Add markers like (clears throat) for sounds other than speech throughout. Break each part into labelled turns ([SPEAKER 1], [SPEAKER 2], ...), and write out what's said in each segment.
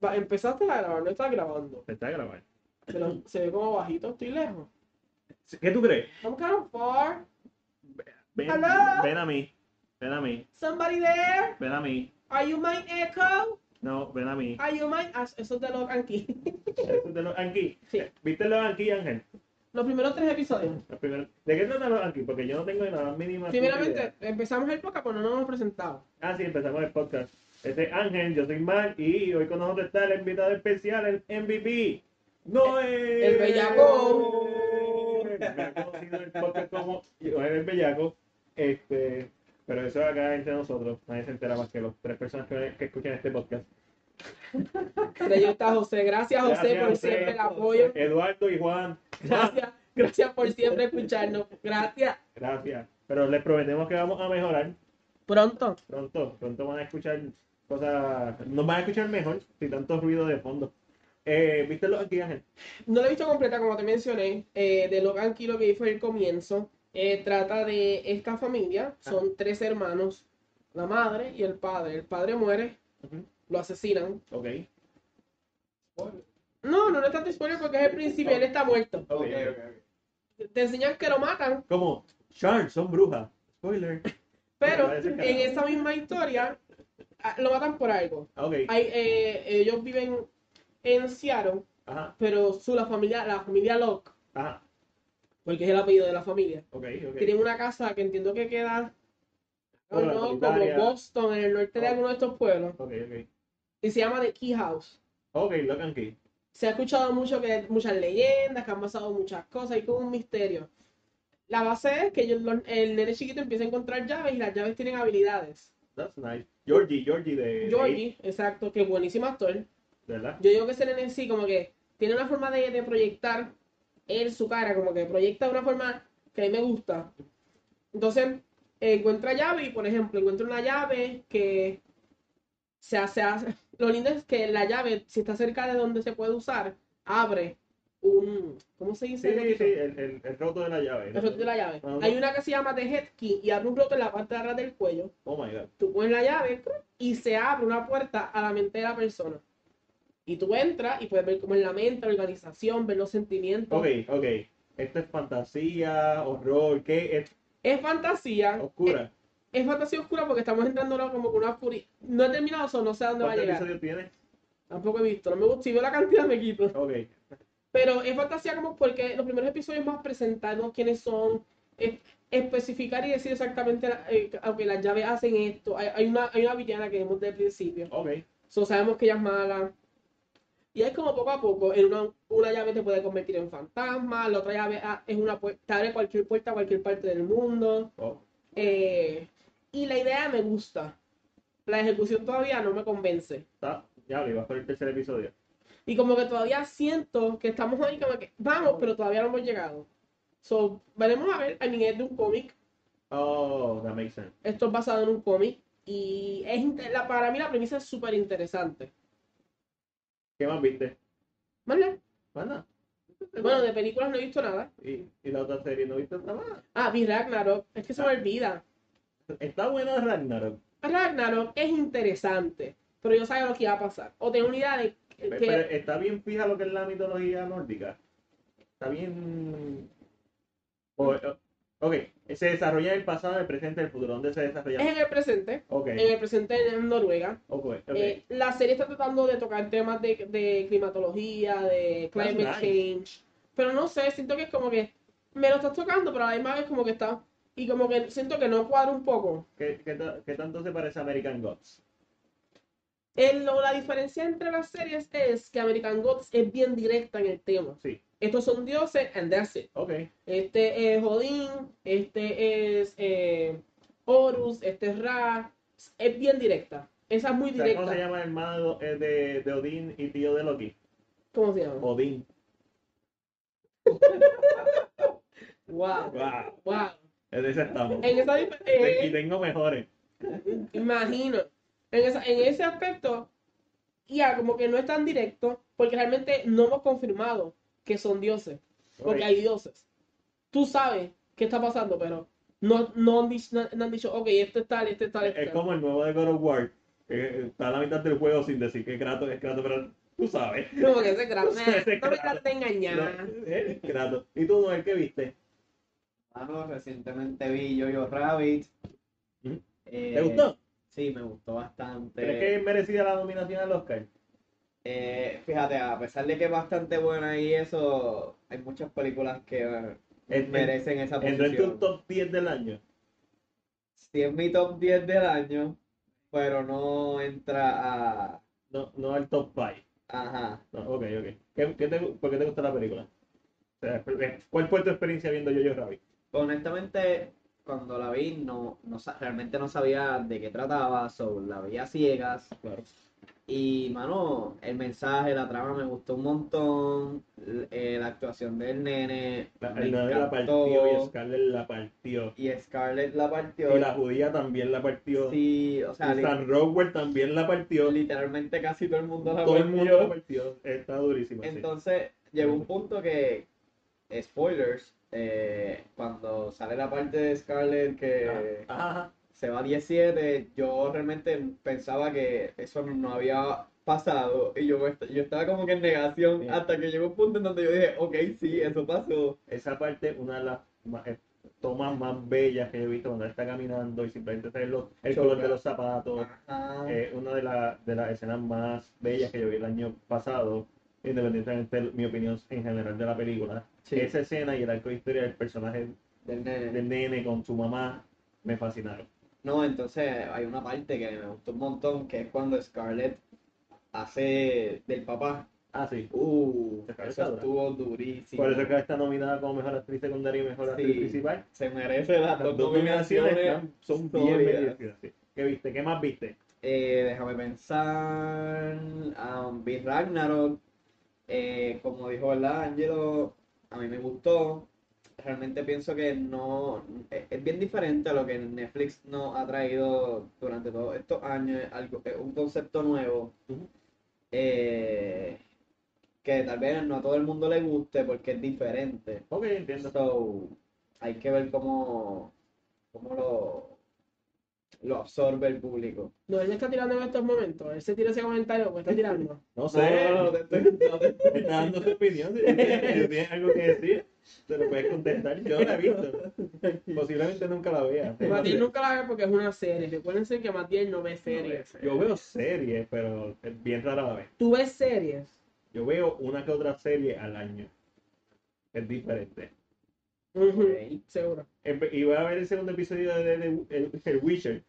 [SPEAKER 1] la empezaste a grabar, no estás grabando.
[SPEAKER 2] Te está grabando.
[SPEAKER 1] Se, lo- se ve como bajito, estoy lejos.
[SPEAKER 2] ¿Qué tú crees?
[SPEAKER 1] I'm kind of far.
[SPEAKER 2] Ven,
[SPEAKER 1] Hello?
[SPEAKER 2] ven a mí. Ven a mí.
[SPEAKER 1] Somebody there?
[SPEAKER 2] Ven a mí.
[SPEAKER 1] Are you my echo?
[SPEAKER 2] No, ven a mí.
[SPEAKER 1] Are you my... Ah, eso es de los aquí.
[SPEAKER 2] Eso es de los Anki.
[SPEAKER 1] Sí.
[SPEAKER 2] ¿Viste los Anki, Ángel?
[SPEAKER 1] (laughs) Los primeros tres episodios.
[SPEAKER 2] Los primeros- ¿De qué tratan los Anki? Porque yo no tengo ni la más mínima. puta idea.
[SPEAKER 1] Primeramente, empezamos el podcast cuando no nos hemos presentado.
[SPEAKER 2] Ah, sí, empezamos el podcast. Este es Ángel, yo soy Mar y hoy con nosotros está el invitado especial, el MVP. No es.
[SPEAKER 1] el bellaco.
[SPEAKER 2] Me ha conocido el podcast como Joel el Bellaco. Este, pero eso es acá entre nosotros. Nadie se entera más que los tres personas que, que escuchan este podcast.
[SPEAKER 1] Entre ellos está José. Gracias, José,
[SPEAKER 2] Gracias,
[SPEAKER 1] por
[SPEAKER 2] José.
[SPEAKER 1] siempre el apoyo.
[SPEAKER 2] Eduardo y Juan,
[SPEAKER 1] Gracias, gracias por siempre escucharnos. Gracias.
[SPEAKER 2] gracias. Pero les prometemos que vamos a mejorar.
[SPEAKER 1] Pronto.
[SPEAKER 2] Pronto, pronto van a escuchar cosas. Nos van a escuchar mejor sin tanto ruido de fondo. Eh, ¿Viste los aquí, Ángel?
[SPEAKER 1] No la he visto completa, como te mencioné, eh, de Logan Key, lo que vi fue el comienzo. Eh, trata de esta familia, son tres hermanos, la madre y el padre. El padre muere,
[SPEAKER 2] Ujú.
[SPEAKER 1] lo asesinan.
[SPEAKER 2] Ok.
[SPEAKER 1] No, no, no es tanto spoiler porque es el principio, él está muerto.
[SPEAKER 2] Ok,
[SPEAKER 3] ok,
[SPEAKER 2] ok.
[SPEAKER 1] Te enseñan que lo matan,
[SPEAKER 2] Eh, Como, Charles, son brujas. Spoiler.
[SPEAKER 1] pero
[SPEAKER 2] Me parece
[SPEAKER 1] en
[SPEAKER 2] carajo.
[SPEAKER 1] esa misma historia ah, lo matan por algo.
[SPEAKER 2] Ah, Ok.
[SPEAKER 1] Hay, eh, ellos viven en Seattle,
[SPEAKER 2] Ajá,
[SPEAKER 1] pero su, la familia, la familia Locke,
[SPEAKER 2] ajá.
[SPEAKER 1] porque es el apellido de la familia,
[SPEAKER 2] Ok, ok.
[SPEAKER 1] tienen una casa que entiendo que queda
[SPEAKER 2] Por la
[SPEAKER 1] no, como
[SPEAKER 2] Bulgaria.
[SPEAKER 1] Boston en el norte de
[SPEAKER 2] Oh.
[SPEAKER 1] alguno de estos pueblos
[SPEAKER 2] Ok, ok.
[SPEAKER 1] y se llama The Key House
[SPEAKER 2] Ok, Logan Key.
[SPEAKER 1] se ha escuchado mucho que muchas leyendas que han pasado muchas cosas y como un misterio la base es que ellos- los- el nene chiquito empieza a encontrar llaves y las llaves tienen habilidades
[SPEAKER 2] That's nice. Georgie, Georgie de. de
[SPEAKER 1] Georgie exacto que buenísimo actor
[SPEAKER 2] It, ¿Verdad?
[SPEAKER 1] yo digo que ese nene sí como que tiene una forma de, de proyectar él su cara como que proyecta de una forma que a mí me gusta entonces eh, encuentra llave y por ejemplo encuentra una llave que se hace, hace- lo lindo es que la llave si está cerca de donde se puede usar abre un ¿cómo se
[SPEAKER 2] Sí,
[SPEAKER 1] dice?
[SPEAKER 2] sí, sí. El, el, el roto de la llave.
[SPEAKER 1] el roto de la llave
[SPEAKER 2] Ajá.
[SPEAKER 1] hay una que se llama The Head Key y abre un roto en la parte de atrás del cuello
[SPEAKER 2] Oh my god.
[SPEAKER 1] tú pones la llave ¡cru! y se abre una puerta a la mente de la persona. Y tú entras y puedes ver cómo es la mente, la organización, ver los sentimientos.
[SPEAKER 2] Ok, ok. Esto es fantasía, horror, ¿qué? Es
[SPEAKER 1] Es fantasía.
[SPEAKER 2] oscura.
[SPEAKER 1] Es, es fantasía oscura porque estamos entrando ahora como que una oscuridad. No he terminado eso, no sé a dónde va a
[SPEAKER 2] ¿Cuántos
[SPEAKER 1] llegar.
[SPEAKER 2] episodios tiene?
[SPEAKER 1] Tampoco he visto. No me gusta. Si veo la cantidad me quito.
[SPEAKER 2] Ok.
[SPEAKER 1] Pero es fantasía como porque los primeros episodios más presentarnos quiénes son, es- especificar y decir exactamente, la- eh, aunque las llaves hacen esto. Hay, hay una, hay una villana que vemos desde el principio.
[SPEAKER 2] Ok.
[SPEAKER 1] So, sabemos que ella es mala. Y es como poco a poco, en una, una llave te puede convertir en fantasma, la otra llave ah, es una puerta, te abre cualquier puerta a cualquier parte del mundo.
[SPEAKER 2] Oh,
[SPEAKER 1] Eh, y la idea me gusta. La ejecución todavía no me convence.
[SPEAKER 2] está. Ya, le vas por el tercer episodio.
[SPEAKER 1] Y como que todavía siento que estamos ahí como que vamos, pero todavía no hemos llegado. So, veremos a ver al nivel de un cómic.
[SPEAKER 2] Oh, that makes sense.
[SPEAKER 1] Esto es basado en un cómic. Y es inte- la, para mí la premisa es súper interesante.
[SPEAKER 2] ¿Qué más viste?
[SPEAKER 1] ¿Vale?
[SPEAKER 2] Manda.
[SPEAKER 1] Bueno, de películas no he visto nada.
[SPEAKER 2] Y, y la otra serie, ¿no viste nada más?
[SPEAKER 1] Ah, vi Ragnarok. Es que se me
[SPEAKER 2] Ah.
[SPEAKER 1] olvida.
[SPEAKER 2] Está buena Ragnarok.
[SPEAKER 1] Ragnarok es interesante, pero yo sabía lo que iba a pasar. O tengo una idea de que...
[SPEAKER 2] Pe- Pero está bien fija lo que es la mitología nórdica. Está bien. O- o- ok, se desarrolla el pasado, el presente, el futuro. ¿Dónde se
[SPEAKER 1] es
[SPEAKER 2] desarrolla?
[SPEAKER 1] en el presente.
[SPEAKER 2] Ok,
[SPEAKER 1] En el presente en Noruega.
[SPEAKER 2] ok, ok.
[SPEAKER 1] Eh, la serie está tratando de tocar temas de, de climatología, de
[SPEAKER 2] That's
[SPEAKER 1] climate
[SPEAKER 2] nice.
[SPEAKER 1] change. Pero no sé, siento que es como que... Me lo estás tocando, pero a la misma vez como que está... Y como que siento que no cuadra un poco.
[SPEAKER 2] ¿Qué, qué, ta- qué tanto se parece a American Gods?
[SPEAKER 1] El- lo- la diferencia entre las series es que American Gods es bien directa en el tema.
[SPEAKER 2] Sí,
[SPEAKER 1] Estos son dioses and that's it.
[SPEAKER 2] ok,
[SPEAKER 1] Este es Odín, este es eh, Horus, este es Ra. Es bien directa. Esa es muy
[SPEAKER 2] O sea, ¿Cómo se
[SPEAKER 1] directa.
[SPEAKER 2] llama el hermano de, de- de Odín y tío de Loki?
[SPEAKER 1] ¿Cómo se llama?
[SPEAKER 2] Odín.
[SPEAKER 1] Wow.
[SPEAKER 2] Wow,
[SPEAKER 1] Wow.
[SPEAKER 2] en ese estamos.
[SPEAKER 1] En esa dif-
[SPEAKER 2] Te- Y
[SPEAKER 1] eh,
[SPEAKER 2] tengo mejores.
[SPEAKER 1] imagino. En, esa- en ese aspecto, ya como que no es tan directo, porque realmente no hemos confirmado que son dioses, porque
[SPEAKER 2] Ok.
[SPEAKER 1] hay dioses. Tú sabes qué está pasando, pero no, no, han, dicho, no- no han dicho, ok, este es tal, este es tal, este
[SPEAKER 2] Es
[SPEAKER 1] es tal.
[SPEAKER 2] eh, como el nuevo de God of War. que está a la mitad del juego sin decir que Kratos es Kratos, pero Tú sabes.
[SPEAKER 1] Como que ese Kratos.
[SPEAKER 2] (laughs) Ese
[SPEAKER 1] nah, No me
[SPEAKER 2] Kratos.
[SPEAKER 1] estás engañando.
[SPEAKER 2] No, eh, Kratos. ¿Y tú, mujer, qué viste?
[SPEAKER 3] Mano, recientemente vi Yo-Yo Rabbit.
[SPEAKER 2] Ujú.
[SPEAKER 3] Eh,
[SPEAKER 2] ¿Te gustó?
[SPEAKER 3] Sí, me gustó bastante.
[SPEAKER 2] ¿Crees que es merecida la nominación al Oscar?
[SPEAKER 3] Eh, fíjate, a pesar de que es bastante buena y eso, hay muchas películas que eh,
[SPEAKER 2] En-
[SPEAKER 3] merecen esa
[SPEAKER 2] Este, Entró en tu
[SPEAKER 3] posición.
[SPEAKER 2] top 10 del año.
[SPEAKER 3] Sí es mi top 10 del año, pero no entra a...
[SPEAKER 2] No, no al top 5.
[SPEAKER 3] Ajá.
[SPEAKER 2] No, ok, ok. ¿Qué, qué te, ¿Por qué te gustó la película? O sea, ¿Cuál fue tu experiencia viendo Yo-Yo Rabbit?
[SPEAKER 3] Honestamente, cuando la vi, no, no sa- realmente no sabía de qué trataba, so, la vi a ciegas.
[SPEAKER 2] Claro.
[SPEAKER 3] Y, mano, el mensaje, la trama me gustó un montón. l- eh, la actuación del nene
[SPEAKER 2] La,
[SPEAKER 3] me
[SPEAKER 2] el nene la
[SPEAKER 3] encantó.
[SPEAKER 2] partió y Scarlett la partió.
[SPEAKER 3] Y Scarlett la partió.
[SPEAKER 2] Y la judía también la partió.
[SPEAKER 3] Sí, o sea,
[SPEAKER 2] y
[SPEAKER 3] li-
[SPEAKER 2] Sam Rockwell también la partió.
[SPEAKER 3] literalmente casi todo el mundo la
[SPEAKER 2] Todo el mundo la
[SPEAKER 3] partió.
[SPEAKER 2] partió. Está durísimo. sí.
[SPEAKER 3] Entonces, llegó un punto que, spoilers, eh, cuando sale la parte de Scarlett que
[SPEAKER 2] Ajá, Ah, ajá.
[SPEAKER 3] se va a 17, yo realmente pensaba que eso no había pasado y yo, est- yo estaba como que en negación
[SPEAKER 2] Sí.
[SPEAKER 3] hasta que llegó un punto en donde yo dije, ok, sí, eso pasó.
[SPEAKER 2] Esa parte, una de las ma- eh, tomas más bellas que he visto cuando él está caminando y simplemente se ve los- el
[SPEAKER 3] Choca.
[SPEAKER 2] color de los zapatos.
[SPEAKER 3] Ajá.
[SPEAKER 2] Eh, una de, la- de las escenas más bellas que yo vi el año pasado, independientemente de mi opinión en general de la película.
[SPEAKER 3] Sí.
[SPEAKER 2] Esa escena y el arco de historia del personaje
[SPEAKER 3] Del nene.
[SPEAKER 2] del nene con su mamá me fascinaron.
[SPEAKER 3] No, entonces hay una parte que me gustó un montón, que es cuando Scarlett hace del papá.
[SPEAKER 2] Ah, sí.
[SPEAKER 3] Uh,
[SPEAKER 2] Esa
[SPEAKER 3] eso
[SPEAKER 2] cabeza,
[SPEAKER 3] estuvo durísimo.
[SPEAKER 2] Por eso es que está nominada como mejor actriz secundaria y mejor actriz
[SPEAKER 3] Sí.
[SPEAKER 2] principal.
[SPEAKER 3] Se merece
[SPEAKER 2] Las
[SPEAKER 3] las dos
[SPEAKER 2] dos nominaciones
[SPEAKER 3] nominaciones.
[SPEAKER 2] están- son bien
[SPEAKER 3] sólidas.
[SPEAKER 2] merecidas. sí. ¿Qué viste? ¿Qué más viste?
[SPEAKER 3] Eh, déjame pensar. Um, vi Ragnarok. Eh, como dijo, ¿verdad, Angelo? A mí me gustó. Realmente pienso que no. Es, es bien diferente a lo que Netflix nos ha traído durante todos estos años. es algo- es un concepto nuevo.
[SPEAKER 2] Ujú.
[SPEAKER 3] eh, que tal vez no a todo el mundo le guste porque es diferente.
[SPEAKER 2] Ok, entiendo.
[SPEAKER 3] So, hay que ver cómo, cómo lo, lo absorbe el público.
[SPEAKER 1] No, él me está tirando en estos momentos. Él se tira ese comentario, pues está tirando.
[SPEAKER 2] No
[SPEAKER 3] No,
[SPEAKER 2] sé.
[SPEAKER 3] no, no, te estoy- no, te estoy-
[SPEAKER 2] (laughs) Está dando su opinión. Si tú tienes, si tú tienes algo que decir, te lo puedes contestar. Yo no la he visto. Posiblemente nunca la vea.
[SPEAKER 1] Matiel nunca la ve porque es una serie. Recuérdense que Matiel no ve series.
[SPEAKER 2] Yo veo series, pero es bien rara la vez.
[SPEAKER 1] Tú ves series.
[SPEAKER 2] Yo veo una que otra serie al año. Es diferente.
[SPEAKER 1] Ujú,
[SPEAKER 3] Ok.
[SPEAKER 1] Seguro.
[SPEAKER 2] Empe- Y voy a ver el segundo episodio de, de- de- el, el Witcher.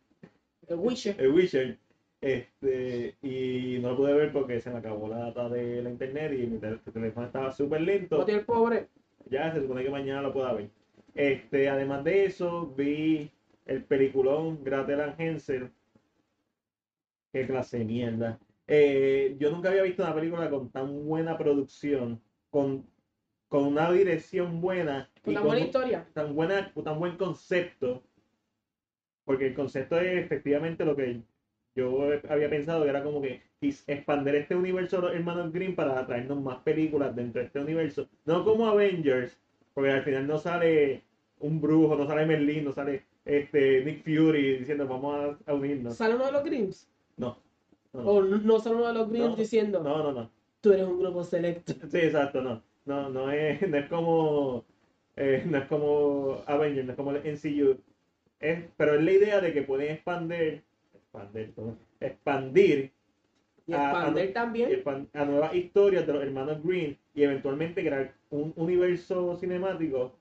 [SPEAKER 1] El Witcher.
[SPEAKER 2] El Witcher. Este, y no lo pude ver porque se me acabó la data de la internet y mi tel- teléfono estaba súper lento.
[SPEAKER 1] Matiel pobre.
[SPEAKER 2] Ya se supone que mañana lo pueda ver. Este, además de eso, vi el peliculón Gretel and Hansel. Qué clase de mierda. Eh, yo nunca había visto una película con tan buena producción, con, con una dirección buena
[SPEAKER 1] Con
[SPEAKER 2] y
[SPEAKER 1] la
[SPEAKER 2] con
[SPEAKER 1] buena
[SPEAKER 2] un-
[SPEAKER 1] historia.
[SPEAKER 2] tan, buena, tan buen concepto. Porque el concepto es efectivamente lo que yo había pensado, que era como que quis- expandir este universo de los hermanos Green para traernos más películas dentro de este universo. No como Avengers, porque al final no sale un brujo, no sale Merlin, no sale este Nick Fury diciendo vamos a, a unirnos.
[SPEAKER 1] ¿Sale uno de los Grimms?
[SPEAKER 2] No. No, no,
[SPEAKER 1] ¿O no sale uno de los Grimms
[SPEAKER 2] No.
[SPEAKER 1] diciendo,
[SPEAKER 2] no, no, no.
[SPEAKER 1] tú eres un grupo selecto?
[SPEAKER 2] Sí, exacto, no. No, no es, no es como eh, no es como Avengers, no es como el MCU. Es, pero es la idea de que pueden expandir, expandir, ¿no? expandir,
[SPEAKER 1] Y
[SPEAKER 2] Ah,
[SPEAKER 1] expander también.
[SPEAKER 2] expan- a nuevas historias de los hermanos Green y eventualmente crear un universo cinemático.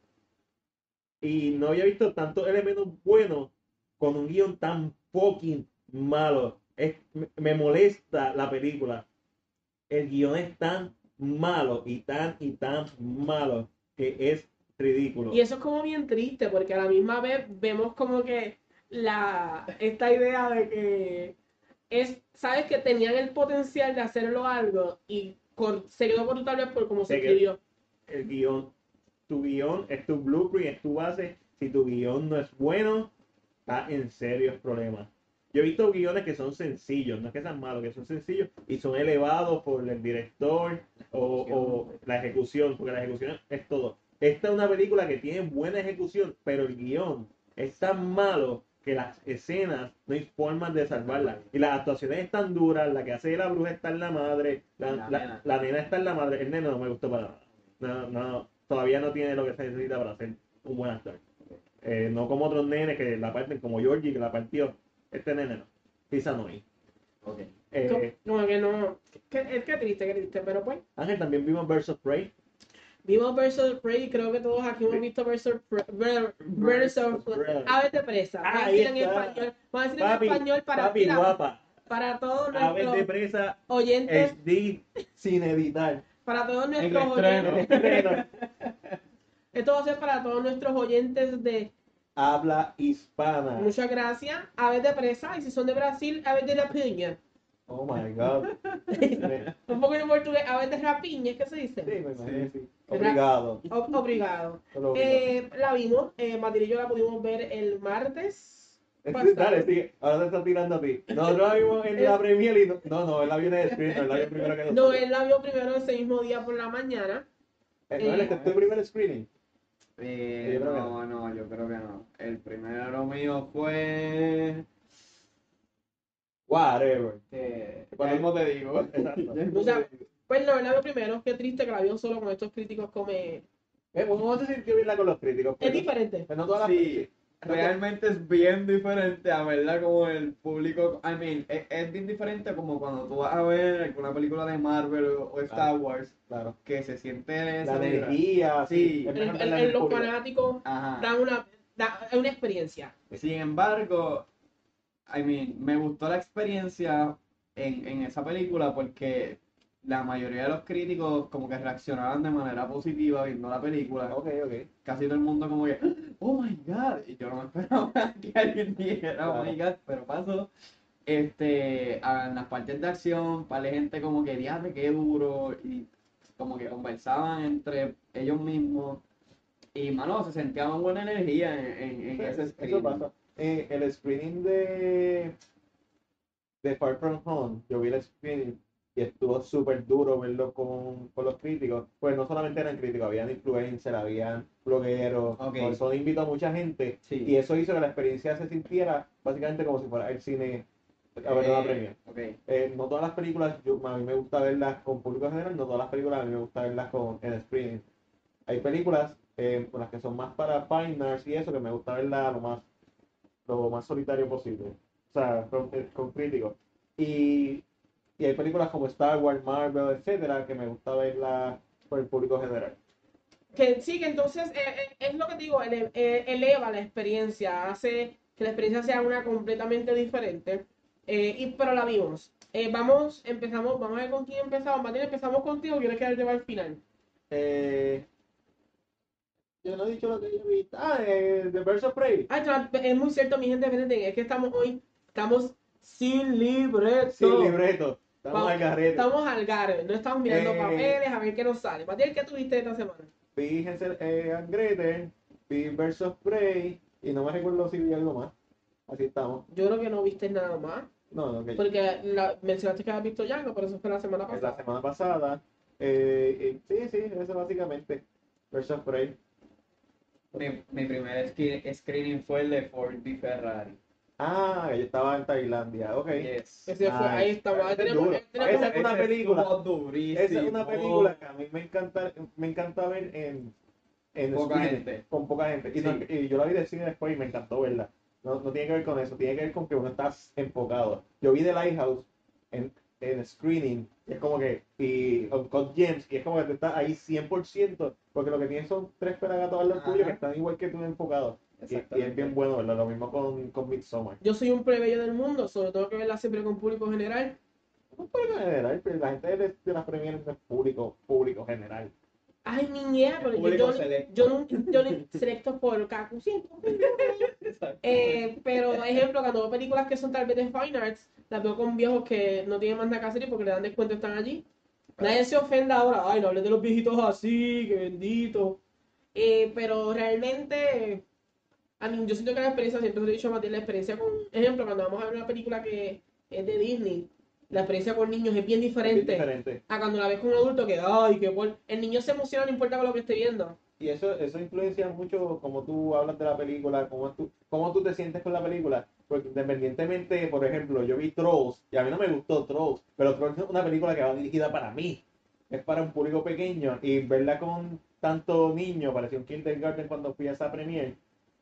[SPEAKER 2] Y no había visto tantos elementos buenos con un guión tan fucking malo. Es- me- me molesta la película. El guión es tan malo y tan y tan malo que es ridículo.
[SPEAKER 1] Y eso es como bien triste, porque a la misma vez vemos como que la esta idea de que es, sabes que tenían el potencial de hacerlo algo y cor- se quedó por tal vez por cómo se
[SPEAKER 2] Se quedó.
[SPEAKER 1] escribió.
[SPEAKER 2] el guión. Tu guión es tu blueprint, es tu base. Si tu guión no es bueno, está en serios problemas. Yo he visto guiones que son sencillos, no es que sean malos, que son sencillos y son elevados por el director o, o la ejecución, porque la ejecución es todo. Esta es una película que tiene buena ejecución, pero el guión es tan malo que las escenas no hay formas de salvarlas. Y las actuaciones están duras, la que hace de la bruja está en la madre, la,
[SPEAKER 3] La
[SPEAKER 2] la-
[SPEAKER 3] nena.
[SPEAKER 2] la nena está en la madre, el nene no me gustó para nada. No, no, todavía no tiene lo que se necesita para ser un buen actor. Eh, no como otros nenes que la parten, como Georgie que la partió. Este nene no. Pisa no hay.
[SPEAKER 3] Ok.
[SPEAKER 2] Eh,
[SPEAKER 1] Como que no. que- es que triste, que triste, pero pues.
[SPEAKER 2] Ángel, también vimos Versus Prey.
[SPEAKER 1] Vimos versus Prey y creo que todos aquí hemos
[SPEAKER 2] Sí.
[SPEAKER 1] visto versus Prey. ver- versus
[SPEAKER 2] Prey.
[SPEAKER 1] Aves de presa. Vamos a
[SPEAKER 2] Ahí
[SPEAKER 1] decir en
[SPEAKER 2] está.
[SPEAKER 1] español. Vamos a decir
[SPEAKER 2] Papi,
[SPEAKER 1] en español para,
[SPEAKER 2] papi
[SPEAKER 1] mira,
[SPEAKER 2] guapa.
[SPEAKER 1] para todos
[SPEAKER 2] Aves de
[SPEAKER 1] nuestros
[SPEAKER 2] presa
[SPEAKER 1] oyentes.
[SPEAKER 2] HD sin editar. Este
[SPEAKER 1] Para todos
[SPEAKER 3] En
[SPEAKER 1] nuestros
[SPEAKER 3] estreno.
[SPEAKER 1] oyentes. Esto va a ser para todos nuestros oyentes de
[SPEAKER 2] Habla
[SPEAKER 1] (laughs)
[SPEAKER 2] hispana.
[SPEAKER 1] muchas gracias. Aves de presa. Y si son de Brasil, aves de rapiña.
[SPEAKER 2] Oh my god. Sí,
[SPEAKER 1] Un poco en portugués, aves de rapiña, es que se dice.
[SPEAKER 2] me imagino, sí.
[SPEAKER 1] ¿Verdad?
[SPEAKER 2] Obrigado.
[SPEAKER 1] O- Obrigado.
[SPEAKER 2] Solo obrigado.
[SPEAKER 1] Eh, la vimos, eh, Matilde y yo la pudimos ver el martes.
[SPEAKER 2] Sí, Dale, sigue. Ahora te está tirando a ti. Nosotros la vimos en la premier y no, no, no, él la vio en el screen, no, él la vio primero que
[SPEAKER 1] No, él la vio primero ese mismo día por la mañana.
[SPEAKER 2] Eh, no, él está en tu primer screening.
[SPEAKER 3] Eh,
[SPEAKER 2] Yo creo que
[SPEAKER 3] no, no, yo creo que no. El primero mío fue.
[SPEAKER 2] Whatever.
[SPEAKER 3] Eh, ya
[SPEAKER 2] Bueno,
[SPEAKER 3] mismo te
[SPEAKER 2] (laughs)
[SPEAKER 3] digo.
[SPEAKER 2] Exacto.
[SPEAKER 3] (laughs) Ya mismo
[SPEAKER 1] O sea,
[SPEAKER 3] te digo.
[SPEAKER 1] pues no, él la vio primero. Qué triste que la vio solo con estos críticos come.
[SPEAKER 2] Eh, uno se sintió bien la con los críticos.
[SPEAKER 1] Es
[SPEAKER 2] pero-
[SPEAKER 1] diferente.
[SPEAKER 2] pero no todas las-
[SPEAKER 3] Sí, realmente es bien diferente a verla como el público. I mean, es, es bien diferente como cuando tú vas a ver alguna película de Marvel o, o Star Wars
[SPEAKER 2] Claro.
[SPEAKER 3] que se siente
[SPEAKER 2] La
[SPEAKER 3] esa vibra.
[SPEAKER 2] energía, sí.
[SPEAKER 3] Sí.
[SPEAKER 2] es
[SPEAKER 1] El-
[SPEAKER 2] mejor
[SPEAKER 1] el-
[SPEAKER 2] verla en
[SPEAKER 1] el-
[SPEAKER 2] el
[SPEAKER 1] los
[SPEAKER 2] público. Ah.
[SPEAKER 1] fanáticos
[SPEAKER 3] Ajá.
[SPEAKER 1] dan una, da- es una experiencia.
[SPEAKER 3] Sin embargo, I mean, me gustó la experiencia en, en esa película porque la mayoría de los críticos como que reaccionaban de manera positiva viendo la película.
[SPEAKER 2] Ok, ok.
[SPEAKER 3] Casi todo el mundo como que, oh my god, y yo no me esperaba (laughs) que alguien dijera, oh my god, pero pasó. Este, a- en las partes de acción, para la gente como que, diablo, qué duro, y como que conversaban entre ellos mismos. Y, mano, se sentía una buena energía en, en, en ese
[SPEAKER 2] Eso
[SPEAKER 3] screening.
[SPEAKER 2] pasa. Eh, el screening de, de Far From Home, yo vi el screening y estuvo súper duro verlo con, con los críticos. Pues no solamente eran críticos, habían influencers, habían blogueros.
[SPEAKER 3] Ok.
[SPEAKER 2] Por Eso invitó a mucha gente.
[SPEAKER 3] Sí.
[SPEAKER 2] Y eso hizo que la experiencia se sintiera básicamente como si fuera el cine a ver una
[SPEAKER 3] Eh,
[SPEAKER 2] premia.
[SPEAKER 3] ok.
[SPEAKER 2] Eh, no todas las películas, yo, a mí me gusta verlas con público general, no todas las películas a mí me gusta verlas con en screening. Hay películas eh, con las que son más para partners y eso, que me gusta verlas lo más, lo más solitario posible. O sea, con, eh, con críticos. Y, y hay películas como Star Wars, Marvel, etcétera, que me gusta verlas con el público general.
[SPEAKER 1] Que sí, que entonces eh, eh, es lo que te digo, ele- eh, eleva la experiencia, hace que la experiencia sea una completamente diferente. Eh, y, pero la vimos. Eh, vamos, empezamos, vamos a ver con quién empezamos. Matilde, empezamos contigo, quieres quedarte para el final.
[SPEAKER 2] Eh, yo no he dicho lo que yo vi. Ah, eh, The Birds of Prey.
[SPEAKER 1] Ay, tra- Ah, es muy cierto, mi gente, espérate, es que estamos hoy, estamos sin libreto.
[SPEAKER 2] Sin libreto. Estamos
[SPEAKER 1] Vamos-
[SPEAKER 2] al garete.
[SPEAKER 1] Estamos al gare, no estamos mirando
[SPEAKER 2] Eh.
[SPEAKER 1] papeles a ver qué nos sale. Matías, ¿qué tuviste esta semana?
[SPEAKER 2] vi Hansel eh, and Gretel, vi Versus Prey y no me recuerdo si vi algo más. Así estamos.
[SPEAKER 1] Yo creo que no viste nada más,
[SPEAKER 2] No, no, que
[SPEAKER 1] porque la- mencionaste que habías visto Django, pero eso fue la semana
[SPEAKER 2] es la
[SPEAKER 1] pasada.
[SPEAKER 2] semana pasada. Eh, eh, sí, sí, eso básicamente. Versus Prey.
[SPEAKER 3] Mi, mi primer screen- screening fue el de Ford v Ferrari.
[SPEAKER 2] Ah, que yo estaba en Tailandia. Ok.
[SPEAKER 3] Yes.
[SPEAKER 1] Ese fue,
[SPEAKER 2] Ah,
[SPEAKER 1] ahí estamos, ahí
[SPEAKER 2] ese es
[SPEAKER 1] tenemos,
[SPEAKER 2] duro.
[SPEAKER 1] ahí tenemos-
[SPEAKER 2] Esa es una
[SPEAKER 3] Ese
[SPEAKER 2] película.
[SPEAKER 3] estuvo durísimo.
[SPEAKER 2] Esa es una película que a mí me encanta, me encanta ver en, en
[SPEAKER 3] Poca
[SPEAKER 2] cine,
[SPEAKER 3] gente.
[SPEAKER 2] con poca gente. Y, no-
[SPEAKER 3] Sí.
[SPEAKER 2] y yo la vi de cine después y me encantó verla. No, no tiene que ver con eso, tiene que ver con que uno está enfocado. Yo vi The Lighthouse en, en screening, y es como que, y con James, y es como que tú estás ahí 100%, porque lo que tienes son tres pelagatos al lado tuyo
[SPEAKER 3] Ajá.
[SPEAKER 2] que están igual que tú enfocados. Y, y es
[SPEAKER 3] Exactamente.
[SPEAKER 2] bien bueno, ¿verdad? Lo mismo con, con Midsommar.
[SPEAKER 1] Yo soy un plebeyo del mundo, sobre todo que verla siempre con público general.
[SPEAKER 2] Público general, pero la gente de, de las premieres es público, público general.
[SPEAKER 1] Ay, niña, pero yo,
[SPEAKER 3] público
[SPEAKER 1] yo,
[SPEAKER 3] selecto.
[SPEAKER 1] yo no, yo no selecto por Kaku siempre.
[SPEAKER 3] Exacto.
[SPEAKER 1] Eh, pero, por ejemplo, cuando veo películas que son tal vez de Fine Arts, las veo con viejos que no tienen más nada que hacer y porque le dan descuento están allí. Nadie se ofenda ahora, ay, no hablen de los viejitos así, que bendito. Eh, pero realmente, a mí, yo siento que la experiencia, siempre se lo he dicho a Matilde, la experiencia con, ejemplo, cuando vamos a ver una película que es de Disney, la experiencia con niños es bien
[SPEAKER 2] Es bien
[SPEAKER 1] diferente
[SPEAKER 2] diferente.
[SPEAKER 1] a cuando la ves con un adulto que, ay, que por... El niño se emociona, no importa con lo que esté viendo.
[SPEAKER 2] Y eso, eso influencia mucho cómo tú hablas de la película, cómo tú, cómo tú te sientes con la película. Porque independientemente, por ejemplo, yo vi Trolls y a mí no me gustó Trolls, pero Trolls es una película que va dirigida para mí. Es para un público pequeño y verla con tanto niño, parecía un kindergarten cuando fui a esa premiere,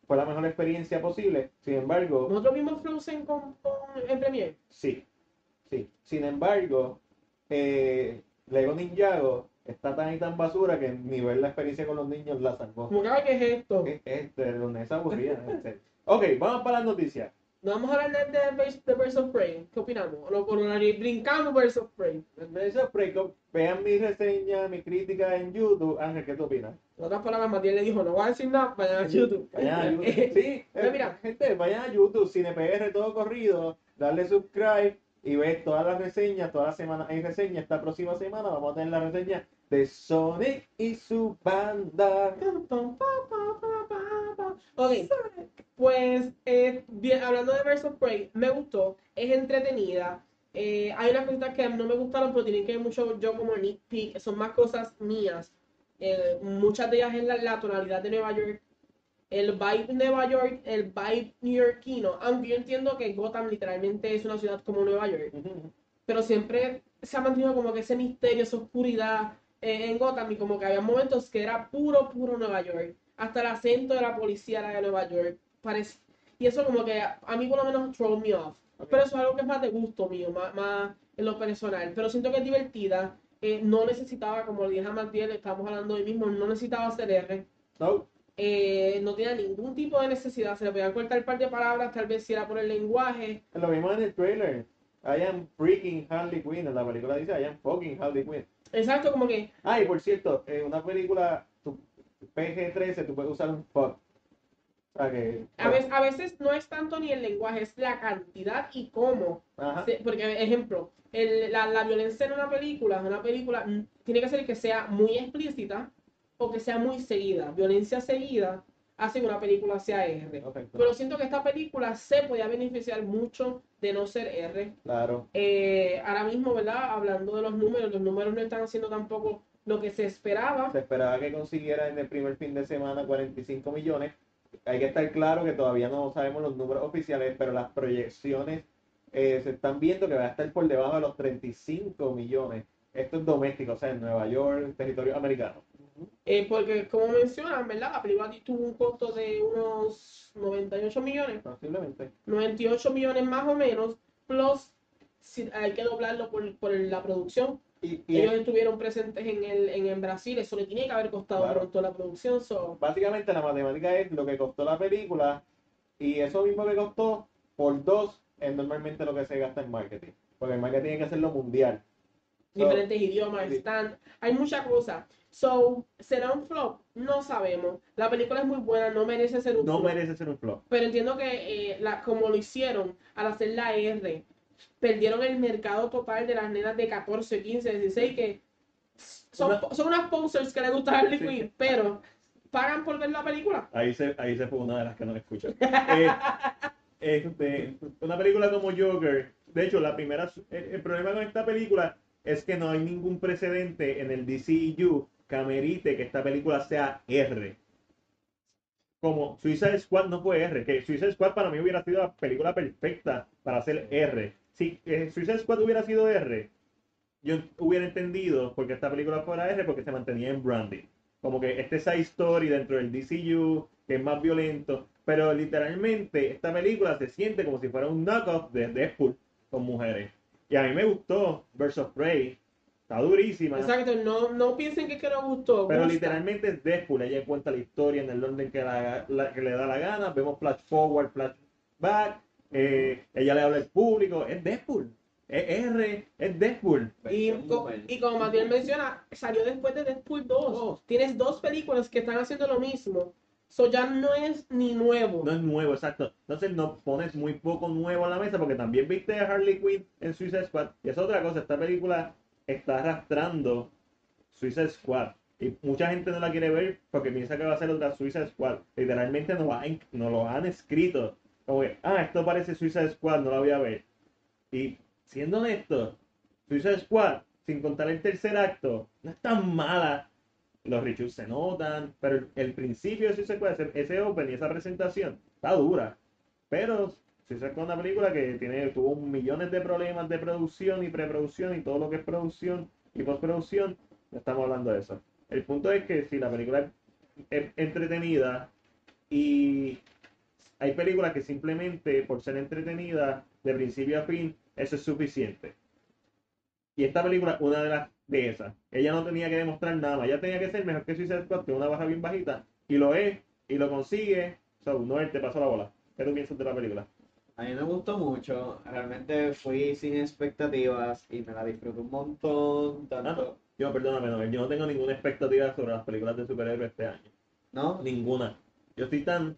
[SPEAKER 2] fue la mejor experiencia posible. Sin embargo,
[SPEAKER 1] Nosotros vimos Frozen con, con- en Premiere.
[SPEAKER 2] Sí, sí. Sin embargo, eh, Lego Ninjago está tan y tan basura que ni ver la experiencia con los niños la salvó.
[SPEAKER 1] Como que, ¿qué es esto?
[SPEAKER 2] Eh, Este, donde es aburrida. este. Ok, vamos para las noticias.
[SPEAKER 1] No vamos a hablar de, de, Birds- de Birds of Prey. ¿Qué opinamos? Lo coronari- brincamos Birds of Prey.
[SPEAKER 2] Noticias Preco, vean mi reseña, mi crítica en YouTube. Ángel, ¿qué tú opinas?
[SPEAKER 1] En otras palabras, Matías le dijo, no voy a decir nada, vayan a YouTube. (laughs)
[SPEAKER 2] Vayan a YouTube.
[SPEAKER 1] Eh,
[SPEAKER 2] Sí,
[SPEAKER 1] pero
[SPEAKER 2] eh,
[SPEAKER 1] mira.
[SPEAKER 2] gente, vayan a YouTube, CinePR, todo corrido, darle subscribe y ver todas las reseñas, todas las semanas hay reseñas. Esta próxima semana vamos a tener la reseña de Sonic y su banda. (laughs)
[SPEAKER 1] Ok, pues eh, bien, hablando de Birds of Prey, me gustó, es entretenida. Eh, hay unas cositas que no me gustaron, pero tienen que ver mucho yo como nitpick, son más cosas mías. Eh, muchas de ellas es la, la tonalidad de Nueva York, el vibe Nueva York, el vibe neoyorquino. Aunque yo entiendo que Gotham literalmente es una ciudad como Nueva York pero siempre se ha mantenido como que ese misterio, esa oscuridad eh, en Gotham y como que había momentos que era puro, puro Nueva York. Hasta el acento de la policía era de Nueva York. Parece... Y eso como que a a mí por lo menos throw me off.
[SPEAKER 2] Ok.
[SPEAKER 1] Pero eso es algo que es más de gusto mío, más, más en lo personal. Pero siento que es divertida. eh, no necesitaba, como le dije a Martiel, estamos hablando hoy mismo, no necesitaba hacer R.
[SPEAKER 2] No,
[SPEAKER 1] eh, no tenía ningún tipo de necesidad. Se le podía cortar un par de palabras, tal vez si era por el lenguaje.
[SPEAKER 2] lo vimos en el trailer. I am freaking Harley Quinn. En la película dice I am fucking Harley Quinn.
[SPEAKER 1] Exacto, como que
[SPEAKER 2] Ah, y por cierto, en una película tu- PG-13 tú puedes usar un fuck. O sea que.
[SPEAKER 1] A veces, a veces no es tanto ni el lenguaje, es la cantidad y cómo.
[SPEAKER 2] Ajá.
[SPEAKER 1] Se- Porque, ejemplo, el- la, la violencia en una película, en una película mm, tiene que ser que sea muy explícita o que sea muy seguida. Violencia seguida hace que una película sea R.
[SPEAKER 2] Ok,
[SPEAKER 1] Pero siento que esta película se podía beneficiar mucho de no ser R.
[SPEAKER 2] Claro.
[SPEAKER 1] Eh, ahora mismo, ¿verdad? Hablando de los números, los números no están haciendo tampoco lo que se esperaba.
[SPEAKER 2] Se esperaba que consiguiera en el primer fin de semana 45 millones. Hay que estar claro que todavía no sabemos los números oficiales, pero las proyecciones eh, se están viendo que va a estar por debajo de los 35 millones. Esto es doméstico, o sea, en Nueva York, territorio americano.
[SPEAKER 1] Eh, porque, como mencionan, ¿verdad? La película tuvo un costo de unos 98 millones,
[SPEAKER 2] Posiblemente.
[SPEAKER 1] 98 millones más o menos, plus si hay que doblarlo por, por la producción.
[SPEAKER 2] Y, y
[SPEAKER 1] Ellos estuvieron presentes en, el, en, en Brasil, eso le tiene que haber costado
[SPEAKER 2] Claro.
[SPEAKER 1] pronto la producción. so,
[SPEAKER 2] básicamente la matemática es lo que costó la película y eso mismo que costó por dos es normalmente lo que se gasta en marketing. Porque el marketing hay que hacerlo mundial. So,
[SPEAKER 1] diferentes idiomas
[SPEAKER 2] sí.
[SPEAKER 1] están, hay muchas cosas. So, ¿será un flop? No sabemos. La película es muy buena, no merece ser un
[SPEAKER 2] no
[SPEAKER 1] flop.
[SPEAKER 2] merece ser un flop.
[SPEAKER 1] Pero entiendo que eh, la, como lo hicieron al hacer la E R, perdieron el mercado total de las nenas de 14, 15, 16, que son,
[SPEAKER 2] Una-
[SPEAKER 1] po- son unas posers que le gusta Harley
[SPEAKER 2] Sí.
[SPEAKER 1] Quinn, pero pagan por ver la película.
[SPEAKER 2] Ahí se, ahí se fue una de las que no escuchan. Eh, este, una película como Joker, de hecho, la primera, el, el problema con esta película es que no hay ningún precedente en el DCU que amerite que esta película sea R. Como Suicide Squad no fue R, que Suicide Squad para mí hubiera sido la película perfecta para hacer R. Si eh, Suicide Squad hubiera sido R, yo hubiera entendido porque esta película fuera R porque se mantenía en branding como que este side story dentro del DCU, que es más violento, pero literalmente esta película se siente como si fuera un knockoff de Deadpool con mujeres. Y a mí me gustó versus Prey, está durísima,
[SPEAKER 1] Exacto, no, no piensen que es que no gustó.
[SPEAKER 2] pero
[SPEAKER 1] gusta.
[SPEAKER 2] literalmente es Deadpool, ella cuenta la historia en el orden que, la- la- que le da la gana, vemos flash forward, flash back, eh, ella le habla al público, es Deadpool, es R, es Deadpool.
[SPEAKER 1] Y,
[SPEAKER 3] Versión
[SPEAKER 1] co-
[SPEAKER 3] mujer.
[SPEAKER 1] y como Matiel menciona, salió después de Deadpool 2.
[SPEAKER 2] Dos.
[SPEAKER 1] Tienes dos películas que están haciendo lo mismo. So ya no es ni nuevo.
[SPEAKER 2] No es nuevo, exacto. Entonces no pones muy poco nuevo a la mesa porque también viste a Harley Quinn en Suicide Squad. Y es otra cosa, esta película está arrastrando Suicide Squad. Y mucha gente no la quiere ver porque piensa que va a ser otra Suicide Squad. Literalmente nos, la han- nos lo han escrito. Como que, ah, esto parece Suicide Squad, no la voy a ver. Y siendo honesto, Suicide Squad, sin contar el tercer acto, no es tan mala los rechutes se notan, pero el, el principio sí se puede hacer, ese open y esa presentación está dura, pero si se con una película que tiene, tuvo millones de problemas de producción y preproducción y todo lo que es producción y postproducción, no estamos hablando de eso. El punto es que si la película es, es entretenida y hay películas que simplemente por ser entretenidas de principio a fin, eso es suficiente. Y esta película, una de las de esas, ella no tenía que demostrar nada más, ella tenía que ser mejor que Suicide Squad, que una baja bien bajita, y lo es, y lo consigue. So, Noel, te pasó la bola. ¿Qué tú piensas de la película?
[SPEAKER 3] A mí me gustó mucho, realmente fui sin expectativas y me la disfruté un montón,
[SPEAKER 2] Ah, no.
[SPEAKER 3] tanto...
[SPEAKER 2] Yo, perdóname, Noel, yo no tengo ninguna expectativa sobre las películas de superhéroes este año.
[SPEAKER 3] ¿No?
[SPEAKER 2] Ninguna. Yo estoy tan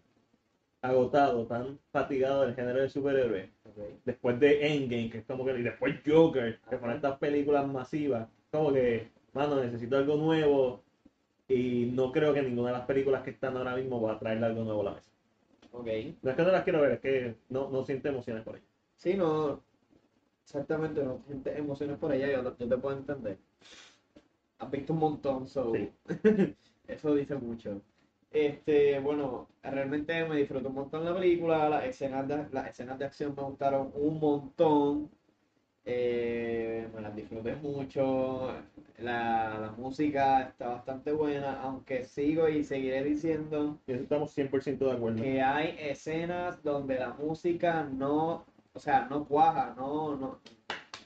[SPEAKER 2] agotado, tan fatigado del género de superhéroes.
[SPEAKER 3] Ok.
[SPEAKER 2] Después de Endgame, que es como que. Y después Joker, que fueron estas películas masivas. Como que, mano, necesito algo nuevo. Y no creo que ninguna de las películas que están ahora mismo va a traerle algo nuevo a la mesa.
[SPEAKER 3] Ok.
[SPEAKER 2] No es que no las quiero ver, es que no, no siento emociones por ellas.
[SPEAKER 3] Sí, no, exactamente, no sientes emociones por ella, yo, yo te puedo entender. Has visto un montón, so,
[SPEAKER 2] Sí.
[SPEAKER 3] (laughs) eso dice mucho. Este, bueno, realmente me disfruté un montón la película, las escenas de, las escenas de acción me gustaron un montón, eh, me las disfruté mucho, la, la música está bastante buena, aunque sigo y seguiré diciendo
[SPEAKER 2] Y eso estamos 100% de acuerdo.
[SPEAKER 3] que hay escenas donde la música no, o sea, no cuaja, no, no, no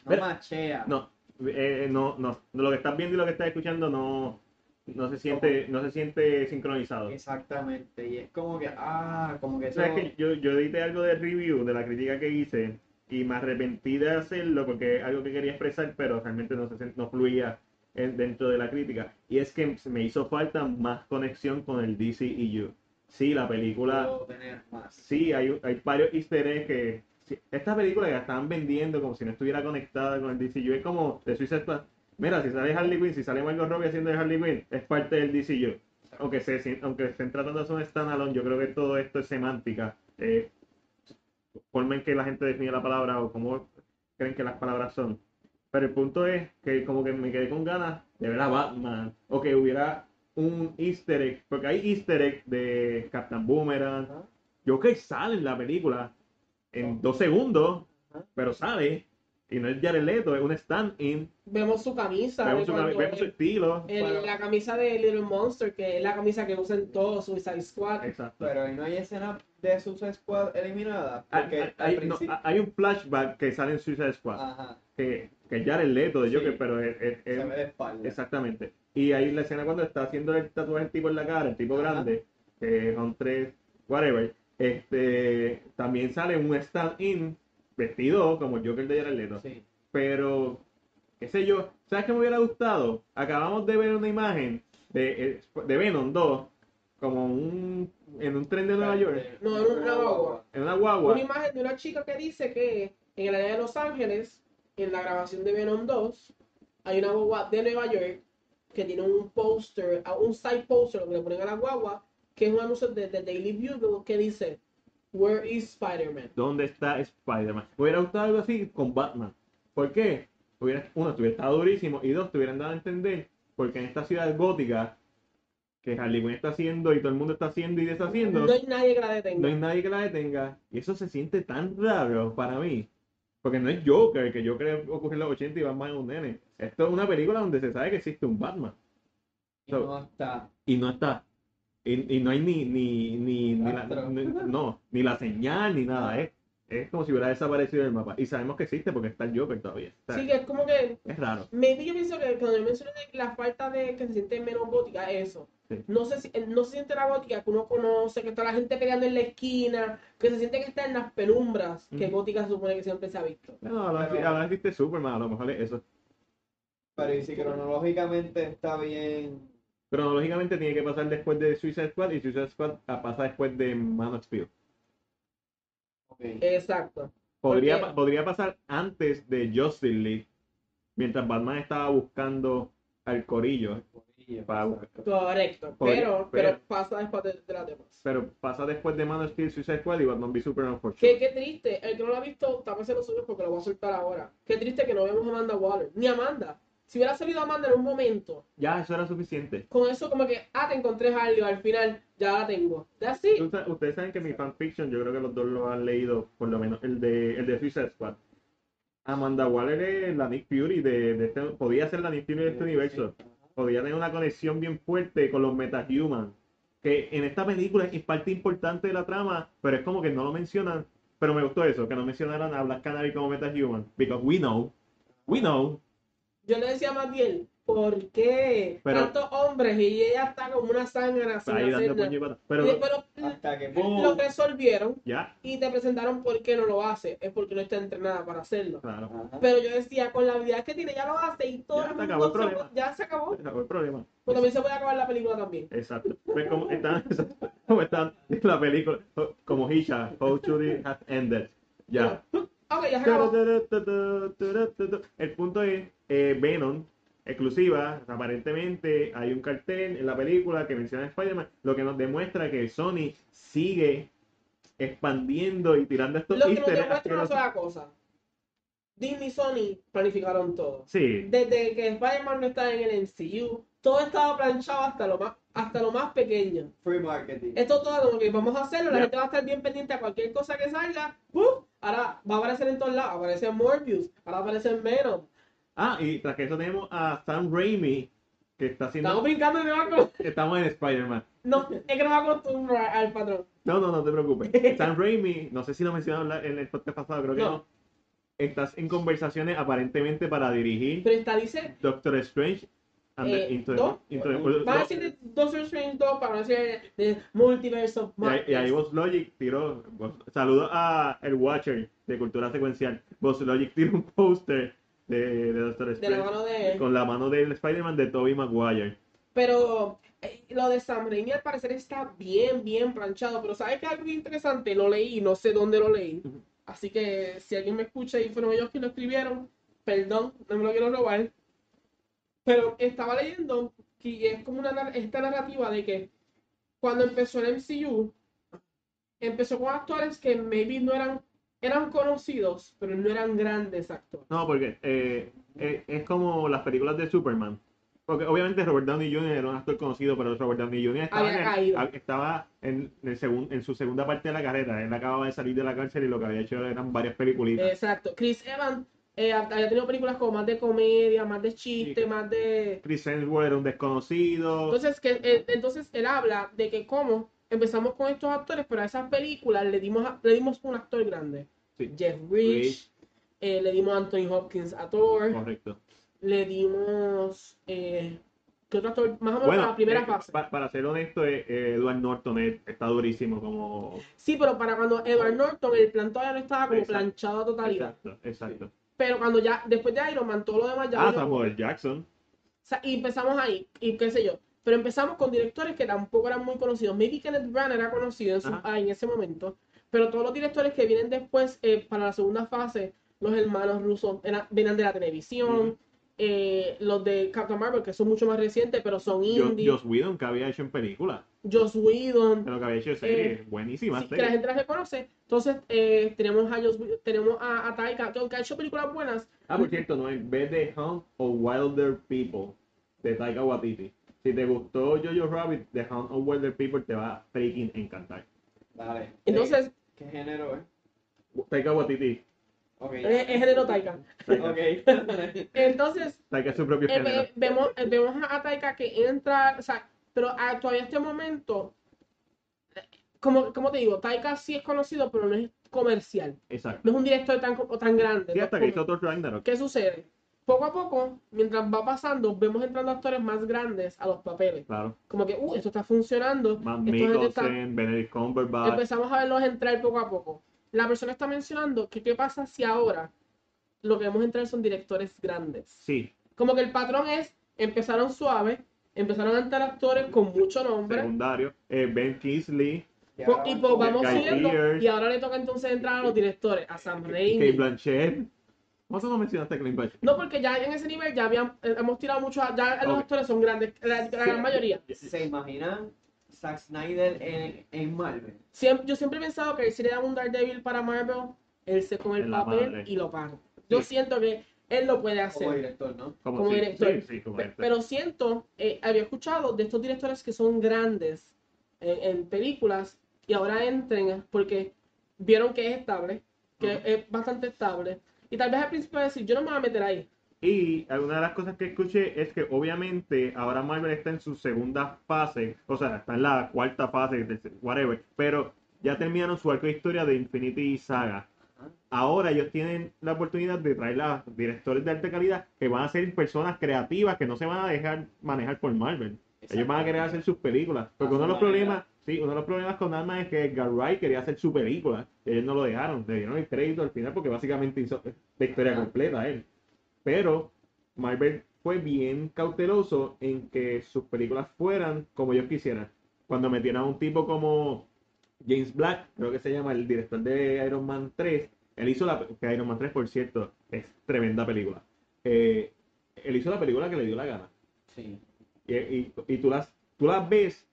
[SPEAKER 2] Pero-
[SPEAKER 3] machea.
[SPEAKER 2] No, eh, no, no. Lo que estás viendo y lo que estás escuchando no, no, se, siente, no se siente sincronizado.
[SPEAKER 3] Exactamente, y es como que, ah, como que eso,
[SPEAKER 2] ¿Sabes que yo, yo edité algo de review, de la crítica que hice, y me arrepentí de hacerlo porque es algo que quería expresar, pero realmente no, se, sent- no fluía en- dentro de la crítica. Y es que se me hizo falta más conexión con el DCEU. Sí, la película,
[SPEAKER 3] puedo tener más.
[SPEAKER 2] sí, hay, hay varios easter eggs que... sí, esta película que la estaban vendiendo como si no estuviera conectada con el DCU es como de Suicide Squad. Mira, si sale Harley Quinn, si sale Margot Robbie haciendo de Harley Quinn, es parte del DCU aunque se si- aunque estén tratando de hacer un standalone, yo creo que todo esto es semántica. Eh, forma en que la gente define la palabra o cómo creen que las palabras son. Pero el punto es que como que me quedé con ganas de ver a Batman o que hubiera un easter egg, porque hay easter egg de Captain Boomerang.
[SPEAKER 3] Ajá.
[SPEAKER 2] Yo que sale en la película en dos segundos, pero sale y no es Jared Leto, es un stand-in.
[SPEAKER 1] Vemos su camisa.
[SPEAKER 2] Vemos
[SPEAKER 1] de
[SPEAKER 2] su-
[SPEAKER 1] cuando
[SPEAKER 2] vemos su
[SPEAKER 1] él-
[SPEAKER 2] estilo.
[SPEAKER 1] el-
[SPEAKER 3] Bueno.
[SPEAKER 1] La camisa de Little Monster, que es la camisa que usan todos Suicide Squad.
[SPEAKER 2] Exacto.
[SPEAKER 3] Pero ahí no hay escenas de Suicide Squad eliminada,
[SPEAKER 2] Hay,
[SPEAKER 3] porque
[SPEAKER 2] hay-
[SPEAKER 3] al
[SPEAKER 2] Ah, hay- no,
[SPEAKER 3] principio...
[SPEAKER 2] hay un flashback que sale en Suicide Squad,
[SPEAKER 3] Ajá,
[SPEAKER 2] que, que ya era el leto de
[SPEAKER 3] Sí.
[SPEAKER 2] Joker, pero es, es- es-
[SPEAKER 3] se ve de espalda.
[SPEAKER 2] exactamente. Y ahí la escena cuando está haciendo el tatuaje el tipo en la cara, el tipo
[SPEAKER 3] Ajá.
[SPEAKER 2] grande, que son tres, whatever, este, también sale un stand-in vestido como Joker de Jared Leto.
[SPEAKER 3] Sí.
[SPEAKER 2] Pero, qué sé yo, ¿sabes qué me hubiera gustado? Acabamos de ver una imagen de, eh, de Venom 2, como un, en un tren de Nueva York,
[SPEAKER 3] Este,
[SPEAKER 1] No, era una guagua.
[SPEAKER 2] en una guagua.
[SPEAKER 1] Una imagen de una chica que dice que en el área de Los Ángeles, en la grabación de Venom 2, hay una guagua de Nueva York que tiene un póster, a- un side póster que le ponen a la guagua, que es un anuncio de, de Daily Bugle que dice, Where is Spider-Man?
[SPEAKER 2] ¿Dónde está Spider-Man? Me hubiera gustado algo así con Batman. ¿Por qué? Hubiera, uno, estuviera estado durísimo. Y dos, te hubieran dado a entender. Porque en esta ciudad gótica, que Harley Quinn está haciendo y todo el mundo está haciendo y deshaciendo,
[SPEAKER 1] No hay nadie que la
[SPEAKER 2] no
[SPEAKER 1] detenga.
[SPEAKER 2] hay nadie que la detenga. Y eso se siente tan raro para mí. Porque no es Joker, que Joker ocurre en los 80 y Batman es un nene. Esto es una película donde se sabe que existe un Batman.
[SPEAKER 3] Y no está.
[SPEAKER 2] Y no está. Y, y no hay ni, ni, ni, ni la,
[SPEAKER 3] Rastro.
[SPEAKER 2] ni- no, ni la señal, ni nada. Es, es como si hubiera desaparecido del mapa. Y sabemos que existe porque está el Joker todavía. O sea,
[SPEAKER 1] Sí, que es como que
[SPEAKER 2] Es raro.
[SPEAKER 1] Maybe yo pienso que cuando yo mencioné de la falta de que se siente menos gótica, eso.
[SPEAKER 2] Sí.
[SPEAKER 1] No, se, si- no se siente la gótica que uno conoce, que toda la gente peleando en la esquina, que se siente que está en las penumbras, que
[SPEAKER 2] Ujú.
[SPEAKER 1] gótica se supone que siempre se ha visto.
[SPEAKER 2] No, ahora,
[SPEAKER 3] Pero-
[SPEAKER 2] ahora existe Superman, a lo mejor es eso.
[SPEAKER 3] Pero y si cronológicamente está bien...
[SPEAKER 2] Cronológicamente tiene que pasar después de Suicide Squad y Suicide Squad a- pasa después de Man of Steel.
[SPEAKER 3] ok.
[SPEAKER 1] Eh, Exacto.
[SPEAKER 2] Podría,
[SPEAKER 1] Porque-
[SPEAKER 2] pa- podría pasar antes de Justice League, mientras Batman estaba buscando al corillo. Para-
[SPEAKER 1] Correcto.
[SPEAKER 2] Podría-
[SPEAKER 1] pero, pero,
[SPEAKER 2] pero-
[SPEAKER 1] pasa después de, de las demás.
[SPEAKER 2] Pero pasa después de Man of Steel, Suicide Squad y Batman v Superman for
[SPEAKER 1] Qué,
[SPEAKER 2] sure.
[SPEAKER 1] qué triste. El que no lo ha visto, también se lo sube porque lo voy a soltar ahora. Qué triste que no vemos a Amanda Waller. Ni Amanda. Si hubiera salido Amanda en un momento,
[SPEAKER 2] Ya, eso era suficiente.
[SPEAKER 1] con eso como que, ah, te encontré algo, al final ya la tengo. That's it.
[SPEAKER 2] Tú sa- Ustedes saben que mi fanfiction, yo creo que los dos lo han leído, por lo menos el de, el de Suicide Squad. Amanda Waller es la Nick Fury de, de este, podía ser la Nick Fury de este universo. Podía tener una conexión bien fuerte con los Metahumans. Que en esta película es parte importante de la trama, pero es como que no lo mencionan. Pero me gustó eso, que no mencionaran a Black Canary como Metahuman. Because we know, we know,
[SPEAKER 1] Yo le decía más bien, ¿por qué
[SPEAKER 2] Pero-
[SPEAKER 1] tantos hombres y ella está como una zángana sin
[SPEAKER 2] ahí
[SPEAKER 1] hacer
[SPEAKER 2] dando
[SPEAKER 1] nada?
[SPEAKER 2] puño y pata.
[SPEAKER 1] Y
[SPEAKER 2] Pero Ah.
[SPEAKER 1] después lo-
[SPEAKER 3] Hasta que
[SPEAKER 1] lo
[SPEAKER 3] boom.
[SPEAKER 1] resolvieron
[SPEAKER 2] ya,
[SPEAKER 1] y te presentaron por qué no lo hace. Es porque no está entrenada para hacerlo.
[SPEAKER 2] claro.
[SPEAKER 3] Ajá.
[SPEAKER 1] Pero yo decía, con la habilidad que tiene, ya lo hace y todo
[SPEAKER 2] Ya
[SPEAKER 1] el
[SPEAKER 2] se
[SPEAKER 1] mundo
[SPEAKER 2] acabó el
[SPEAKER 1] se-
[SPEAKER 2] problema.
[SPEAKER 1] ya se acabó.
[SPEAKER 2] Se acabó el problema.
[SPEAKER 1] Pues también se puede acabar la película también.
[SPEAKER 2] Exacto. Pues como (laughs) están, como están en la película, como Hisha, How Judy Has Ended. Ya.
[SPEAKER 1] Ok, ya se acabó.
[SPEAKER 2] El punto es, eh, Venom, exclusiva, aparentemente hay un cartel en la película que menciona a Spider-Man, lo que nos demuestra que Sony sigue expandiendo y tirando estos
[SPEAKER 1] Lo que nos
[SPEAKER 2] easter eggs
[SPEAKER 1] demuestra una
[SPEAKER 2] asquerosos.
[SPEAKER 1] sola cosa. Disney y Sony planificaron todo.
[SPEAKER 2] Sí,
[SPEAKER 1] Desde que Spider-Man no estaba en el MCU, todo estaba planchado hasta lo más, hasta lo más pequeño.
[SPEAKER 3] Free marketing.
[SPEAKER 1] Esto todo como que vamos a hacerlo, la
[SPEAKER 2] Ya.
[SPEAKER 1] gente va a estar bien pendiente a cualquier cosa que salga. ¡Puf! Ahora va a aparecer en todos lados. Aparece Morbius, ahora aparece Venom.
[SPEAKER 2] Ah, y tras que eso tenemos a Sam Raimi, que está
[SPEAKER 1] Estamos
[SPEAKER 2] haciendo...
[SPEAKER 1] brincando y no, va a-
[SPEAKER 2] Estamos en Spider-Man.
[SPEAKER 1] (laughs) no, es que no me acostumbro al patrón.
[SPEAKER 2] No, no, no te
[SPEAKER 1] (laughs)
[SPEAKER 2] preocupes. Sam Raimi, no sé si lo mencionaron la- en el podcast pasado, creo que
[SPEAKER 1] No.
[SPEAKER 2] no. Estás en conversaciones aparentemente para dirigir
[SPEAKER 1] Pero está, dice,
[SPEAKER 2] Doctor Strange and the-
[SPEAKER 1] Eh,
[SPEAKER 2] into the-
[SPEAKER 1] ¿no?
[SPEAKER 2] into the-
[SPEAKER 3] Van
[SPEAKER 1] van a decir de Doctor Strange 2 para no decir de Multiverse of
[SPEAKER 2] Y ahí- Y ahí
[SPEAKER 1] Madness.
[SPEAKER 2] Boss Logic tiró. Boss- Saludo a el Watcher de Cultura Secuencial. Boss Logic tiró un póster de, de Doctor
[SPEAKER 1] De la
[SPEAKER 2] Strange
[SPEAKER 1] mano de...
[SPEAKER 2] con la mano del Spider-Man de Tobey Maguire.
[SPEAKER 1] Pero eh, lo de Sam Raimi al parecer está bien, bien planchado. Pero ¿sabes qué? Algo bien interesante, lo leí, no sé dónde lo leí.
[SPEAKER 2] Ujú.
[SPEAKER 1] Así que si alguien me escucha y fueron ellos quienes lo escribieron, perdón, no me lo quiero robar. Pero estaba leyendo que es como una nar- esta narrativa de que cuando empezó el MCU, empezó con actores que maybe no eran, eran conocidos, pero no eran grandes actores.
[SPEAKER 2] No, porque eh, eh, es como las películas de Superman. Porque obviamente Robert Downey Jr. era un actor conocido, pero Robert Downey Jr. estaba,
[SPEAKER 1] Había
[SPEAKER 2] en, el-
[SPEAKER 1] caído.
[SPEAKER 2] a- estaba en, el segun- en su segunda parte de la carrera. Él acababa de salir de la cárcel y lo que había hecho eran varias peliculitas.
[SPEAKER 1] Exacto. Chris Evans eh, había tenido películas como más de comedia, más de chiste,
[SPEAKER 2] Sí.
[SPEAKER 1] más de...
[SPEAKER 2] Chris Hemsworth era un desconocido.
[SPEAKER 1] Entonces, que, eh, entonces él habla de que cómo empezamos con estos actores, pero a esas películas le dimos, a- le dimos un actor grande.
[SPEAKER 2] Sí.
[SPEAKER 1] Jeff
[SPEAKER 2] Rich.
[SPEAKER 1] Rich, eh, le dimos a Anthony Hopkins a Thor,
[SPEAKER 2] Correcto.
[SPEAKER 1] le dimos... Eh, ¿Qué otro actor? Más o menos para
[SPEAKER 2] Bueno,
[SPEAKER 1] la primera
[SPEAKER 2] eh,
[SPEAKER 1] fase.
[SPEAKER 2] pa- para ser honesto, eh, eh, Edward Norton es- está durísimo como...
[SPEAKER 1] Sí, pero para cuando Edward Norton, el plan todavía no estaba como
[SPEAKER 2] Exacto.
[SPEAKER 1] planchado a totalidad.
[SPEAKER 2] Exacto, exacto.
[SPEAKER 1] Pero cuando ya, después de Iron Man, todo lo demás ya...
[SPEAKER 2] Ah,
[SPEAKER 1] vino-
[SPEAKER 2] Samuel Jackson.
[SPEAKER 1] O sea, y empezamos ahí, y qué sé yo. Pero empezamos con directores que tampoco eran muy conocidos. Maybe Kenneth Branagh era conocido en, su-
[SPEAKER 2] Ajá.
[SPEAKER 1] ah, en ese momento. Pero todos los directores que vienen después eh, para la segunda fase, los hermanos rusos eran- vienen de la televisión.
[SPEAKER 2] Ujú.
[SPEAKER 1] eh, los de Captain Marvel, que son mucho más recientes, pero son
[SPEAKER 2] Jo-
[SPEAKER 1] indie.
[SPEAKER 2] Joss Whedon, que había hecho en película.
[SPEAKER 1] Joss Whedon.
[SPEAKER 2] De lo que había hecho en serie. Buenísima
[SPEAKER 1] Eh, sí, que la
[SPEAKER 2] serie.
[SPEAKER 1] gente las reconoce. Entonces, eh, tenemos a Joss Whedon- tenemos a, a Taika, que aunque ha hecho películas buenas,
[SPEAKER 2] Ah, por cierto, no, en vez de Hunt o Wilder People de Taika Waititi. Si te gustó Jojo Rabbit, The Hunt o Wilder People te va a freaking encantar.
[SPEAKER 3] Dale.
[SPEAKER 1] entonces
[SPEAKER 3] ¿Qué, qué género es?
[SPEAKER 2] Taika Waititi.
[SPEAKER 3] Ok.
[SPEAKER 1] es, es género Taika.
[SPEAKER 2] Taika,
[SPEAKER 1] eh,
[SPEAKER 3] Ok.
[SPEAKER 1] Entonces,
[SPEAKER 2] Taika es su propio
[SPEAKER 1] Eh,
[SPEAKER 2] género.
[SPEAKER 1] ve- vemos, eh, vemos a Taika que entra, o sea, pero a- todavía en este momento, eh, como, como te digo, Taika sí es conocido, pero no es comercial.
[SPEAKER 2] Exacto.
[SPEAKER 1] No es un director tan, co- tan grande.
[SPEAKER 2] Sí,
[SPEAKER 1] ¿no?
[SPEAKER 2] hasta que hizo
[SPEAKER 1] Como-
[SPEAKER 2] Thor Ragnarok.
[SPEAKER 1] ¿Qué sucede? Poco a poco, mientras va pasando, vemos entrando actores más grandes a los papeles.
[SPEAKER 2] Claro.
[SPEAKER 1] Como que, uh, esto está funcionando.
[SPEAKER 2] Matt
[SPEAKER 1] esto gente está-
[SPEAKER 2] Mikkelsen, Benedict Cumberbatch.
[SPEAKER 1] Empezamos a verlos entrar poco a poco. La persona está mencionando que qué pasa si ahora lo que vemos entrar son directores grandes.
[SPEAKER 2] Sí,
[SPEAKER 1] Como que el patrón es, empezaron suave, empezaron a entrar actores con mucho nombre,
[SPEAKER 2] secundario. Eh, ben Kingsley,
[SPEAKER 3] Y
[SPEAKER 1] (laughs) po-
[SPEAKER 3] ahora
[SPEAKER 1] y
[SPEAKER 3] vamos
[SPEAKER 1] pues
[SPEAKER 3] con-
[SPEAKER 1] vamos
[SPEAKER 2] Guy
[SPEAKER 1] subiendo,
[SPEAKER 2] Pearce.
[SPEAKER 1] y ahora le toca entonces entrar a los directores, a Sam
[SPEAKER 2] Kate
[SPEAKER 1] Raimi.
[SPEAKER 2] Blanchett. ¿Cómo tú no mencionaste a Clint Blanchett?
[SPEAKER 1] No, porque ya en ese nivel ya habían, eh, hemos tirado mucho, a- ya los
[SPEAKER 2] Ok.
[SPEAKER 1] actores son grandes, la, la gran mayoría.
[SPEAKER 3] ¿Se imaginan Zack Snyder en, en Marvel?
[SPEAKER 1] Siem- yo siempre he pensado que si le dan un Daredevil para Marvel, él se come el
[SPEAKER 2] En la
[SPEAKER 1] papel
[SPEAKER 2] madre.
[SPEAKER 1] y lo paga. Yo
[SPEAKER 2] Sí.
[SPEAKER 1] siento que él lo puede
[SPEAKER 3] como
[SPEAKER 1] hacer.
[SPEAKER 3] director, ¿no?
[SPEAKER 1] como
[SPEAKER 2] sí,
[SPEAKER 1] director.
[SPEAKER 2] Sí, sí, como este.
[SPEAKER 1] Pe-
[SPEAKER 2] director.
[SPEAKER 1] Pero siento, eh, había escuchado de estos directores que son grandes en, en películas y ahora entren porque vieron que es estable, que
[SPEAKER 2] Ujú.
[SPEAKER 1] es bastante estable. Y tal vez al principio va a decir, yo no me voy a meter ahí.
[SPEAKER 2] Y alguna de las cosas que escuché es que obviamente ahora Marvel está en su segunda fase, o sea, está en la cuarta fase, tercer- whatever, pero ya terminaron su arco de historia de Infinity Saga.
[SPEAKER 3] Ajá.
[SPEAKER 2] Ahora ellos tienen la oportunidad de traer a directores de alta calidad que van a ser personas creativas que no se van a dejar manejar por Marvel. Ellos van a querer hacer sus películas. Porque
[SPEAKER 3] A su
[SPEAKER 2] uno de los
[SPEAKER 3] manera.
[SPEAKER 2] problemas, sí, uno de los problemas con Alma es que Edgar Wright quería hacer su película. Y ellos no lo dejaron. Le dieron el crédito al final porque básicamente hizo la historia
[SPEAKER 3] Ajá.
[SPEAKER 2] completa a él. Pero Marvel fue bien cauteloso en que sus películas fueran como ellos quisieran. Cuando metieron a un tipo como James Black, creo que se llama, el director de Iron Man 3, él hizo la que Iron Man 3, por cierto, es tremenda película. Eh, él hizo la película que le dio la gana.
[SPEAKER 3] Sí.
[SPEAKER 2] Y, y- y tú, las, tú las ves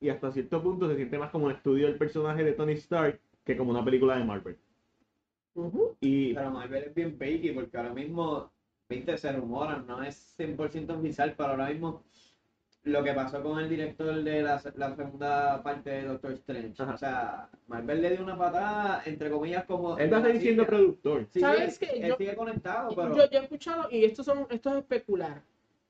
[SPEAKER 2] y hasta cierto punto se siente más como un estudio del personaje de Tony Stark que como una película de Marvel.
[SPEAKER 1] Ujú.
[SPEAKER 2] Y
[SPEAKER 3] Pero Marvel es bien baby porque ahora mismo, viste, se rumora, no es 100% oficial, pero ahora mismo lo que pasó con el director de la, se- la segunda parte de Doctor Strange.
[SPEAKER 2] Ajá.
[SPEAKER 3] O sea, Marvel le dio una patada, entre comillas, como...
[SPEAKER 2] él va a seguir siendo productor.
[SPEAKER 3] Sí,
[SPEAKER 1] ¿Sabes
[SPEAKER 3] sí,
[SPEAKER 1] qué?
[SPEAKER 3] Él
[SPEAKER 1] Yo-
[SPEAKER 3] sigue conectado, Ah, pero...
[SPEAKER 1] Yo, yo he escuchado, y esto, son, esto es especular,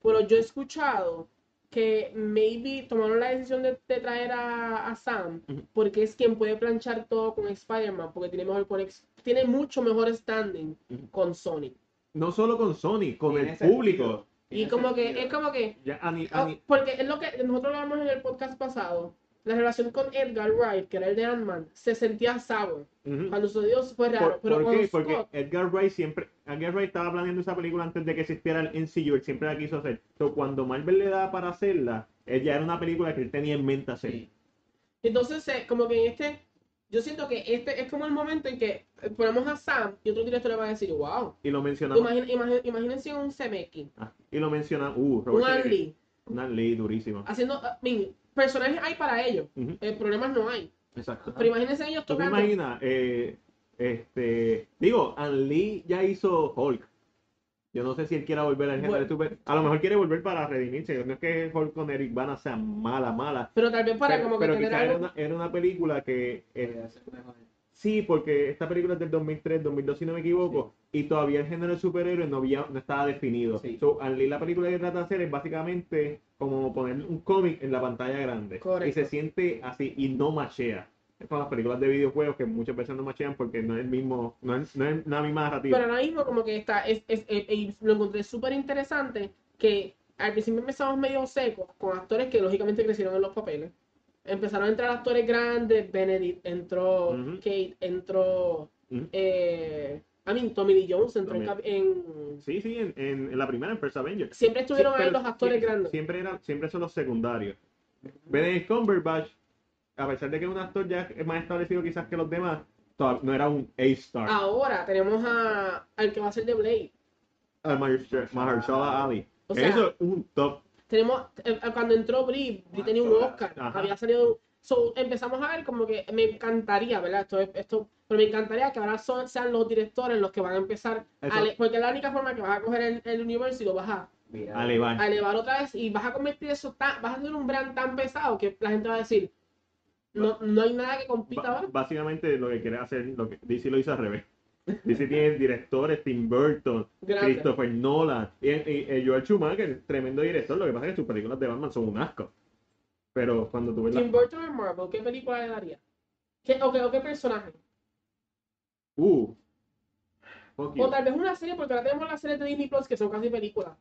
[SPEAKER 1] pero yo he escuchado que maybe tomaron la decisión de, de traer a, a Sam
[SPEAKER 2] Ujú.
[SPEAKER 1] porque es quien puede planchar todo con Spider-Man, porque tiene, mejor conex- tiene mucho mejor standing
[SPEAKER 2] Ujú.
[SPEAKER 1] con Sonic.
[SPEAKER 2] No solo con Sony, con
[SPEAKER 3] Tiene
[SPEAKER 2] el
[SPEAKER 3] sentido.
[SPEAKER 2] público.
[SPEAKER 1] Y
[SPEAKER 3] Tiene
[SPEAKER 1] como que,
[SPEAKER 3] sentido.
[SPEAKER 1] es como que,
[SPEAKER 2] Ya, a ni- a
[SPEAKER 1] ah,
[SPEAKER 2] ni-
[SPEAKER 1] porque es lo que nosotros hablamos en el podcast pasado, la relación con Edgar Wright, que era el de Ant-Man, se sentía sour.
[SPEAKER 2] Ujú.
[SPEAKER 1] Cuando sucedió fue raro,
[SPEAKER 2] ¿Por,
[SPEAKER 1] pero
[SPEAKER 2] por
[SPEAKER 1] con
[SPEAKER 2] qué?
[SPEAKER 1] Scott,
[SPEAKER 2] Porque Edgar Wright siempre, Edgar Wright estaba planeando esa película antes de que existiera el MCU, él siempre la quiso hacer. Entonces, cuando Marvel le daba para hacerla, ella era una película que él tenía en mente hacer.
[SPEAKER 3] Sí.
[SPEAKER 1] Entonces, eh, como que en este, yo siento que este es como el momento en que eh, ponemos a Sam y otro director le va a decir, wow.
[SPEAKER 2] Y lo mencionamos.
[SPEAKER 1] Imagina- imagina- imagínense un Semeki,
[SPEAKER 2] ah, y lo mencionamos. Uh, Robert
[SPEAKER 1] un Ang
[SPEAKER 2] Zemeckis.
[SPEAKER 1] Lee,
[SPEAKER 2] Un Ang Lee durísimo.
[SPEAKER 1] haciendo, ah, miren, personajes hay para ellos,
[SPEAKER 2] Ujú.
[SPEAKER 1] eh, problemas no hay.
[SPEAKER 2] Exacto.
[SPEAKER 1] Pero imagínense ellos
[SPEAKER 2] ¿Tú te
[SPEAKER 1] tocando.
[SPEAKER 2] imaginas? eh, este, digo, An Lee ya hizo Hulk. Yo no sé si él quiera volver al género
[SPEAKER 1] Bueno.
[SPEAKER 2] super. A lo mejor quiere volver para redimirse. No es que Hulk con Eric Bana sea mala, mala.
[SPEAKER 1] Pero tal vez para
[SPEAKER 2] pero
[SPEAKER 1] Mm. como que
[SPEAKER 2] pero
[SPEAKER 1] tener
[SPEAKER 2] quizá
[SPEAKER 1] algo.
[SPEAKER 2] era, una, era una película que. eh,
[SPEAKER 3] Podría ser mejor.
[SPEAKER 2] sí, porque esta película es del 2003, 2002, si no me equivoco. Y todavía el género de superhéroe no, había, no estaba definido.
[SPEAKER 3] Sí.
[SPEAKER 2] So, Ang Lee, la película que trata de hacer es básicamente como poner un cómic en la pantalla grande.
[SPEAKER 1] Correcto.
[SPEAKER 2] Y se siente así y no machea. Es con las películas de videojuegos que muchas veces no machean porque no es el mismo, no es, no es la misma narrativa.
[SPEAKER 1] Pero ahora mismo como que está, es, es- eh, eh, lo encontré súper interesante que al principio empezamos medio secos con actores que lógicamente crecieron en los papeles. Empezaron a entrar actores grandes, Benedict entró,
[SPEAKER 2] Ujú.
[SPEAKER 1] Kate entró,
[SPEAKER 2] Ujú.
[SPEAKER 1] eh, I mean, Tommy Lee Jones entró en,
[SPEAKER 2] Tommy.
[SPEAKER 1] cap- en-
[SPEAKER 2] Sí, sí, en, en- en la primera, en First Avenger.
[SPEAKER 1] Siempre estuvieron
[SPEAKER 2] Sí,
[SPEAKER 1] ahí
[SPEAKER 2] pero
[SPEAKER 1] los actores
[SPEAKER 2] sie-
[SPEAKER 1] grandes.
[SPEAKER 2] Siempre, eran, siempre son los secundarios. Benedict Cumberbatch, a pesar de que es un actor ya es más establecido quizás que los demás, to- no era un A-star.
[SPEAKER 1] Ahora tenemos a, al que va a ser de Blade.
[SPEAKER 2] Al Ah, Mahershala Mahershala Ali.
[SPEAKER 1] Ah. O sea-
[SPEAKER 2] Eso es un top.
[SPEAKER 1] Tenemos, eh, cuando entró Brie, Brie
[SPEAKER 3] Ah,
[SPEAKER 1] tenía un
[SPEAKER 3] claro.
[SPEAKER 1] Oscar,
[SPEAKER 2] Ajá.
[SPEAKER 1] había salido... So, empezamos a ver como que me encantaría, ¿verdad? Esto, es- esto, pero me encantaría que ahora son, sean los directores los que van a empezar, a
[SPEAKER 2] Eso.
[SPEAKER 1] le- porque es la única forma que vas a coger el, el universo y lo vas a,
[SPEAKER 3] Mira,
[SPEAKER 2] Ale, va.
[SPEAKER 1] a elevar otra vez y vas a convertir eso, tan, vas a hacer un brand tan pesado que la gente va a decir, no, no hay nada que compita
[SPEAKER 2] Ba-
[SPEAKER 1] ahora.
[SPEAKER 2] Básicamente lo que quiere hacer, lo que DC lo hizo al revés. DC tiene directores,
[SPEAKER 1] (laughs)
[SPEAKER 2] Tim Burton,
[SPEAKER 1] Grande.
[SPEAKER 2] Christopher Nolan, y, y- y Joel Schumacher, tremendo director. Lo que pasa es que sus películas de Batman son un asco. Pero cuando tú ves
[SPEAKER 1] Tim
[SPEAKER 2] la...
[SPEAKER 1] Burton en Marvel, ¿qué película le daría? ¿Qué, o, qué, o qué personaje?
[SPEAKER 2] Uh, fuck you.
[SPEAKER 1] O tal vez una serie, porque ahora tenemos las series de Disney Plus que son casi películas.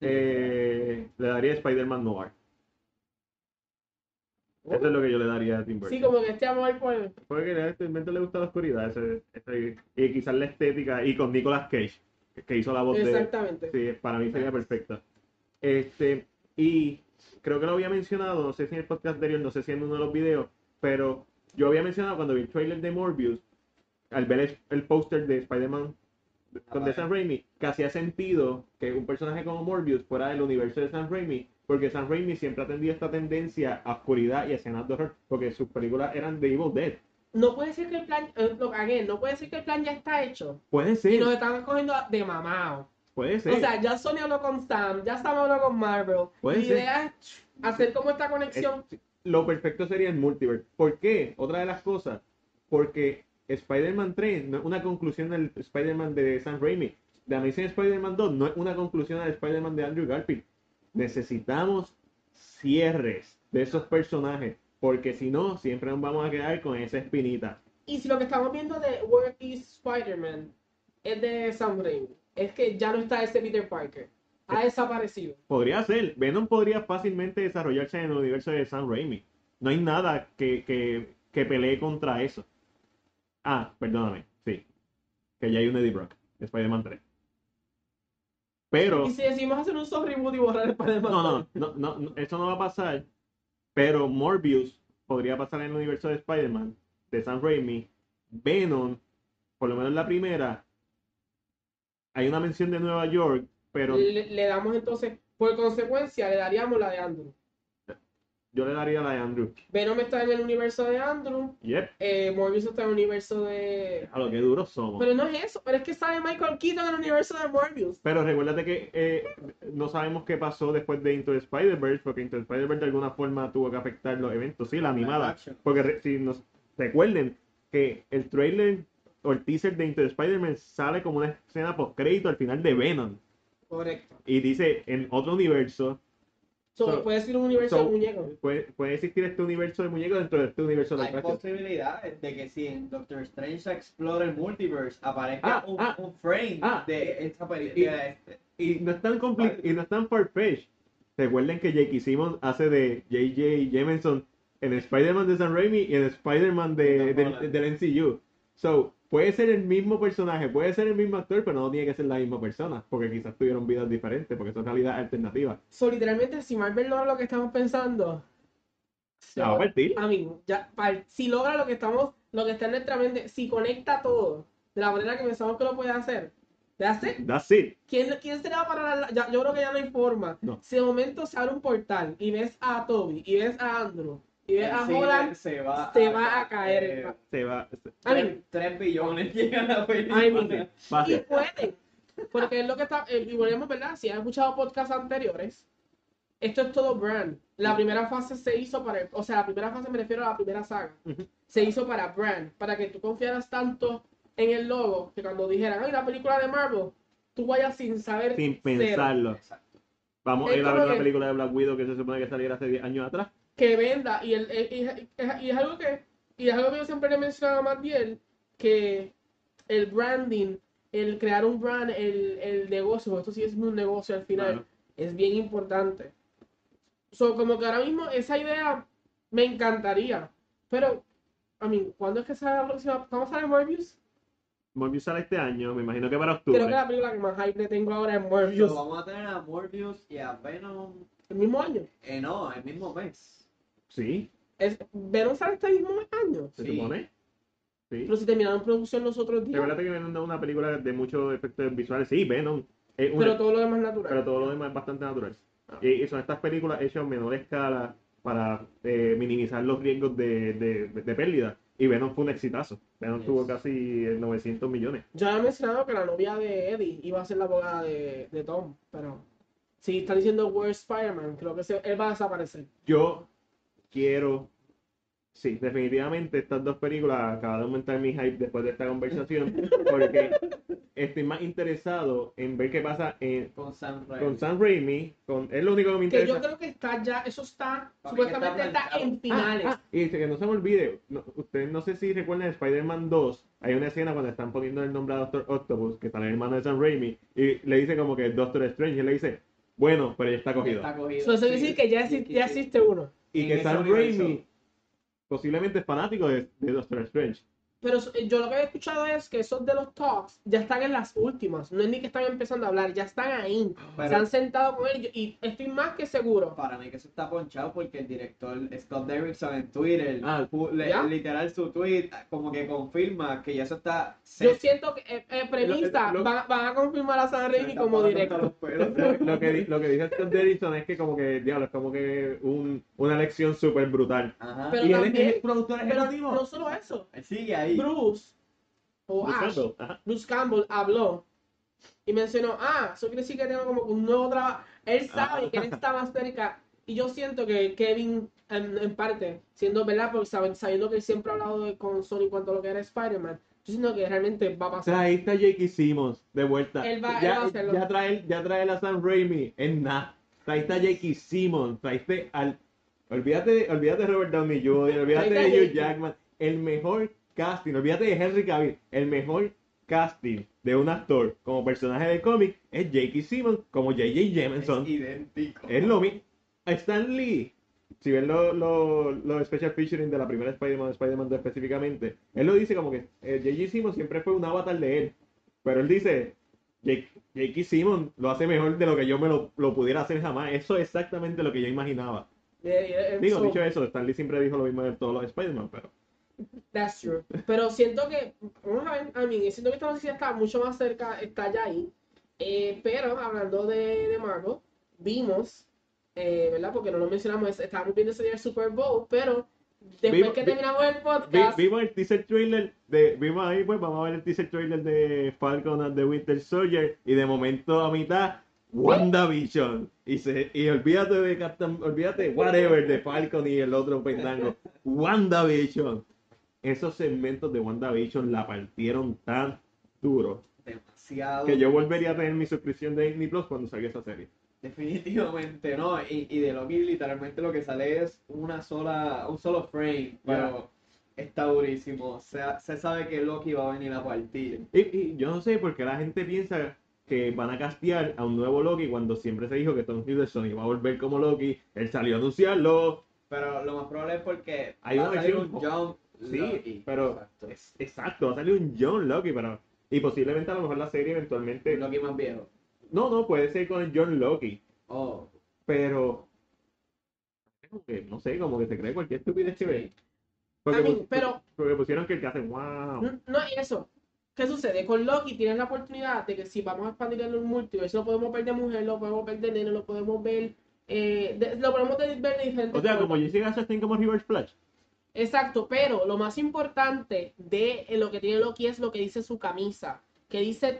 [SPEAKER 2] Eh, le daría Spider-Man Noir. Eso es lo que yo le daría a Tim Burton.
[SPEAKER 1] Oh. Sí, como que este amor por...
[SPEAKER 2] Puede que realmente invento le gusta la oscuridad, ese- ese- y quizás la estética, y con Nicolas Cage, que- que hizo la voz de...
[SPEAKER 1] Exactamente.
[SPEAKER 2] Sí, para mí sería perfecta. Este, y creo que lo había mencionado, no sé si en el podcast anterior, no sé si en uno de los videos, pero yo había mencionado cuando vi el trailer de Morbius, al ver el, el póster de Spider-Man con de
[SPEAKER 3] Ah,
[SPEAKER 2] Sam Raimi, que hacía sentido que un personaje como Morbius fuera del universo de Sam Raimi, porque Sam Raimi siempre ha tenido esta tendencia a oscuridad y a escenas de horror, porque sus películas eran de Evil Dead.
[SPEAKER 1] No puede ser que el plan, eh, lo cagué, no puede ser que el plan ya está hecho.
[SPEAKER 2] Puede
[SPEAKER 1] Y
[SPEAKER 2] ser.
[SPEAKER 1] nos están cogiendo de mamado.
[SPEAKER 2] Puede ser.
[SPEAKER 1] O sea, ya Sony habló con Sam, ya Sam habló con Marvel.
[SPEAKER 2] Puede
[SPEAKER 1] Mi
[SPEAKER 2] ser. Eh,
[SPEAKER 1] idea es hacer como esta conexión.
[SPEAKER 2] Es- lo perfecto sería el multiverse. ¿Por qué? Otra de las cosas. Porque Spider-Man 3 no es una conclusión al Spider-Man de Sam Raimi. The Amazing Spider-Man 2 no es una conclusión al Spider-Man de Andrew Garfield. Necesitamos cierres de esos personajes. Porque si no, siempre nos vamos a quedar con esa espinita.
[SPEAKER 1] Y si lo que estamos viendo de Where is Spider-Man es de Sam Raimi, es que ya no está ese Peter Parker. Ha desaparecido.
[SPEAKER 2] Podría ser. Venom podría fácilmente desarrollarse en el universo de Sam Raimi. No hay nada que, que, que pelee contra eso. Ah, perdóname. Sí. Que ya hay un Eddie Brock. de Spider-Man 3. Pero.
[SPEAKER 1] Y si decidimos hacer un soft reboot y borrar el Spider-Man.
[SPEAKER 2] No, no, no, no, no, Eso no va a pasar. Pero Morbius podría pasar en el universo de Spider-Man. De Sam Raimi. Venom. Por lo menos la primera. Hay una mención de Nueva York. Pero
[SPEAKER 1] Le, le damos entonces, por consecuencia, le daríamos la de Andrew.
[SPEAKER 2] yo le daría la de Andrew.
[SPEAKER 1] Venom está en el universo de Andrew,
[SPEAKER 2] Yep.
[SPEAKER 1] eh, Morbius está en el universo de...
[SPEAKER 2] A lo que duros somos.
[SPEAKER 1] Pero no es eso, pero es que sale Michael Keaton en el universo de Morbius.
[SPEAKER 2] Pero recuérdate que eh, no sabemos qué pasó después de Into the Spider-Verse, porque Into the Spider-Verse de alguna forma tuvo que afectar los eventos, sí, la animada.
[SPEAKER 3] action.
[SPEAKER 2] Porque re- si nos recuerden que el trailer o el teaser de Into the Spider-Man sale como una escena post-crédito al final de Venom.
[SPEAKER 1] Correcto.
[SPEAKER 2] Y dice, en otro universo,
[SPEAKER 1] So,
[SPEAKER 2] So-
[SPEAKER 1] puede ser un universo
[SPEAKER 2] so-
[SPEAKER 1] de muñecos.
[SPEAKER 2] puede, puede existir este universo de muñecos dentro de este universo de
[SPEAKER 3] Hay
[SPEAKER 2] action.
[SPEAKER 3] posibilidades de que si en Doctor Strange Explore el Multiverse aparezca
[SPEAKER 2] Ah,
[SPEAKER 3] un,
[SPEAKER 2] ah,
[SPEAKER 3] un frame
[SPEAKER 2] ah,
[SPEAKER 3] de esta
[SPEAKER 2] y-
[SPEAKER 3] película. este.
[SPEAKER 2] Y no es tan compli- y no es tan far-fetched. Recuerden que Jake Simmons hace de J.J. Jameson en Spider-Man de San Raimi y en Spider-Man de,
[SPEAKER 3] De Tom
[SPEAKER 2] del-
[SPEAKER 3] Holland.
[SPEAKER 2] del MCU. So, puede ser el mismo personaje, puede ser el mismo actor, pero no tiene que ser la misma persona, porque quizás tuvieron vidas diferentes, porque son realidades alternativas.
[SPEAKER 1] So, literalmente, si Marvel logra lo que estamos pensando, se
[SPEAKER 2] La va a partir.
[SPEAKER 1] a mí, ya, par- si logra lo que estamos, lo que está en nuestra mente, si conecta todo de la manera que pensamos que lo puede hacer, ¿le hace?
[SPEAKER 2] That's it.
[SPEAKER 1] ¿Quién, quién será para la, ya- Yo creo que ya no hay forma.
[SPEAKER 2] No.
[SPEAKER 1] Si de momento se abre un portal y ves a Toby, y ves a Andrew, y ves
[SPEAKER 3] El
[SPEAKER 1] a
[SPEAKER 3] cine
[SPEAKER 1] Holland,
[SPEAKER 3] se va,
[SPEAKER 1] se va a caer Ah, el
[SPEAKER 3] eh,
[SPEAKER 2] Se va. se-
[SPEAKER 1] I mean-
[SPEAKER 3] 3 billones (laughs) llega la película.
[SPEAKER 1] I mean-
[SPEAKER 2] va a
[SPEAKER 1] y
[SPEAKER 2] ser.
[SPEAKER 1] pueden. Porque es lo que está. eh, Y volvemos, ¿verdad? Si han escuchado podcasts anteriores, esto es todo brand. La primera fase se hizo para. O sea, la primera fase me refiero a la primera saga.
[SPEAKER 2] Ujú.
[SPEAKER 1] Se hizo para brand. Para que tú confiaras tanto en el logo que cuando dijeran, ay, la película de Marvel, tú vayas sin saber.
[SPEAKER 2] Sin
[SPEAKER 1] cero.
[SPEAKER 2] pensarlo.
[SPEAKER 3] Exacto.
[SPEAKER 2] Vamos a
[SPEAKER 1] Es
[SPEAKER 2] ir a ver
[SPEAKER 1] como
[SPEAKER 2] una
[SPEAKER 1] que-
[SPEAKER 2] película de Black Widow que se supone que saliera hace 10 años atrás.
[SPEAKER 1] que venda. Y, el, el- y, es- y es algo que, y es algo que yo siempre le he mencionado a Matt Biel, que el branding, el crear un brand, el, el negocio, porque esto sí es un negocio al final,
[SPEAKER 2] Claro.
[SPEAKER 1] es bien importante. So, como que ahora mismo esa idea me encantaría, pero, a mí, ¿cuándo es que sale la próxima? ¿Cuándo sale Morbius?
[SPEAKER 2] Morbius sale este año, me imagino que para octubre.
[SPEAKER 1] Creo que la película que más hype le tengo ahora es Morbius.
[SPEAKER 3] So, vamos a tener a Morbius y a Venom.
[SPEAKER 1] El mismo año.
[SPEAKER 3] Eh, no, el mismo mes.
[SPEAKER 2] Sí,
[SPEAKER 1] Es, Venom sale este mismo año.
[SPEAKER 2] se
[SPEAKER 3] Sí.
[SPEAKER 2] supone. Sí.
[SPEAKER 1] Pero si terminaron producción los otros días,
[SPEAKER 2] Recuerda que Venom es una película de muchos efectos visuales. Sí, Venom. es
[SPEAKER 1] pero
[SPEAKER 2] una- pero,
[SPEAKER 1] todo lo demás natural.
[SPEAKER 2] todo lo demás es bastante natural.
[SPEAKER 3] Ah.
[SPEAKER 2] Y, y son estas películas hechas a menor escala para eh, minimizar los riesgos de, de, de pérdida. Y Venom fue un exitazo. Venom
[SPEAKER 3] Yes.
[SPEAKER 2] tuvo casi eh, 900 millones.
[SPEAKER 1] Yo había mencionado que la novia de Eddie iba a ser la abogada de, de Tom, pero si está diciendo Where's Spider-Man, creo que se- él va a desaparecer.
[SPEAKER 2] Yo quiero. Sí, definitivamente estas dos películas acaba de aumentar mi hype después de esta conversación porque
[SPEAKER 3] (laughs)
[SPEAKER 2] estoy más interesado en ver qué pasa en-
[SPEAKER 3] Con Sam Raimi.
[SPEAKER 2] con Sam Raimi. Con, es lo único que me
[SPEAKER 1] Que
[SPEAKER 2] interesa.
[SPEAKER 1] yo creo que está ya, eso está,
[SPEAKER 3] Para mí que
[SPEAKER 1] supuestamente
[SPEAKER 3] está
[SPEAKER 1] está, en finales.
[SPEAKER 2] Ah, ah, y dice que no se me olvide, no, ustedes no sé si recuerdan en Spider-Man 2, hay una escena cuando están poniendo el nombre a Doctor Octopus, que está el hermano de Sam Raimi, y le dice como que Doctor Strange, y le dice, bueno, pero ya está cogido.
[SPEAKER 3] Está cogido.
[SPEAKER 1] So, eso quiere
[SPEAKER 3] Sí,
[SPEAKER 1] decir que ya,
[SPEAKER 3] sí,
[SPEAKER 1] exi-
[SPEAKER 3] sí,
[SPEAKER 1] ya
[SPEAKER 3] sí.
[SPEAKER 1] existe uno.
[SPEAKER 2] Y
[SPEAKER 3] en
[SPEAKER 2] que
[SPEAKER 3] ese
[SPEAKER 2] Sam
[SPEAKER 3] universo.
[SPEAKER 2] Raimi posiblemente es fanático de, de Doctor Strange.
[SPEAKER 1] Pero eso- yo lo que he escuchado es que esos de los talks ya están en las últimas. No es ni que están empezando a hablar, ya están ahí. se
[SPEAKER 3] Pero-
[SPEAKER 1] han sentado con él y estoy más que seguro.
[SPEAKER 3] Para mí que eso está ponchado porque el director Scott Derrickson en Twitter,
[SPEAKER 2] Ah,
[SPEAKER 3] pu- le-
[SPEAKER 1] ¿ya?
[SPEAKER 3] literal su tweet, como que confirma que ya eso está... se-
[SPEAKER 1] Yo siento que eh, eh, prevista,
[SPEAKER 2] Lo- lo-
[SPEAKER 1] van, van a confirmar a San
[SPEAKER 3] se
[SPEAKER 1] Raimi
[SPEAKER 3] está
[SPEAKER 1] como
[SPEAKER 3] parando
[SPEAKER 1] director. (laughs)
[SPEAKER 3] hasta los
[SPEAKER 2] Lo,
[SPEAKER 3] pelos.
[SPEAKER 2] lo que, di- lo que dice Scott Derrickson es que como que, diablo, es como que un- una elección súper brutal.
[SPEAKER 3] Ajá.
[SPEAKER 1] Pero
[SPEAKER 2] y él es-
[SPEAKER 1] también-
[SPEAKER 2] es el productor
[SPEAKER 1] Pero
[SPEAKER 2] ejecutivo.
[SPEAKER 1] no solo eso.
[SPEAKER 3] Sigue ahí.
[SPEAKER 1] Bruce o Ash,
[SPEAKER 2] Buscando, ajá.
[SPEAKER 1] Bruce Campbell habló Y mencionó, ah, eso quiere decir que tengo como que un nuevo trabajo. Él
[SPEAKER 2] Ah.
[SPEAKER 1] sabe que él está más cerca. Y yo siento que Kevin, en, en parte, siendo verdad, porque saben- sabiendo que él siempre ha hablado de- con Sony en cuanto a lo que era Spider-Man, yo siento que realmente va a
[SPEAKER 2] O
[SPEAKER 1] pasar.
[SPEAKER 2] sea, ahí está Jake Simmons de vuelta.
[SPEAKER 1] Él va- él va
[SPEAKER 2] ya,
[SPEAKER 1] a hacerlo.
[SPEAKER 2] ya trae, ya trae a Sam Raimi en nada. Ahí está Jake Simmons. Traiste al. Olvídate, de- olvídate de Robert Downey Jr., olvídate
[SPEAKER 1] Ahí
[SPEAKER 2] de
[SPEAKER 1] está
[SPEAKER 2] Hugh
[SPEAKER 1] Jake.
[SPEAKER 2] Jackman. El mejor casting, olvídate de Henry Cavill. El mejor casting de un actor como personaje de cómic es Jake Simmons como J.J. Jameson.
[SPEAKER 3] Es idéntico.
[SPEAKER 2] Es lo mismo. Stan Lee, si ven lo- lo- los special featuring de la primera Spider-Man, Spider-Man 2 específicamente, él lo dice como que eh, J.J. Simmons siempre fue un avatar de él. Pero él dice, Jake J.K. Simmons lo hace mejor de lo que yo me lo, lo pudiera hacer jamás. Eso es exactamente lo que yo imaginaba.
[SPEAKER 1] Eh, eh,
[SPEAKER 2] Digo,
[SPEAKER 1] so-
[SPEAKER 2] dicho eso, Stan Lee siempre dijo lo mismo de todos los Spider-Man, pero...
[SPEAKER 1] That's true. Pero siento que, vamos a ver, a mí, siento que esta noticia está mucho más cerca, está ya ahí. Eh, pero hablando de, de Marvel, vimos, eh, ¿verdad? Porque no lo mencionamos, es- estábamos viendo ese día el Super Bowl, pero después
[SPEAKER 2] Vimos-
[SPEAKER 1] que
[SPEAKER 2] vi-
[SPEAKER 1] terminamos el
[SPEAKER 2] Vi-
[SPEAKER 1] podcast,
[SPEAKER 2] vimos el teaser trailer de... Vimos ahí, pues vamos a ver el teaser trailer de Falcon and the Winter Soldier y de momento a mitad, WandaVision. Y, se, y olvídate de Captain... Olvídate, whatever, de Falcon y el otro pendango. WandaVision. Esos segmentos de WandaVision la partieron tan duro
[SPEAKER 3] Demasiado.
[SPEAKER 2] que yo volvería a tener mi suscripción de Disney Plus cuando salga esa serie.
[SPEAKER 3] Definitivamente no. Y, y de Loki literalmente lo que sale es una sola, un solo frame. Pero está durísimo. Se, se sabe que Loki va a venir a partir.
[SPEAKER 2] Y, y yo no sé por qué la gente piensa que van a castear a un nuevo Loki cuando siempre se dijo que Tom Hiddleston iba a volver como Loki. Él salió a anunciarlo.
[SPEAKER 3] Pero lo más probable es porque
[SPEAKER 2] Hay
[SPEAKER 3] va a
[SPEAKER 2] una
[SPEAKER 3] salir
[SPEAKER 2] versión-
[SPEAKER 3] un jump.
[SPEAKER 2] Sí,
[SPEAKER 3] Loki.
[SPEAKER 2] pero- este
[SPEAKER 3] Exacto.
[SPEAKER 2] Es- exacto, va a salir un John Loki, pero... Y posiblemente a lo mejor la serie eventualmente...
[SPEAKER 3] Un Loki más viejo.
[SPEAKER 2] No, no, puede ser con el John Loki,
[SPEAKER 3] Oh,
[SPEAKER 2] pero... como que, no sé, como que se cree cualquier estupidez que ve. Porque,
[SPEAKER 1] I mean,
[SPEAKER 2] pus-
[SPEAKER 1] pero-
[SPEAKER 2] porque pusieron que el que hace wow.
[SPEAKER 1] no es eso. ¿Qué sucede? Con Loki tienes la oportunidad de que si vamos a expandir en un multiverso, lo podemos ver de mujer, lo podemos ver de nene, lo podemos ver, eh, de- lo podemos ver de diferentes
[SPEAKER 2] O sea,
[SPEAKER 1] formas.
[SPEAKER 2] como Jessica Chastain como River Flash.
[SPEAKER 1] Exacto, pero lo más importante de eh, lo que tiene Loki es lo que dice su camisa, que dice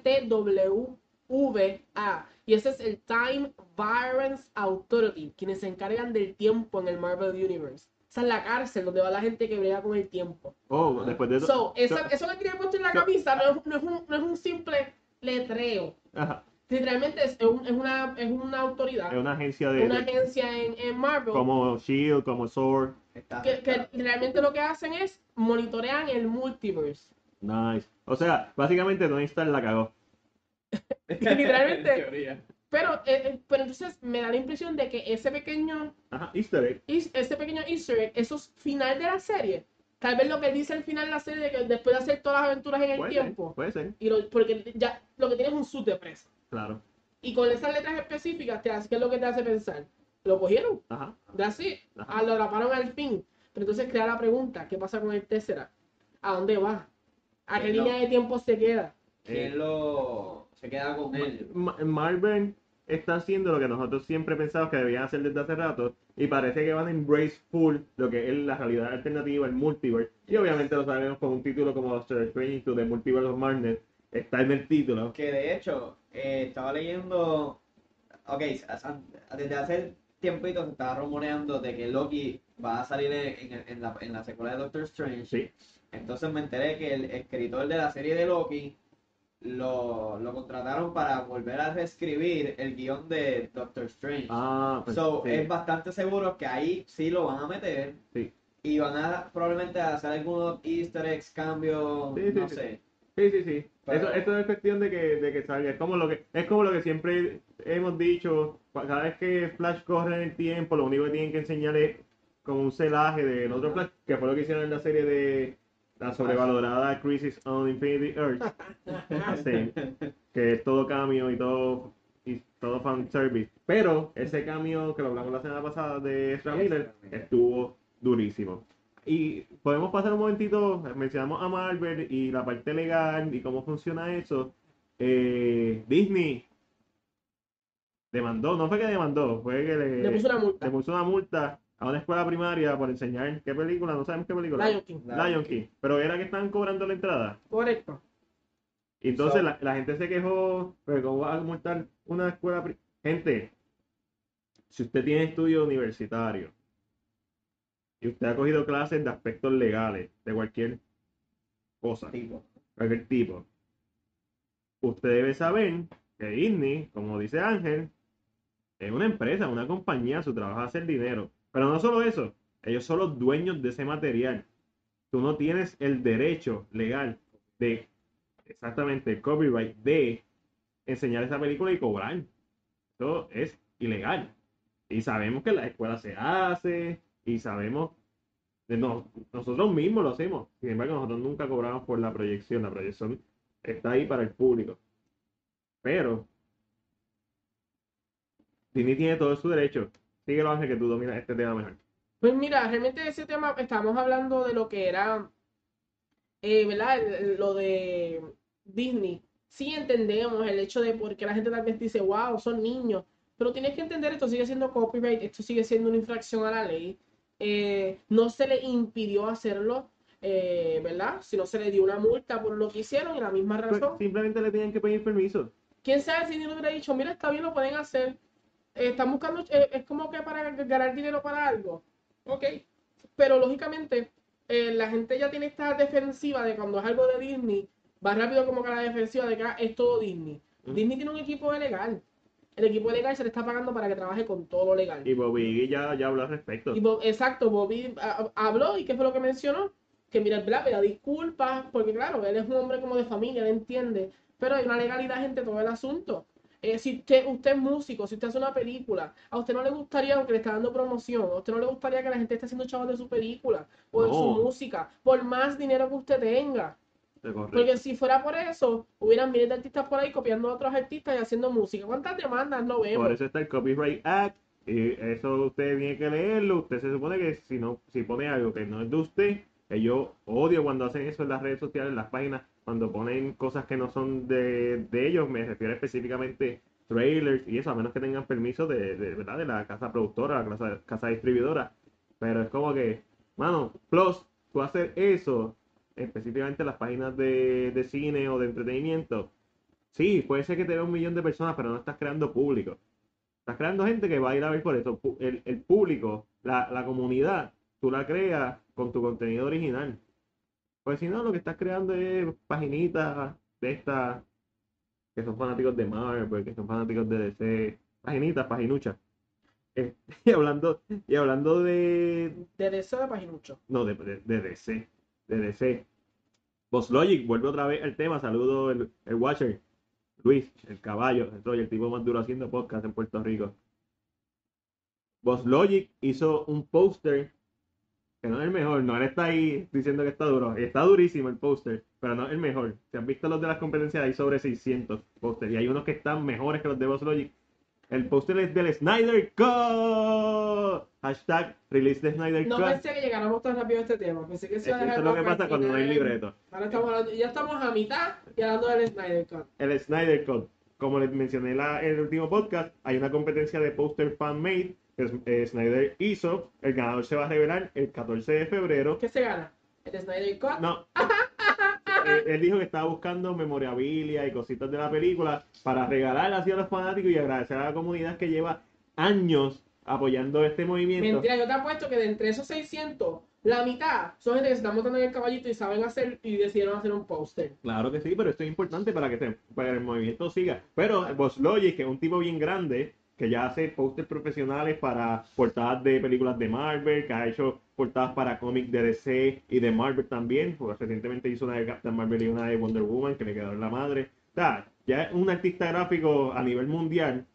[SPEAKER 1] TWVA, y ese es el Time Variance Authority, quienes se encargan del tiempo en el Marvel Universe. Esa es la cárcel donde va la gente que brega con el tiempo.
[SPEAKER 2] Oh, después de eso...
[SPEAKER 1] Ah. So, esa- eso que tiene puesto en la
[SPEAKER 2] so-
[SPEAKER 1] camisa no es, no es un, no es un simple letreo.
[SPEAKER 2] Ajá,
[SPEAKER 1] Literalmente es, es un- es una, es una autoridad,
[SPEAKER 2] es una agencia de...
[SPEAKER 1] una
[SPEAKER 2] de-
[SPEAKER 1] agencia en, en Marvel.
[SPEAKER 2] como Shield, como Sword.
[SPEAKER 3] está.
[SPEAKER 1] que, que realmente lo que hacen es monitorean el multiverse.
[SPEAKER 2] Nice. O sea, básicamente Tony Stark la cagó.
[SPEAKER 1] literalmente-
[SPEAKER 3] (laughs) En teoría.
[SPEAKER 1] Pero, eh, eh, pero entonces me da la impresión de que ese pequeño,
[SPEAKER 2] Ajá, Easter egg.
[SPEAKER 1] is- ese pequeño easter egg, eso es final de la serie. Tal vez lo que dice el final de la serie de que después de hacer todas las aventuras en el
[SPEAKER 2] Puede ser,
[SPEAKER 1] tiempo,
[SPEAKER 2] puede ser,
[SPEAKER 1] y lo- porque ya lo que tienes es un sud de presa.
[SPEAKER 2] claro.
[SPEAKER 1] Y con esas letras específicas, te hace, ¿qué es lo que te hace pensar? Lo cogieron,
[SPEAKER 2] Ajá.
[SPEAKER 1] de así,
[SPEAKER 2] Ajá.
[SPEAKER 1] ah, lo atraparon al fin. Pero entonces crea la pregunta, ¿qué pasa con el Tesseract? ¿A dónde va? ¿A qué
[SPEAKER 2] Eh,
[SPEAKER 3] No.
[SPEAKER 1] línea de tiempo se queda?
[SPEAKER 3] ¿Quién lo se queda con él?
[SPEAKER 2] Eh, Ma- Marvel está haciendo lo que nosotros siempre pensamos que debían hacer desde hace rato y parece que van a embrace full lo que es la realidad alternativa, el multiverse. Y obviamente lo sabemos con un título como Doctor Strange Into the Multiverse of Madness. Está en el título.
[SPEAKER 3] Que de hecho, eh, estaba leyendo. Ok, as- an- desde hace tiempito se estaba rumoreando de que Loki va a salir en, en- en la, en la secuela de Doctor Strange.
[SPEAKER 2] Sí.
[SPEAKER 3] Entonces me enteré que el escritor de la serie de Loki lo, lo contrataron para volver a reescribir el guión de Doctor Strange.
[SPEAKER 2] Ah, pues,
[SPEAKER 3] So,
[SPEAKER 2] sí.
[SPEAKER 3] es bastante seguro que ahí sí lo van a meter.
[SPEAKER 2] Sí.
[SPEAKER 3] Y van a probablemente hacer algunos easter eggs, cambios,
[SPEAKER 2] Sí, sí,
[SPEAKER 3] no
[SPEAKER 2] sí.
[SPEAKER 3] sé.
[SPEAKER 2] Sí, sí, sí.
[SPEAKER 3] Pero-
[SPEAKER 2] Eso, esto es cuestión de que, de que salga. Es como, lo que, es como lo que siempre hemos dicho. pa- Cada vez que Flash corre en el tiempo, lo único que tienen que enseñar es como un celaje del otro Flash, que fue lo que hicieron en la serie de la sobrevalorada Crisis on Infinity Earth. Sí. que es todo cambio y todo y todo fan service. Pero ese cambio que lo hablamos la semana pasada de Ezra Miller estuvo durísimo. Y podemos pasar un momentito, mencionamos a Marvel y la parte legal y cómo funciona eso. Eh, Disney demandó, no fue que demandó, fue que le,
[SPEAKER 1] Le puso una multa.
[SPEAKER 2] Eh, le puso una multa a una escuela primaria por enseñar qué película, no sabemos qué película.
[SPEAKER 1] Lion King.
[SPEAKER 2] Lion King. Pero era que estaban cobrando la entrada.
[SPEAKER 1] Correcto.
[SPEAKER 2] Y entonces
[SPEAKER 3] So-
[SPEAKER 2] la, la gente se quejó, pero ¿cómo va a montar una escuela? pri- Gente, si usted tiene estudio universitario y usted ha cogido clases de aspectos legales, de cualquier cosa,
[SPEAKER 3] tipo.
[SPEAKER 2] cualquier tipo, usted debe saber que Disney, como dice Ángel, es una empresa, una compañía, su trabajo es hacer dinero. Pero no solo eso, ellos son los dueños de ese material. Tú no tienes el derecho legal de, exactamente, el copyright de enseñar esa película y cobrar. Eso es ilegal. Y sabemos que en la escuela se hace, y sabemos, de no- nosotros mismos lo hacemos. Sin embargo, nosotros nunca cobramos por la proyección. La proyección está ahí para el público. Pero Disney tiene todo su derecho. Síguelo, Ángel, que tú dominas este tema mejor.
[SPEAKER 1] Pues mira, realmente ese tema, estábamos hablando de lo que era, eh, ¿verdad? El- el- Lo de Disney. Sí entendemos el hecho de por qué la gente tal vez dice, wow, son niños. Pero tienes que entender, esto sigue siendo copyright, esto sigue siendo una infracción a la ley. Eh, no se le impidió hacerlo, eh, ¿verdad? Sino se le dio una multa por lo que hicieron y la misma
[SPEAKER 2] Pues,
[SPEAKER 1] razón.
[SPEAKER 2] simplemente le tenían que pedir permiso.
[SPEAKER 1] ¿Quién sabe si Disney hubiera dicho, mira, está bien, lo pueden hacer? Eh, están buscando, eh, es como que para ganar dinero para algo. Ok. Pero lógicamente, eh, la gente ya tiene esta defensiva de cuando es algo de Disney, va rápido como que a la defensiva de que ah, es todo Disney.
[SPEAKER 2] Ujú.
[SPEAKER 1] Disney tiene un equipo de legal. El equipo de legal se le está pagando para que trabaje con todo lo legal.
[SPEAKER 2] Y Bobby Iggy ya, ya habló al respecto.
[SPEAKER 1] Y Bob- exacto, Bobby ah, ah, habló y qué fue lo que mencionó. Que mira, bla, pero disculpas, porque claro, él es un hombre como de familia, él entiende. Pero hay una legalidad entre todo el asunto. Eh, si usted, usted es músico, si usted hace una película, a usted no le gustaría, aunque le está dando promoción, a usted no le gustaría que la gente esté haciendo chavos de su película o de
[SPEAKER 2] No.
[SPEAKER 1] su música, por más dinero que usted tenga.
[SPEAKER 2] Correcto.
[SPEAKER 1] Porque si fuera por eso, hubieran miles de artistas por ahí copiando a otros artistas y haciendo música. ¿Cuántas demandas no vemos?
[SPEAKER 2] Por eso está el Copyright Act. Y eso usted tiene que leerlo. Usted se supone que si no, si pone algo que no es de usted, que yo odio cuando hacen eso en las redes sociales, en las páginas, cuando ponen cosas que no son de, de ellos, me refiero específicamente trailers y eso, a menos que tengan permiso de, de- ¿verdad? de la casa productora, la casa, casa distribuidora. Pero es como que, mano, plus, tú hacer eso, específicamente en las páginas de, de cine o de entretenimiento, sí, puede ser que te vea un millón de personas, pero no estás creando público. Estás creando gente que va a ir a ver por eso. Pu- El, el público, la, la comunidad, tú la creas con tu contenido original. Pues si no, lo que estás creando es paginitas de estas que son fanáticos de Marvel, pues, que son fanáticos de DC, paginitas, paginuchas. Eh, (laughs) y hablando, y hablando de,
[SPEAKER 1] De deseo de Paginucho.
[SPEAKER 2] no, de, de, de DC. De DC. Boss Logic, vuelve otra vez al tema. Saludo el, el Watcher. Luis, el caballo. Soy el tipo más duro haciendo podcast en Puerto Rico. Boss Logic hizo un póster que no es el mejor. No, él está ahí diciendo que está duro. Y está durísimo el póster, pero no es el mejor. Si han visto los de las competencias, hay sobre 600 pósters. Y hay unos que están mejores que los de Boss Logic. El póster es del Snyder Cut. Hashtag release the Snyder
[SPEAKER 1] No
[SPEAKER 2] Cut.
[SPEAKER 1] pensé que llegáramos tan rápido a este tema. Pensé que se
[SPEAKER 2] Es
[SPEAKER 1] iba a
[SPEAKER 2] que
[SPEAKER 1] dejar
[SPEAKER 2] Eso es lo
[SPEAKER 1] más
[SPEAKER 2] que
[SPEAKER 1] para
[SPEAKER 2] pasa
[SPEAKER 1] el
[SPEAKER 2] cuando no hay
[SPEAKER 1] final.
[SPEAKER 2] libreto.
[SPEAKER 1] Ahora estamos hablando, ya estamos a mitad y hablando del Snyder Cut.
[SPEAKER 2] El Snyder Cut, como les mencioné la- en el último podcast, hay una competencia de póster fan made que es- eh, Snyder hizo. El ganador se va a revelar el 14 de febrero.
[SPEAKER 1] ¿Qué se gana? El Snyder Cut.
[SPEAKER 2] No. él, él dijo que estaba buscando memorabilia y cositas de la película para regalar así a los fanáticos y agradecer a la comunidad que lleva años apoyando este movimiento.
[SPEAKER 1] Mentira, yo te apuesto que de entre esos 600, la mitad son gente que se están montando en el caballito y saben hacer y decidieron hacer un póster.
[SPEAKER 2] Claro que sí, pero esto es importante para que, se- para que el movimiento siga. Pero Boss Logic, que es un tipo bien grande, que ya hace posters profesionales para portadas de películas de Marvel, que ha hecho portadas para cómics de DC y de Marvel también, porque recientemente hizo una de Captain Marvel y una de Wonder Woman, que le quedó en la madre. O sea, ya es un artista gráfico a nivel mundial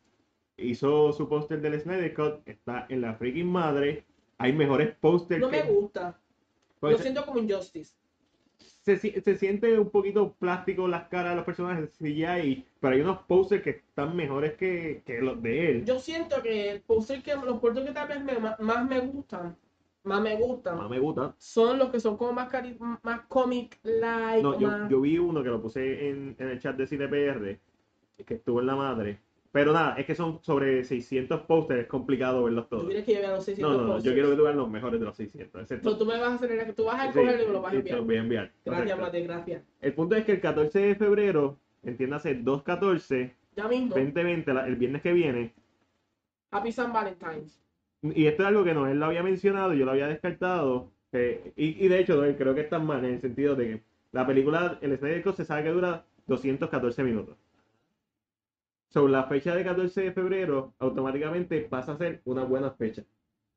[SPEAKER 2] hizo su póster del Snyder Cut, está en la freaking madre. Hay mejores pósters
[SPEAKER 1] No me
[SPEAKER 2] que...
[SPEAKER 1] gusta. Lo
[SPEAKER 2] Pues-
[SPEAKER 1] siento como Injustice.
[SPEAKER 2] se, si- se siente un poquito plástico las caras de los personajes CGI, pero hay unos posters que están mejores que, que los de él.
[SPEAKER 1] Yo siento que el póster que los pósters que tal vez me- ma- más me gustan, más me gustan,
[SPEAKER 2] Más me gusta.
[SPEAKER 1] son los que son como más, cari- más comic like,
[SPEAKER 2] No, yo,
[SPEAKER 1] más...
[SPEAKER 2] yo vi uno que lo puse en, en el chat de CinePR, que estuvo en la madre, Pero nada, es que son sobre 600 pósters, es complicado verlos
[SPEAKER 1] Tú
[SPEAKER 2] todos.
[SPEAKER 1] quieres que yo vea los
[SPEAKER 2] No,
[SPEAKER 1] 600
[SPEAKER 2] no, no, yo
[SPEAKER 1] posters.
[SPEAKER 2] quiero que tú veas los mejores de los 600. Excepto,
[SPEAKER 1] So, tú me vas a hacer el- tú vas a
[SPEAKER 2] Sí,
[SPEAKER 1] escogerlo y me lo vas a
[SPEAKER 2] sí, te
[SPEAKER 1] enviar.
[SPEAKER 2] los voy a enviar.
[SPEAKER 1] Gracias,
[SPEAKER 2] Correcto.
[SPEAKER 1] Mate, gracias.
[SPEAKER 2] El punto es que el 14 de febrero, entiéndase, 2-14,
[SPEAKER 1] Ya mismo.
[SPEAKER 2] 2020, la- el viernes que viene,
[SPEAKER 1] Happy San Valentine's.
[SPEAKER 2] Y esto es algo que Noel lo había mencionado, yo lo había descartado. eh, y, y de hecho, Noel, creo que está mal en el sentido de que la película, el Snyder Cut, se sabe que dura 214 minutos. Sobre la fecha de 14 de febrero, automáticamente pasa a ser una buena fecha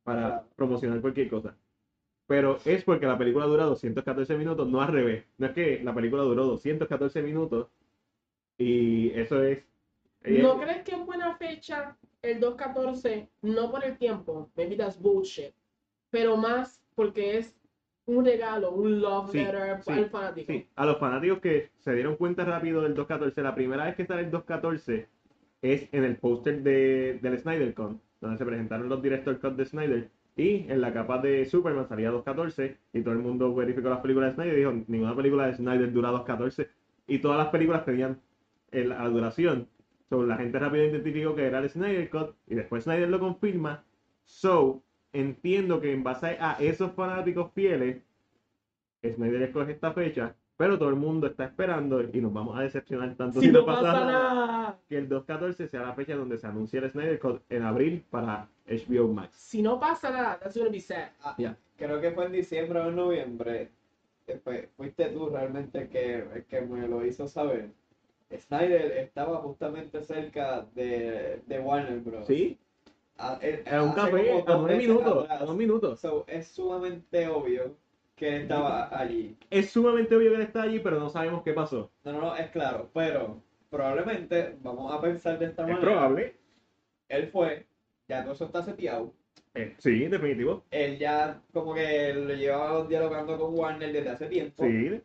[SPEAKER 2] para
[SPEAKER 3] Claro.
[SPEAKER 2] promocionar cualquier cosa. Pero es porque la película dura 214 minutos, no al revés. No es que la película duró 214 minutos y eso es... Eh,
[SPEAKER 1] ¿No crees que es buena fecha el 2.14? No por el tiempo, maybe that's bullshit, pero más porque es un regalo, un love
[SPEAKER 2] Sí,
[SPEAKER 1] letter
[SPEAKER 2] sí,
[SPEAKER 1] al fanático.
[SPEAKER 2] Sí, a los fanáticos que se dieron cuenta rápido del 2.14, la primera vez que sale el 2.14 es en el póster de, del Snyder Con, donde se presentaron los Director Cut de Snyder. Y en la capa de Superman salía 2.14 y todo el mundo verificó las películas de Snyder y dijo, ninguna película de Snyder dura 2.14. Y todas las películas tenían el- la duración. So, la gente rápido identificó que era el Snyder Cut y después Snyder lo confirma. So, entiendo que en base a esos fanáticos fieles, Snyder escoge esta fecha, pero todo el mundo está esperando y nos vamos a decepcionar tanto
[SPEAKER 1] Si no pasa nada,
[SPEAKER 2] que el 2.14 sea la fecha donde se anuncia el Snyder Cut en abril para HBO Max.
[SPEAKER 1] si no pasa nada, that's gonna be sad.
[SPEAKER 3] Ah,
[SPEAKER 2] Ya.
[SPEAKER 3] Creo que fue en diciembre o en noviembre. eh, fue- fuiste tú realmente el que, el que me lo hizo saber. Snyder estaba justamente cerca de, de Warner Bros.
[SPEAKER 2] Sí,
[SPEAKER 3] A- eh,
[SPEAKER 2] era un
[SPEAKER 3] hace
[SPEAKER 2] café
[SPEAKER 3] como dos
[SPEAKER 2] a 9
[SPEAKER 3] meses
[SPEAKER 2] minutos,
[SPEAKER 3] atrás.
[SPEAKER 2] a 9 minutos.
[SPEAKER 3] So, es sumamente obvio que él estaba allí.
[SPEAKER 2] Es sumamente obvio que él está allí, pero no sabemos qué pasó.
[SPEAKER 3] No, no, no, es claro, pero probablemente vamos a pensar de esta
[SPEAKER 2] Es
[SPEAKER 3] manera.
[SPEAKER 2] probable.
[SPEAKER 3] Él fue, ya todo eso está seteado.
[SPEAKER 2] Eh, sí, definitivo.
[SPEAKER 3] Él ya como que lo llevaba dialogando con Warner desde hace tiempo.
[SPEAKER 2] Sí,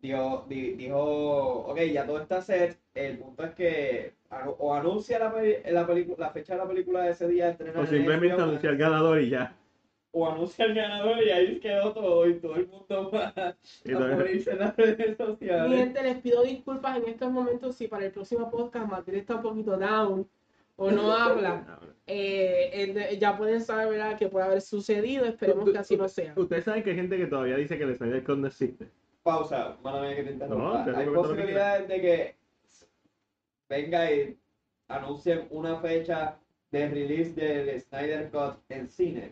[SPEAKER 3] Dio- di- dijo, ok, ya todo está set. El punto es que anu- o anuncia la, peli- la, pelicu- la fecha de la película de ese día de estreno
[SPEAKER 2] o
[SPEAKER 3] en el
[SPEAKER 2] simplemente
[SPEAKER 3] HBO,
[SPEAKER 2] anuncia el ganador y ya.
[SPEAKER 3] o anuncia el ganador y ahí quedó todo y todo el mundo (laughs) va a
[SPEAKER 2] Y todo-
[SPEAKER 3] morirse en las redes
[SPEAKER 1] Mi
[SPEAKER 3] sociales.
[SPEAKER 1] gente, les pido disculpas en estos momentos si para el próximo podcast Mate está un poquito down o
[SPEAKER 2] (laughs)
[SPEAKER 1] no habla.
[SPEAKER 2] Ah,
[SPEAKER 1] Eh, en- ya pueden saber ¿verdad? que puede haber sucedido, esperemos
[SPEAKER 2] Tú-
[SPEAKER 1] que así no sea.
[SPEAKER 2] Ustedes saben que hay gente que todavía dice que el Snyder Cut no existe.
[SPEAKER 3] Pausa, mala mía que te interrumpa.
[SPEAKER 2] No, te digo
[SPEAKER 3] Hay
[SPEAKER 2] que te lo
[SPEAKER 3] posibilidades de que venga y anuncien una fecha de release del Snyder Cut en cines.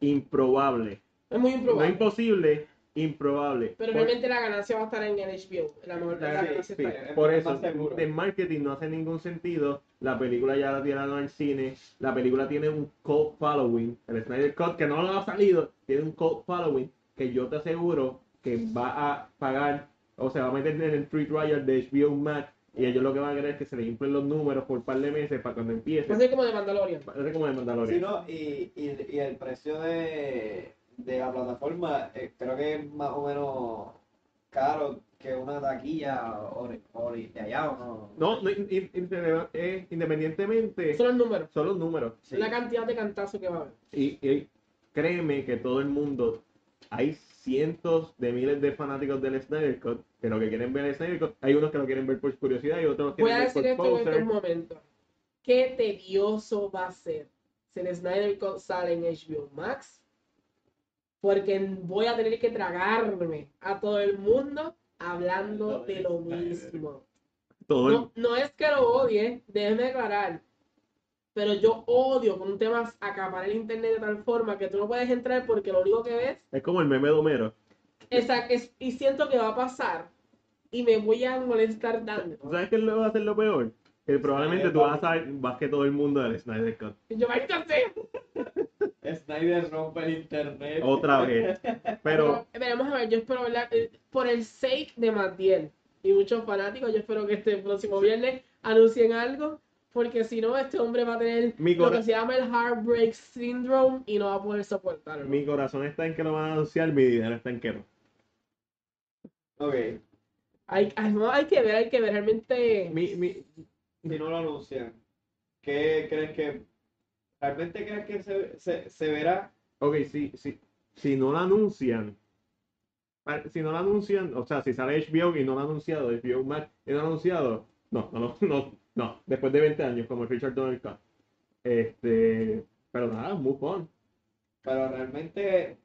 [SPEAKER 2] Improbable.
[SPEAKER 1] Es muy
[SPEAKER 2] No
[SPEAKER 1] improbable.
[SPEAKER 2] imposible, improbable.
[SPEAKER 1] Pero
[SPEAKER 2] Por-
[SPEAKER 1] realmente la ganancia va a estar en el HBO. La mejor la
[SPEAKER 3] Sí,
[SPEAKER 1] ganancia
[SPEAKER 2] Sí,
[SPEAKER 1] está ahí.
[SPEAKER 3] es
[SPEAKER 2] por
[SPEAKER 3] más
[SPEAKER 2] eso,
[SPEAKER 3] seguro.
[SPEAKER 2] de marketing no hace ningún sentido. La película ya la tiraron al cine. La película tiene un cult following. El Snyder Cut, que no lo ha salido, tiene un cult following que yo te aseguro que va a pagar o se va a meter en el free trial de HBO Max. Y ellos lo que van a querer es que se les inflen los números por un par de meses para cuando empiece.
[SPEAKER 3] Pues
[SPEAKER 1] Va a ser como de Mandalorian.
[SPEAKER 2] Va a ser como de Mandalorian.
[SPEAKER 3] Sí, ¿no? y, y, y el precio de, de la plataforma eh, creo que es más o menos caro que una taquilla o, o de allá o no.
[SPEAKER 2] No, no, in- in- independ- eh, independientemente,
[SPEAKER 1] Son los números.
[SPEAKER 2] son los números.
[SPEAKER 3] Sí.
[SPEAKER 1] La cantidad de cantazos que va a haber.
[SPEAKER 2] Y, y créeme que todo el mundo, hay cientos de miles de fanáticos del Snyder Cut que lo que quieren ver el Snyder Cut, hay unos que lo quieren ver por curiosidad y otros
[SPEAKER 1] Voy
[SPEAKER 2] lo quieren
[SPEAKER 1] a
[SPEAKER 2] ver
[SPEAKER 1] decir
[SPEAKER 2] por
[SPEAKER 1] esto en estos
[SPEAKER 2] poser.
[SPEAKER 1] momentos. Qué tedioso va a ser si el Snyder Cut sale en HBO Max. Porque voy a tener que tragarme a todo el mundo hablando de lo mismo.
[SPEAKER 2] Todo el-
[SPEAKER 1] No, no es que lo odie, déjeme aclarar. Pero yo odio con un tema acaparar el internet de tal forma que tú no puedes entrar porque lo único que ves
[SPEAKER 2] Es como el meme de Homero.
[SPEAKER 1] es, a- es- y siento que va a pasar y me voy a molestar
[SPEAKER 2] ¿Tú
[SPEAKER 1] tanto.
[SPEAKER 2] ¿Sabes qué lo va a hacer lo peor? Que probablemente tú vas a saber más que todo el mundo del Snyder Cut.
[SPEAKER 1] Y Yo, "Maldita sea".
[SPEAKER 3] Snyder rompe el internet.
[SPEAKER 2] Otra
[SPEAKER 1] (laughs)
[SPEAKER 2] vez. Pero
[SPEAKER 1] veremos a ver, yo espero, ¿verdad? Eh, Por el sake de Matiel y muchos fanáticos, yo espero que este próximo viernes anuncien algo. Porque si no, este hombre va a tener
[SPEAKER 2] Mi
[SPEAKER 1] lo
[SPEAKER 2] cora-
[SPEAKER 1] que se llama el Heartbreak Syndrome y no va a poder soportarlo.
[SPEAKER 2] mi corazón está en que lo van a anunciar, mi dinero está en que no.
[SPEAKER 3] Ok,
[SPEAKER 1] Hay, ay, no, hay que ver, hay que ver realmente.
[SPEAKER 2] Mi- mi-
[SPEAKER 3] si no lo anuncian, ¿qué crees que realmente crees que se, se, se verá?
[SPEAKER 2] Ok, si, si, si no la anuncian, pa- si no la anuncian, o sea, si sale HBO y no lo ha anunciado, HBO Max y no lo ha anunciado, no, no, no, no, No, después de 20 años, como Richard Donner Cott. Este, pero nada, move on.
[SPEAKER 3] Pero realmente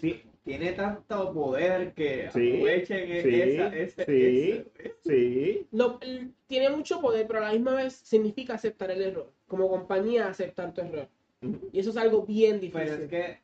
[SPEAKER 2] Sí,
[SPEAKER 3] tiene tanto poder que
[SPEAKER 2] Sí,
[SPEAKER 3] aprovechen e-
[SPEAKER 2] sí,
[SPEAKER 3] esa, ese,
[SPEAKER 2] sí.
[SPEAKER 3] ese-
[SPEAKER 2] sí,
[SPEAKER 1] Lo- l- tiene mucho poder, pero a la misma vez significa aceptar el error. Como compañía, aceptar tu error.
[SPEAKER 2] Ujú.
[SPEAKER 1] Y eso es algo bien
[SPEAKER 3] Pero
[SPEAKER 1] difícil.
[SPEAKER 3] es que,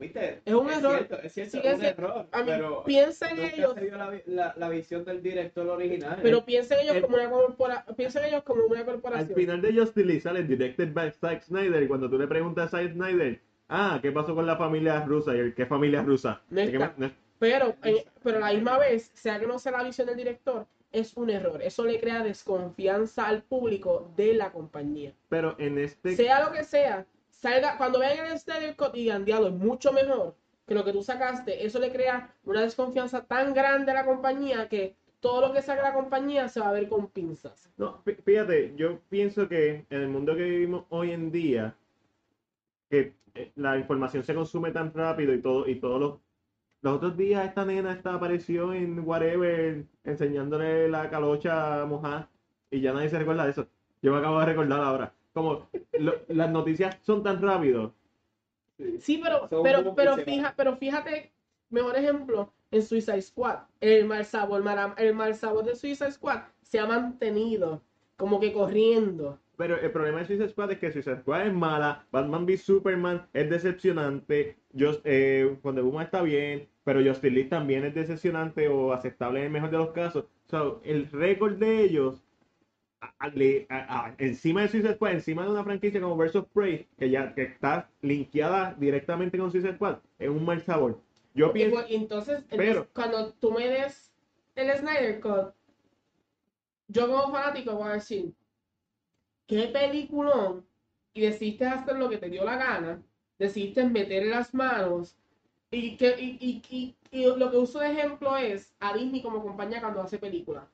[SPEAKER 3] viste,
[SPEAKER 1] Es un error.
[SPEAKER 3] cierto, es cierto,
[SPEAKER 1] Sigue
[SPEAKER 3] es un
[SPEAKER 1] siendo-
[SPEAKER 3] error.
[SPEAKER 1] A mí,
[SPEAKER 3] pero
[SPEAKER 1] piensa en
[SPEAKER 3] nunca
[SPEAKER 1] ellos,
[SPEAKER 3] se vio la, vi- la, la visión del director original.
[SPEAKER 1] pero piensa en ellos
[SPEAKER 2] el-
[SPEAKER 1] como una corpora, piensa en ellos como una
[SPEAKER 2] Al
[SPEAKER 1] corporación.
[SPEAKER 2] final de Justice League sale directed by Zack Snyder. y Cuando tú le preguntas a Zack Snyder, ah, ¿qué pasó con la familia rusa? ¿Y el qué familia rusa?
[SPEAKER 1] No
[SPEAKER 2] ¿De qué
[SPEAKER 1] está.
[SPEAKER 2] ma- no-
[SPEAKER 1] Pero, eh, pero a la misma vez, sea que no sea la visión del director, es un error. Eso le crea desconfianza al público de la compañía.
[SPEAKER 2] Pero en este.
[SPEAKER 1] Sea lo que sea, salga, cuando vean el Snyder Cut y digan, diablo, es mucho mejor que lo que tú sacaste, eso le crea una desconfianza tan grande a la compañía que todo lo que saca la compañía se va a ver con pinzas.
[SPEAKER 2] No, fí- fíjate, yo pienso que en el mundo que vivimos hoy en día, que eh, la información se consume tan rápido y todo, y todos los, los otros días esta nena esta apareció en whatever enseñándole la calocha mojada y ya nadie se recuerda de eso. Yo me acabo de recordar ahora. Como lo- las noticias son tan rápido.
[SPEAKER 1] Sí, pero,
[SPEAKER 3] Son
[SPEAKER 1] pero,
[SPEAKER 3] como
[SPEAKER 1] pero,
[SPEAKER 3] que se
[SPEAKER 1] fija,
[SPEAKER 3] van.
[SPEAKER 1] pero fíjate, mejor ejemplo, en Suicide Squad, el mal sabor, el mal, el mal sabor de Suicide Squad se ha mantenido como que corriendo.
[SPEAKER 2] Pero el problema de Suicide Squad es que Suicide Squad es mala, Batman v Superman es decepcionante, Just, eh, Wonder Woman está bien, pero Justice League también es decepcionante o aceptable en el mejor de los casos. So, el récord de ellos, a- a- le- a- a- encima de Suicide Squad, encima de una franquicia como Versus Prey, que ya que está linkeada directamente con Suicide Squad, es un mal sabor. Yo
[SPEAKER 1] Y,
[SPEAKER 2] pienso...
[SPEAKER 1] pues, Entonces,
[SPEAKER 2] Pero-
[SPEAKER 1] entonces, cuando tú me des el Snyder Cut, yo como fanático voy a decir, qué peliculón, y decidiste hacer lo que te dio la gana, decidiste meter las manos, y, que, y, y- y- y lo que uso de ejemplo es a Disney como compañía cuando hace películas.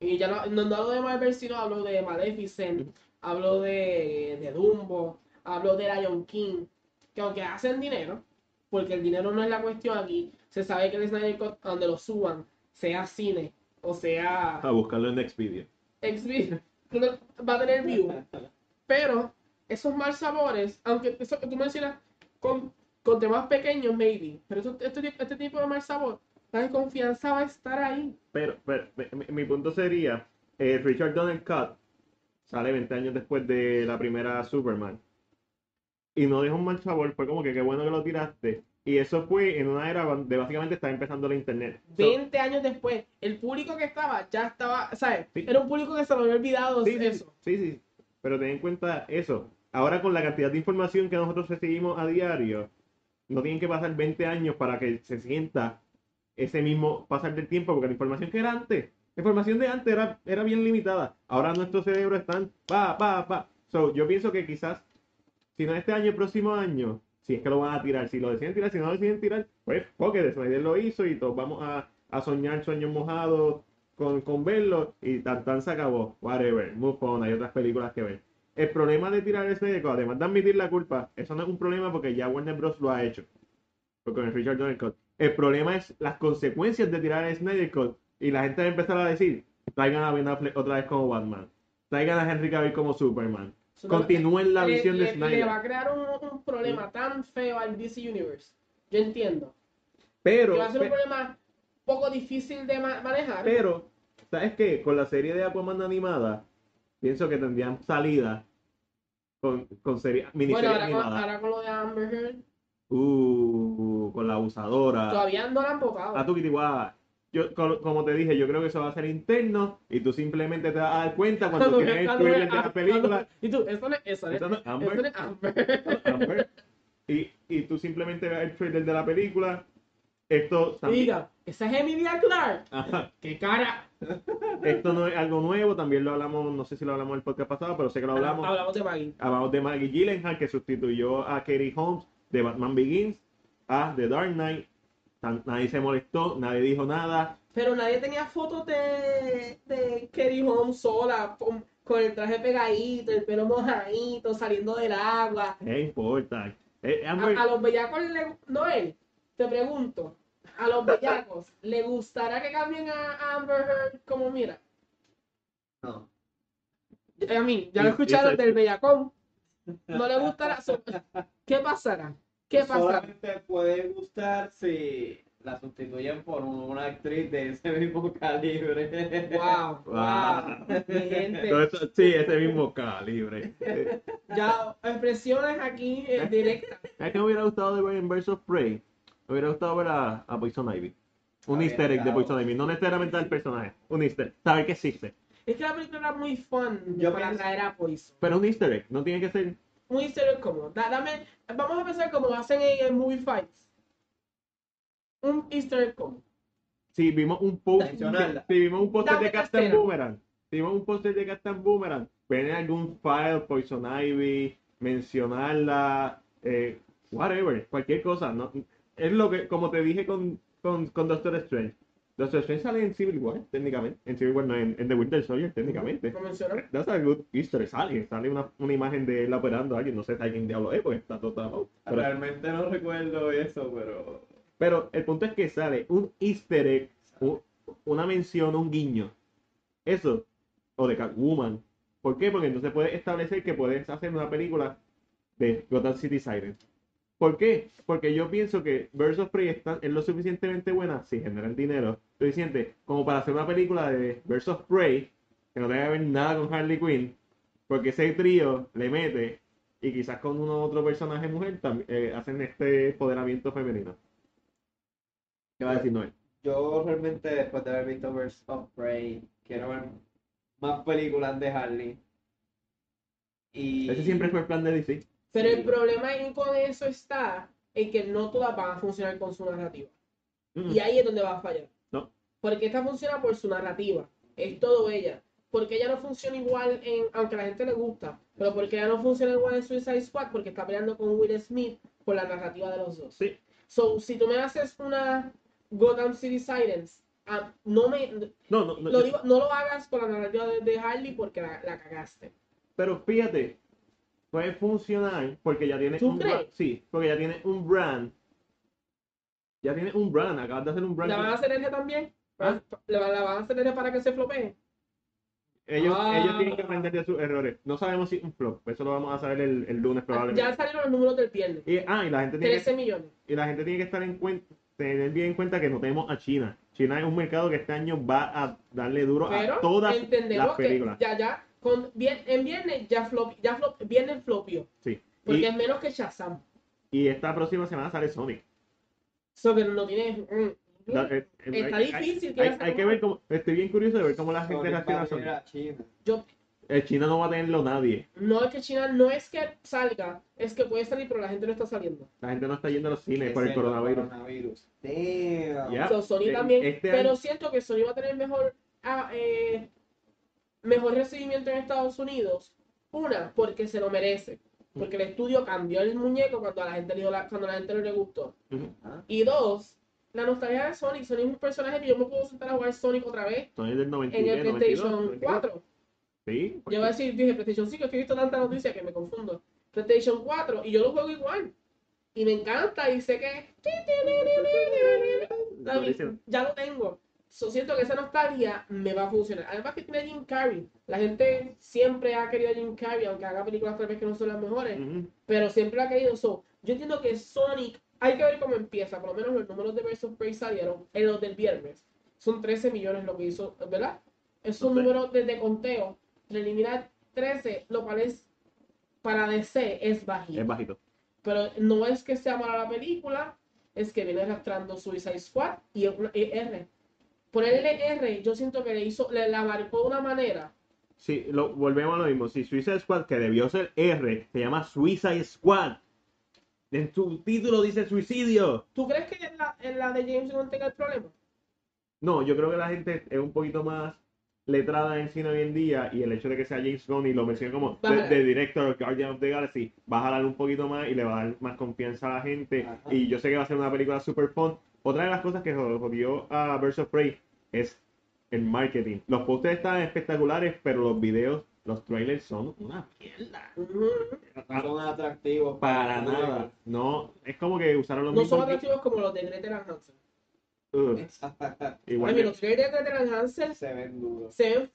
[SPEAKER 1] Y ya no, no, no hablo de Marvel, sino hablo de Maleficent, hablo de, de Dumbo, hablo de Lion King, que aunque hacen dinero, porque el dinero no es la cuestión aquí. Se sabe que el Snyder Cut, a donde lo suban, sea cine o sea
[SPEAKER 2] A buscarlo en Expedia.
[SPEAKER 1] (laughs) Xvideos, va a tener view. Pero esos mal sabores, aunque eso que tú mencionas con, con temas pequeños, maybe, pero eso- este, ti- este tipo de mal sabor, la desconfianza va a estar ahí.
[SPEAKER 2] Pero, pero, mi, mi punto sería, eh, Richard Donner Cut sale 20 años después de la primera Superman. Y no dejó un mal sabor, fue como que qué bueno que lo tiraste. Y eso fue en una era donde básicamente estaba empezando la internet. So,
[SPEAKER 1] 20 años después, el público que estaba ya estaba, ¿sabes?
[SPEAKER 2] Sí.
[SPEAKER 1] Era un público que se lo había olvidado
[SPEAKER 2] sí, sí,
[SPEAKER 1] eso.
[SPEAKER 2] sí, sí. Pero ten en cuenta eso. Ahora con la cantidad de información que nosotros recibimos a diario, no tienen que pasar 20 años para que se sienta ese mismo pasar del tiempo, porque la información que era antes, la información de antes era, era bien limitada. Ahora nuestro cerebro están pa, pa, pa. So, yo pienso que quizás, si no este año, el próximo año, si es que lo van a tirar, si lo deciden tirar, si no lo deciden tirar, pues porque Snyder lo hizo y todos vamos a, a soñar sueños mojados con, con verlo y tan tan se acabó. Whatever, move on, hay otras películas que ver. El problema de tirar ese Snyder Cut, además de admitir la culpa, eso no es un problema porque ya Warner Bros. lo ha hecho. Porque con el Richard Donner Cut. El problema es las consecuencias de tirar el Snyder Cut y la gente va a empezar a decir, traigan a Ben Affleck otra vez como Batman, traigan a Henry Cavill como Superman,
[SPEAKER 1] Eso no-
[SPEAKER 2] continúen la
[SPEAKER 1] le-
[SPEAKER 2] visión de Mm.
[SPEAKER 1] le- Eh, Le va
[SPEAKER 2] Snyder.
[SPEAKER 1] a crear un, un problema tan feo al DC Universe. Yo entiendo.
[SPEAKER 2] Pero,
[SPEAKER 1] que va a ser un
[SPEAKER 2] pe-
[SPEAKER 1] problema poco difícil de ma- manejar.
[SPEAKER 2] pero, ¿sabes qué? Con la serie de Aquaman animada, pienso que tendrían salida con, con serie, miniserie
[SPEAKER 1] bueno, ahora con,
[SPEAKER 2] animada.
[SPEAKER 1] ahora con lo de Amber Heard,
[SPEAKER 2] Uh, con la abusadora. Ah,
[SPEAKER 1] todavía no la han
[SPEAKER 2] a
[SPEAKER 1] tocado.
[SPEAKER 2] tu kitiguá. Yo, co- como te dije, yo creo que eso va a ser interno y tú simplemente te vas a dar cuenta cuando tienes
[SPEAKER 1] (laughs)
[SPEAKER 2] el
[SPEAKER 1] Cuando
[SPEAKER 2] trailer
[SPEAKER 1] ve-
[SPEAKER 2] de la película.
[SPEAKER 1] Y tú, eso no es eso, no es-
[SPEAKER 2] Eso no es Amber.
[SPEAKER 1] eso no es Amber.
[SPEAKER 2] Amber, Y, pues, y tú simplemente ves el trailer de la película. Esto
[SPEAKER 1] Y
[SPEAKER 2] también-
[SPEAKER 1] diga, esa es Emilia Clark.
[SPEAKER 2] Ajá.
[SPEAKER 1] ¡Qué cara!
[SPEAKER 2] Esto no es algo nuevo, también lo hablamos, no sé si lo hablamos en el podcast pasado, pero sé que lo hablamos.
[SPEAKER 1] de Maggie.
[SPEAKER 2] Hablamos de Maggie Gyllenhaal que sustituyó a Katie Holmes de Batman Begins a The Dark Knight. Tan- nadie se molestó, nadie dijo nada.
[SPEAKER 1] Pero nadie tenía fotos de, de Katie Holmes sola, con, con el traje pegadito, el pelo mojadito, saliendo del agua.
[SPEAKER 2] ¿Qué importa? Eh,
[SPEAKER 1] A,
[SPEAKER 2] Amber-
[SPEAKER 1] a los bellacos, le, Noel, te pregunto, a los
[SPEAKER 2] (laughs)
[SPEAKER 1] bellacos, ¿le gustará que cambien a Amber Heard como mira?
[SPEAKER 3] No,
[SPEAKER 1] a mí, ya lo
[SPEAKER 2] Y- y
[SPEAKER 1] escucharon
[SPEAKER 2] ese-
[SPEAKER 1] del Bellacón. No le gustará. so- ¿Qué pasará? ¿Qué pasará?
[SPEAKER 3] Solamente puede gustar si la sustituyen por una actriz de ese mismo (laughs) calibre.
[SPEAKER 1] Wow, wow.
[SPEAKER 2] (laughs) Wow.
[SPEAKER 1] Mi gente.
[SPEAKER 2] Todo eso- sí, ese mismo calibre. Eh,
[SPEAKER 1] Ya, expresiones aquí eh, directas.
[SPEAKER 2] ¿Sabes qué me hubiera gustado de Brian vs. Prey? Me hubiera gustado ver a, a Poison Ivy. Un
[SPEAKER 3] Habría
[SPEAKER 2] easter egg de
[SPEAKER 3] estado.
[SPEAKER 2] Poison Ivy. No necesariamente al personaje. Un easter. Saber que existe.
[SPEAKER 1] Es que la película era muy fun
[SPEAKER 3] Yo
[SPEAKER 1] para
[SPEAKER 3] pienso-
[SPEAKER 1] traer a Poison.
[SPEAKER 2] Pero un easter egg. No tiene que ser.
[SPEAKER 1] Muy serio como. da- dame, vamos a pensar como hacen en, en Movie Fights. Un Easter egg como.
[SPEAKER 2] Si vimos un post.
[SPEAKER 3] Adicional.
[SPEAKER 2] Si vimos un póster
[SPEAKER 1] Dame
[SPEAKER 2] de
[SPEAKER 1] una
[SPEAKER 2] Captain
[SPEAKER 1] escena.
[SPEAKER 2] Boomerang. Si vimos un póster de Captain Boomerang. Ven algún file Poison Ivy. Mencionarla. eh, whatever. Cualquier cosa. No, es lo que. Como te dije con, con, con Doctor Strange. Doctor Strange sale en Civil War, técnicamente. En Civil War, no, en, en The Winter Soldier, técnicamente.
[SPEAKER 1] Lo mencionaron.
[SPEAKER 2] That's a good easter sale, sale una, una imagen de él operando a alguien, no sé si alguien diablo es, porque está todo tapado. Pero,
[SPEAKER 3] Realmente no recuerdo eso, pero.
[SPEAKER 2] pero el punto es que sale un easter egg, u- una mención, un guiño. Eso, o de Catwoman. ¿Por qué? Porque entonces puedes establecer que puedes hacer una película de Gotham City Siren. ¿Por qué? Porque yo pienso que Versus Prey está- es lo suficientemente buena, si generan dinero suficiente, como para hacer una película de Versus Prey que no tenga que ver nada con Harley Quinn, porque ese trío le mete y quizás con uno u otro personaje mujer también hacen este empoderamiento femenino. ¿Qué va a decir Noel?
[SPEAKER 3] Yo realmente, después de haber visto Birds of Prey, quiero ver más películas de Harley. Y.
[SPEAKER 2] Ese siempre fue el plan de DC.
[SPEAKER 1] Pero el
[SPEAKER 3] Sí.
[SPEAKER 1] problema ahí con eso está en que no todas van a funcionar con su narrativa.
[SPEAKER 2] Mm.
[SPEAKER 1] Y ahí es donde va a fallar.
[SPEAKER 2] No.
[SPEAKER 1] Porque esta funciona por su narrativa. Es todo ella. Porque ella no funciona igual en. Aunque a la gente le gusta. Pero porque ella no funciona igual en Suicide Squad. Porque está peleando con Will Smith por la narrativa de los dos.
[SPEAKER 2] Sí.
[SPEAKER 1] So, si tú me haces una Gotham City Sirens. ah, no me.
[SPEAKER 2] No, no, no.
[SPEAKER 1] Lo digo, no lo hagas con la narrativa de, de Harley porque la, la cagaste.
[SPEAKER 2] Pero fíjate, puede funcionar porque ya tiene
[SPEAKER 1] ¿Tú
[SPEAKER 2] un
[SPEAKER 1] crees?
[SPEAKER 2] brand. Sí, porque ya tiene un brand. Ya tiene un brand, acabas de hacer un brand.
[SPEAKER 1] ¿La van a hacer eje también?
[SPEAKER 2] ¿Ah?
[SPEAKER 1] ¿La, la- la van a hacer eje para que se flopee?
[SPEAKER 2] Ellos,
[SPEAKER 1] Ah.
[SPEAKER 2] ellos tienen que aprender de sus errores. No sabemos si un flop, eso lo vamos a saber el, el lunes
[SPEAKER 1] Ah, Ya
[SPEAKER 2] probablemente.
[SPEAKER 1] salieron los números del viernes.
[SPEAKER 2] Y, ah, y la gente tiene que
[SPEAKER 1] 13 millones.
[SPEAKER 2] y la gente tiene que estar en cuenta, tener bien en cuenta que no tenemos a China. China es un mercado que este año va a darle duro
[SPEAKER 1] Pero
[SPEAKER 2] a todas
[SPEAKER 1] entendemos
[SPEAKER 2] las películas.
[SPEAKER 1] que ya, ya, con, bien, en viernes ya flop, ya flop, viernes flopio.
[SPEAKER 2] Sí.
[SPEAKER 1] Porque
[SPEAKER 2] Y,
[SPEAKER 1] es menos que Shazam.
[SPEAKER 2] y esta próxima semana sale Sonic.
[SPEAKER 1] Eso que no tiene. mm,
[SPEAKER 2] La- eh, eh,
[SPEAKER 1] Está
[SPEAKER 2] hay-
[SPEAKER 1] difícil,
[SPEAKER 2] Hay,
[SPEAKER 1] tiene
[SPEAKER 2] hay,
[SPEAKER 1] que
[SPEAKER 2] hay
[SPEAKER 1] ser
[SPEAKER 2] que
[SPEAKER 1] como-
[SPEAKER 2] ver cómo. Estoy bien curioso de ver cómo la gente
[SPEAKER 3] Sonic
[SPEAKER 2] reacciona
[SPEAKER 3] va
[SPEAKER 2] a
[SPEAKER 3] a ir
[SPEAKER 2] Sonic.
[SPEAKER 3] a China.
[SPEAKER 1] Yo,
[SPEAKER 2] El China no va a tenerlo nadie.
[SPEAKER 1] no es que China, no es que salga, es que puede salir, pero la gente no está saliendo.
[SPEAKER 2] La gente no está yendo a los cines
[SPEAKER 3] Es
[SPEAKER 2] por el
[SPEAKER 3] el
[SPEAKER 2] coronavirus.
[SPEAKER 3] coronavirus. Damn.
[SPEAKER 2] Ya. Ah,
[SPEAKER 1] So, Sony
[SPEAKER 2] eh,
[SPEAKER 1] también.
[SPEAKER 2] este
[SPEAKER 1] pero
[SPEAKER 2] año-
[SPEAKER 1] siento que Sony va a tener mejor, ah, eh, mejor recibimiento en Estados Unidos. Una, porque se lo merece. Porque el
[SPEAKER 2] Mm.
[SPEAKER 1] estudio cambió el muñeco cuando a la gente le, dio la- cuando a la gente no le gustó.
[SPEAKER 2] Ujú.
[SPEAKER 3] Ah,
[SPEAKER 1] Y dos, la nostalgia de Sonic. Sonic es un personaje que yo me puedo sentar a jugar Sonic otra vez
[SPEAKER 2] Sonic del
[SPEAKER 1] en
[SPEAKER 2] 93,
[SPEAKER 1] el
[SPEAKER 2] 92,
[SPEAKER 1] PlayStation
[SPEAKER 2] 94.
[SPEAKER 1] 4.
[SPEAKER 2] Sí.
[SPEAKER 1] Yo voy a decir, dije PlayStation 5, es que he visto tanta noticia que me confundo. PlayStation 4, y yo lo juego igual. Y me encanta, y sé que.
[SPEAKER 2] Buenísimo.
[SPEAKER 1] Ya lo tengo. So, siento que esa nostalgia me va a funcionar. Además que tiene Jim Carrey. La gente siempre ha querido a Jim Carrey, aunque haga películas tal vez que no son las mejores
[SPEAKER 2] Ujú.
[SPEAKER 1] pero siempre ha querido. So, yo entiendo que Sonic, hay que ver cómo empieza, por lo menos los números de versus Prey salieron en los del viernes. Son 13 millones lo que hizo, ¿verdad? Es un
[SPEAKER 2] Ok.
[SPEAKER 1] número desde conteo, preliminar 13, lo cual es para DC es bajito.
[SPEAKER 2] Es bajito.
[SPEAKER 1] Pero no es que sea mala la película, es que viene arrastrando Suicide Squad y es una- y R. Ponerle R, yo siento que le hizo, le la marcó de una manera.
[SPEAKER 2] Sí, lo, volvemos a lo mismo. Si Suicide Squad, que debió ser R, se llama Suicide Squad. En su título dice suicidio.
[SPEAKER 1] ¿Tú crees que en la, en la de James Gunn tenga el problema?
[SPEAKER 2] No, yo creo que la gente es un poquito más letrada en cine hoy en día y el hecho de que sea James Gunn y lo mencione como de,
[SPEAKER 1] Baja.
[SPEAKER 2] de director of Guardian of the Galaxy va a jalar un poquito más y le va a dar más confianza a la gente
[SPEAKER 3] Ajá.
[SPEAKER 2] y yo sé que va a ser una película super fun. Otra de las cosas que jod- jodió a Birds of Prey es el marketing. Los posters están espectaculares, pero los videos, los trailers son una mierda.
[SPEAKER 1] Ujú.
[SPEAKER 3] No son atractivos
[SPEAKER 2] Ah. Para
[SPEAKER 3] el
[SPEAKER 2] nada. No, es como que usaron los
[SPEAKER 1] No son
[SPEAKER 2] mismos.
[SPEAKER 1] atractivos como los de Gretel and Hansel.
[SPEAKER 2] Ugh,
[SPEAKER 3] público.
[SPEAKER 1] Ay,
[SPEAKER 2] igual
[SPEAKER 1] mira, los trailers de Gretel and Hansel
[SPEAKER 3] Se ven duros.
[SPEAKER 1] se ven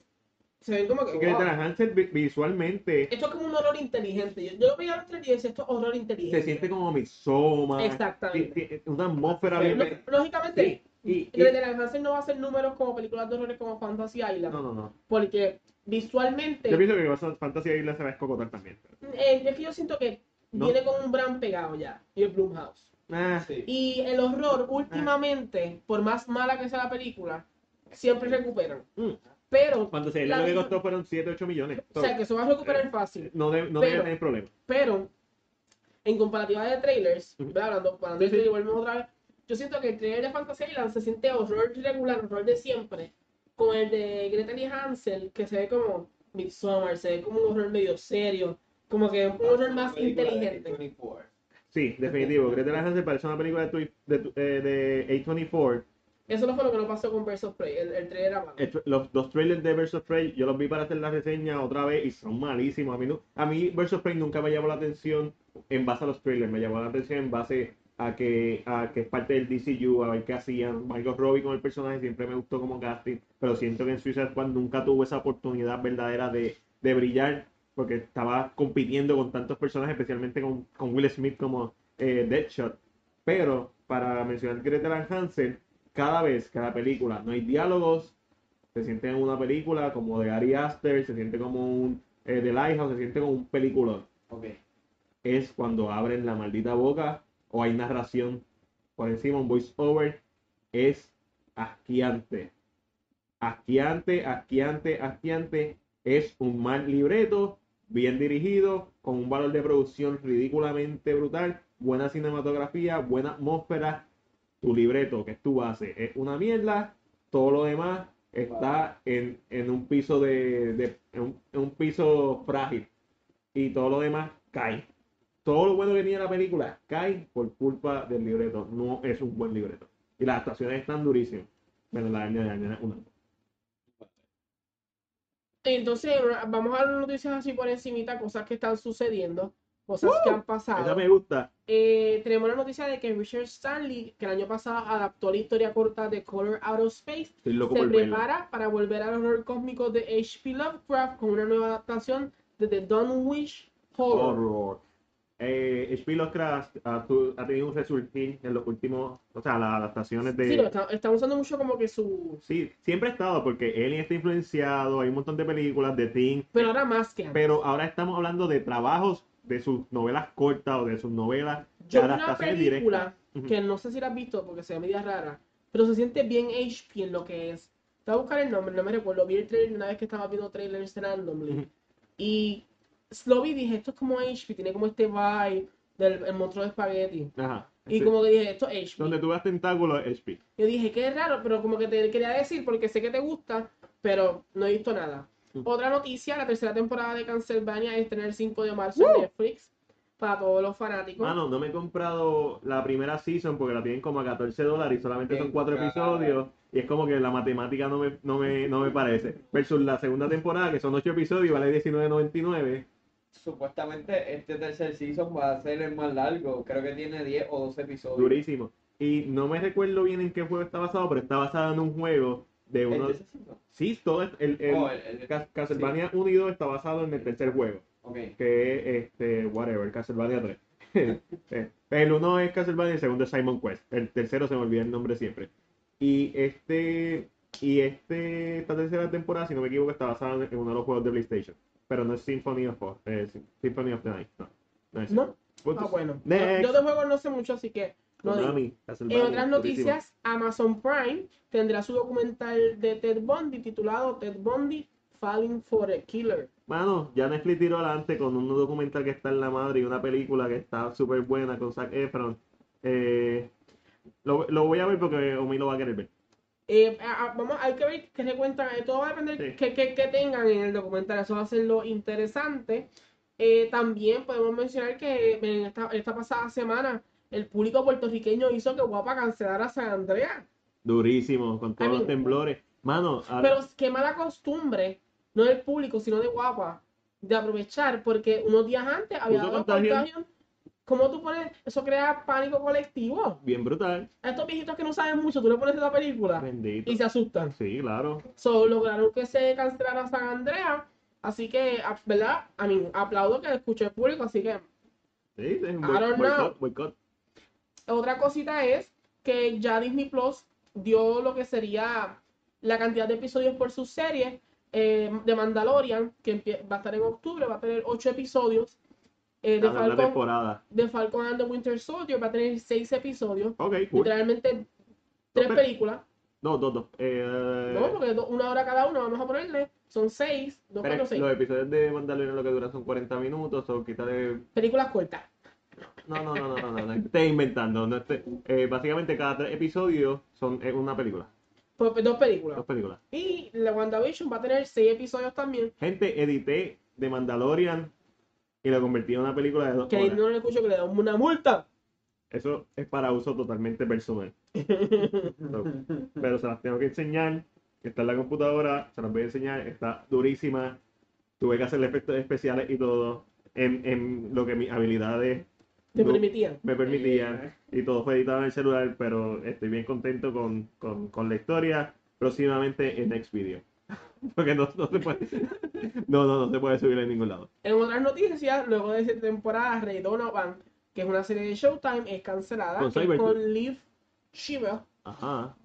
[SPEAKER 1] se ven como que.
[SPEAKER 2] Porque
[SPEAKER 1] wow.
[SPEAKER 2] Tara Hansel vi- visualmente
[SPEAKER 1] Esto es como un horror inteligente. Yo, yo lo veía a los tres y decía, esto es horror inteligente.
[SPEAKER 2] se siente como ah, Midsommar.
[SPEAKER 1] Exactamente.
[SPEAKER 2] Ti- ti- Una atmósfera
[SPEAKER 3] Sí,
[SPEAKER 2] bien.
[SPEAKER 3] lo-
[SPEAKER 1] Lógicamente,
[SPEAKER 2] Y, y-
[SPEAKER 1] Red Dead Hansen no va a hacer números como películas de horrores como Fantasy Island.
[SPEAKER 2] no, no, no.
[SPEAKER 1] Porque visualmente.
[SPEAKER 2] Yo pienso que vas a Fantasy Island se va a escocotar también.
[SPEAKER 1] eh, es que yo siento que
[SPEAKER 2] No.
[SPEAKER 1] viene con un brand pegado ya. Y el Blumhouse.
[SPEAKER 2] Ah,
[SPEAKER 3] Sí.
[SPEAKER 1] Y el horror, últimamente, por más mala que sea la película, siempre recuperan.
[SPEAKER 2] mm.
[SPEAKER 1] Pero,
[SPEAKER 2] Fantasy Island
[SPEAKER 1] La
[SPEAKER 2] lo que
[SPEAKER 1] misma-
[SPEAKER 2] costó fueron 7, 8 millones.
[SPEAKER 1] o sea, que eso va a
[SPEAKER 2] eh,
[SPEAKER 1] recuperar fácil.
[SPEAKER 2] No, debe- no
[SPEAKER 1] Pero-
[SPEAKER 2] debe tener problema.
[SPEAKER 1] Pero, en comparativa de trailers,
[SPEAKER 2] Ujú.
[SPEAKER 1] ¿verdad? hablando, hablando de
[SPEAKER 2] Sí, sí.
[SPEAKER 1] trailer, volvemos otra vez. Yo siento que el trailer de Fantasy Island se siente horror regular, horror de siempre. Con el de Gretel y Hansel, que se ve como Midsommar, se ve como un horror medio serio, como que un horror más
[SPEAKER 3] Película de
[SPEAKER 1] inteligente.
[SPEAKER 3] 24.
[SPEAKER 2] Sí, definitivo. Gretel Hansel parece una película de, tu- de, tu- eh, de A24.
[SPEAKER 1] Eso no fue lo que no pasó con Versus Play, el, el trailer era malo.
[SPEAKER 2] El tra- los, los trailers de Versus Prey, yo los vi para hacer la reseña otra vez y son malísimos. A mí, nu- a mí Versus Prey nunca me llamó la atención en base a los trailers, me llamó la atención en base a que, a que es parte del DCU, a ver qué hacían. Margot Robbie con el personaje siempre me gustó como casting, pero siento que en Suicide Squad nunca tuvo esa oportunidad verdadera de, de brillar porque estaba compitiendo con tantos personajes, especialmente con, con Will Smith como eh, Deadshot. Pero para mencionar Gretel and Hansel, cada vez, cada película, no hay diálogos, se siente en una película como de Ari Aster, se siente como un eh, de Lighthouse, se siente como un peliculón.
[SPEAKER 3] Ok.
[SPEAKER 2] Es cuando abren la maldita boca o hay narración por encima, un voiceover, es asqueante. Asqueante, asqueante, asqueante. Es un mal libreto, bien dirigido, con un valor de producción ridículamente brutal, buena cinematografía, buena atmósfera. Tu libreto, que es tu base, es una mierda. Todo lo demás está en, en un piso de, de- en un- en un piso frágil. Y todo lo demás cae. Todo lo bueno que tiene la película cae por culpa del libreto. No es un buen libreto. Y las actuaciones están durísimas. Pero la de Daniel es una.
[SPEAKER 1] Entonces, una- vamos a las noticias así por encimita, cosas que están sucediendo, cosas que han
[SPEAKER 2] Esa
[SPEAKER 1] pasado.
[SPEAKER 2] me gusta.
[SPEAKER 1] Eh, tenemos la noticia de que Richard Stanley, que el año pasado adaptó la historia corta de Color Out of Space,
[SPEAKER 2] Estoy loco
[SPEAKER 1] se
[SPEAKER 2] por verla.
[SPEAKER 1] prepara para volver al horror cósmico de H.P. Lovecraft con una nueva adaptación de The Dunwich Horror.
[SPEAKER 2] horror. Eh, H.P. Lovecraft ha, tu- ha tenido un resurgir en los últimos, o sea, las adaptaciones de...
[SPEAKER 1] Sí, lo está, están usando mucho como que su...
[SPEAKER 2] Sí, siempre ha estado, porque Alien está influenciado, hay un montón de películas, de Thing,
[SPEAKER 1] Pero ahora más que antes.
[SPEAKER 2] pero ahora estamos hablando de trabajos de sus novelas cortas o de sus novelas de
[SPEAKER 1] Yo vi una
[SPEAKER 2] adaptaciones directas.
[SPEAKER 1] película
[SPEAKER 2] Ujú.
[SPEAKER 1] que no sé si la has visto porque se ve media rara, pero se siente bien HP en lo que es. Te voy a buscar el nombre, no me recuerdo. Vi el trailer una vez que estaba viendo trailers randomly.
[SPEAKER 2] Ujú.
[SPEAKER 1] Y lo vi y dije, esto es como HP, tiene como este vibe del el monstruo de espagueti.
[SPEAKER 2] Ajá.
[SPEAKER 1] Y
[SPEAKER 2] Sí.
[SPEAKER 1] como que dije, esto es HP.
[SPEAKER 2] Donde tú ves tentáculos, H.P.
[SPEAKER 1] Yo dije, qué raro, pero como que te quería decir porque sé que te gusta, pero no he visto nada.
[SPEAKER 2] Mm.
[SPEAKER 1] Otra noticia, la tercera temporada de Cancelvania es tener el 5 de marzo en Netflix para todos los fanáticos.
[SPEAKER 2] Mano, no me he comprado la primera season porque la tienen como a 14 dólares y solamente son
[SPEAKER 3] Bien
[SPEAKER 2] cuatro
[SPEAKER 3] cara.
[SPEAKER 2] episodios. Y es como que la matemática no me, no me, no me parece. Versus la segunda temporada, que son 8 episodios y vale 19.99.
[SPEAKER 3] Supuestamente este tercer season va a ser el más largo. Creo que tiene 10 o 12 episodios.
[SPEAKER 2] Durísimo. Y no me recuerdo bien en qué juego está basado, pero está basado en un juego de
[SPEAKER 3] ¿El
[SPEAKER 2] uno.
[SPEAKER 3] tercer season?
[SPEAKER 2] Sí, todo es- el, el,
[SPEAKER 3] Oh, el- el-
[SPEAKER 2] Cas- Castlevania 1 y 2 está basado en el tercer juego. (laughs)
[SPEAKER 3] ok.
[SPEAKER 2] que es este, whatever, Castlevania 3. (laughs) Eh, el uno es Castlevania, el segundo es Simon Quest. El tercero se me olvida el nombre siempre. Y este, y este, esta tercera temporada, si no me equivoco, está basada en uno de los juegos de PlayStation. Pero no es Symphony of, eh, Symphony of the Night, no. No, es
[SPEAKER 1] ¿No?
[SPEAKER 2] Punto.
[SPEAKER 1] Ah, bueno. Yo,
[SPEAKER 2] Next.
[SPEAKER 1] yo de juego no sé mucho, así que no digo.
[SPEAKER 2] Konami,
[SPEAKER 1] En
[SPEAKER 2] Castlevania,
[SPEAKER 1] otras
[SPEAKER 2] Pues, durísimo.
[SPEAKER 1] noticias, Amazon Prime tendrá su documental de Ted Bundy titulado Ted Bundy Falling for a Killer.
[SPEAKER 2] Mano, ya Netflix tiró adelante con un documental que está en la madre y una película que está súper buena con Zac Efron. Eh, lo, lo voy a ver porque Omi lo va a querer ver.
[SPEAKER 1] Eh, a- a- vamos, hay que ver qué se cuentan. eh, Todo va a depender
[SPEAKER 2] Sí.
[SPEAKER 1] qué, qué- qué tengan en el documental. Eso va a ser lo interesante. Eh, también podemos mencionar que en esta, esta pasada semana el público puertorriqueño hizo que Guapa cancelara a San Andrea.
[SPEAKER 2] Durísimo, con todos
[SPEAKER 1] A mí-
[SPEAKER 2] los temblores. Mano, a-
[SPEAKER 1] Pero qué mala costumbre, no del público, sino de Guapa, de aprovechar, porque unos días antes había
[SPEAKER 2] Puso
[SPEAKER 1] dado
[SPEAKER 2] contagio.
[SPEAKER 1] contagio ¿Cómo tú pones? Eso crea pánico colectivo.
[SPEAKER 2] Bien brutal.
[SPEAKER 1] A estos viejitos que no saben mucho, tú le pones esa película
[SPEAKER 2] Bendito.
[SPEAKER 1] y se asustan.
[SPEAKER 2] Sí, claro.
[SPEAKER 1] So, lograron que se cancelara San Andrea. Así que, a- ¿verdad? A mí, aplaudo que escuché el público. Así que,
[SPEAKER 2] Sí, es un
[SPEAKER 1] I
[SPEAKER 2] boy-
[SPEAKER 1] don't
[SPEAKER 2] boicot, boicot.
[SPEAKER 1] otra cosita es que ya Disney Plus dio lo que sería la cantidad de episodios por sus series eh, de Mandalorian, que empie- va a estar en octubre, va a tener ocho episodios. eh, de,
[SPEAKER 2] La segunda
[SPEAKER 1] Falcon,
[SPEAKER 2] temporada.
[SPEAKER 1] de Falcon and the Winter Soldier va a tener seis episodios.
[SPEAKER 2] Ok, cool.
[SPEAKER 1] Literalmente tres
[SPEAKER 2] pero-
[SPEAKER 1] películas.
[SPEAKER 2] No, dos, dos. Eh,
[SPEAKER 1] No, porque do- una hora cada una, vamos a ponerle. Son seis, dos,
[SPEAKER 2] pero
[SPEAKER 1] cuatro, seis.
[SPEAKER 2] los episodios de Mandalorian lo que duran son 40 minutos o quítale...
[SPEAKER 1] Películas cortas.
[SPEAKER 2] No, no, no, no, no, no, no estés inventando. No estés- eh, básicamente cada tres episodios son es una película.
[SPEAKER 1] Pues, pues, dos películas.
[SPEAKER 2] Dos películas.
[SPEAKER 1] Y la WandaVision va a tener seis episodios también.
[SPEAKER 2] Gente, edité de Mandalorian y lo convertí en una película de dos
[SPEAKER 1] Que ahí
[SPEAKER 2] horas.
[SPEAKER 1] no le escucho que le dan una multa.
[SPEAKER 2] Eso es para uso totalmente personal. So, pero se las tengo que enseñar. Está en la computadora, se las voy a enseñar. Está durísima. Tuve que hacerle efectos especiales y todo en, en lo que mis habilidades
[SPEAKER 1] Te
[SPEAKER 2] No.
[SPEAKER 1] permitían.
[SPEAKER 2] me permitían. Y todo fue editado en el celular, pero estoy bien contento con, con, con la historia. Próximamente en Next Video. (laughs) Porque no, no se puede. (laughs) No, no, no se puede subir en ningún lado.
[SPEAKER 1] En otras noticias, luego de esa temporada, Ray Donovan, que es una serie de Showtime, es cancelada
[SPEAKER 2] Con
[SPEAKER 1] que es
[SPEAKER 2] Cybertruck.
[SPEAKER 1] con Liv Schreiber.
[SPEAKER 2] Ajá.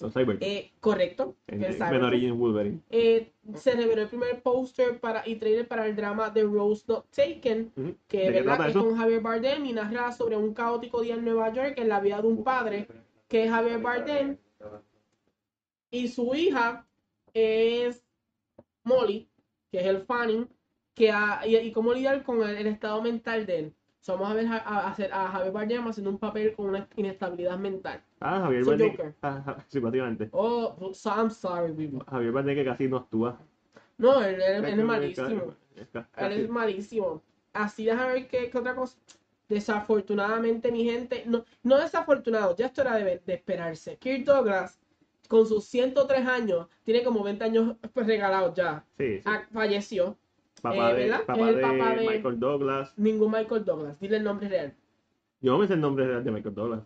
[SPEAKER 2] Los Cybertruck.
[SPEAKER 1] Eh, correcto.
[SPEAKER 2] en
[SPEAKER 1] que es
[SPEAKER 2] X-Men
[SPEAKER 1] Cybertruck.
[SPEAKER 2] Origins Wolverine.
[SPEAKER 1] Eh, se reveló el primer póster para y trailer para el drama The Rose Not Taken,
[SPEAKER 2] Ujú. ¿De
[SPEAKER 1] que
[SPEAKER 2] qué
[SPEAKER 1] ¿verdad?
[SPEAKER 2] trata
[SPEAKER 1] es
[SPEAKER 2] eso?
[SPEAKER 1] con Javier Bardem y narra sobre un caótico día en Nueva York en la vida de un padre que es Javier Bardem y su hija es Molly, que es el Fanning, que ha- y, y cómo lidiar con el, el estado mental de él. So, vamos a ver a, a- hacer a Javier Bardem haciendo un papel con una inestabilidad mental.
[SPEAKER 2] Ah, Javier
[SPEAKER 1] Soy
[SPEAKER 2] Bardem.
[SPEAKER 1] Joker.
[SPEAKER 2] Ah, ja- sí, prácticamente.
[SPEAKER 1] Oh, so I'm sorry, people.
[SPEAKER 2] Javier Bardem que casi no actúa.
[SPEAKER 1] No, él- él- él
[SPEAKER 2] Casi-
[SPEAKER 1] es malísimo.
[SPEAKER 2] ca-
[SPEAKER 1] Él
[SPEAKER 2] casi.
[SPEAKER 1] es malísimo. Así déjame ver qué, qué otra cosa. Desafortunadamente, mi gente, no, no desafortunado, ya esto era de, de esperarse. Kirk Douglas, con sus 103 años, tiene como 20 años pues, regalados ya.
[SPEAKER 2] Sí, sí.
[SPEAKER 1] Ah, falleció.
[SPEAKER 2] Papá,
[SPEAKER 1] eh,
[SPEAKER 2] de,
[SPEAKER 1] ¿verdad?
[SPEAKER 2] papá
[SPEAKER 1] Es el
[SPEAKER 2] de
[SPEAKER 1] papá de-
[SPEAKER 2] Michael Douglas.
[SPEAKER 1] Ningún Michael Douglas, dile el nombre real.
[SPEAKER 2] Yo no me sé el nombre real de Michael Douglas.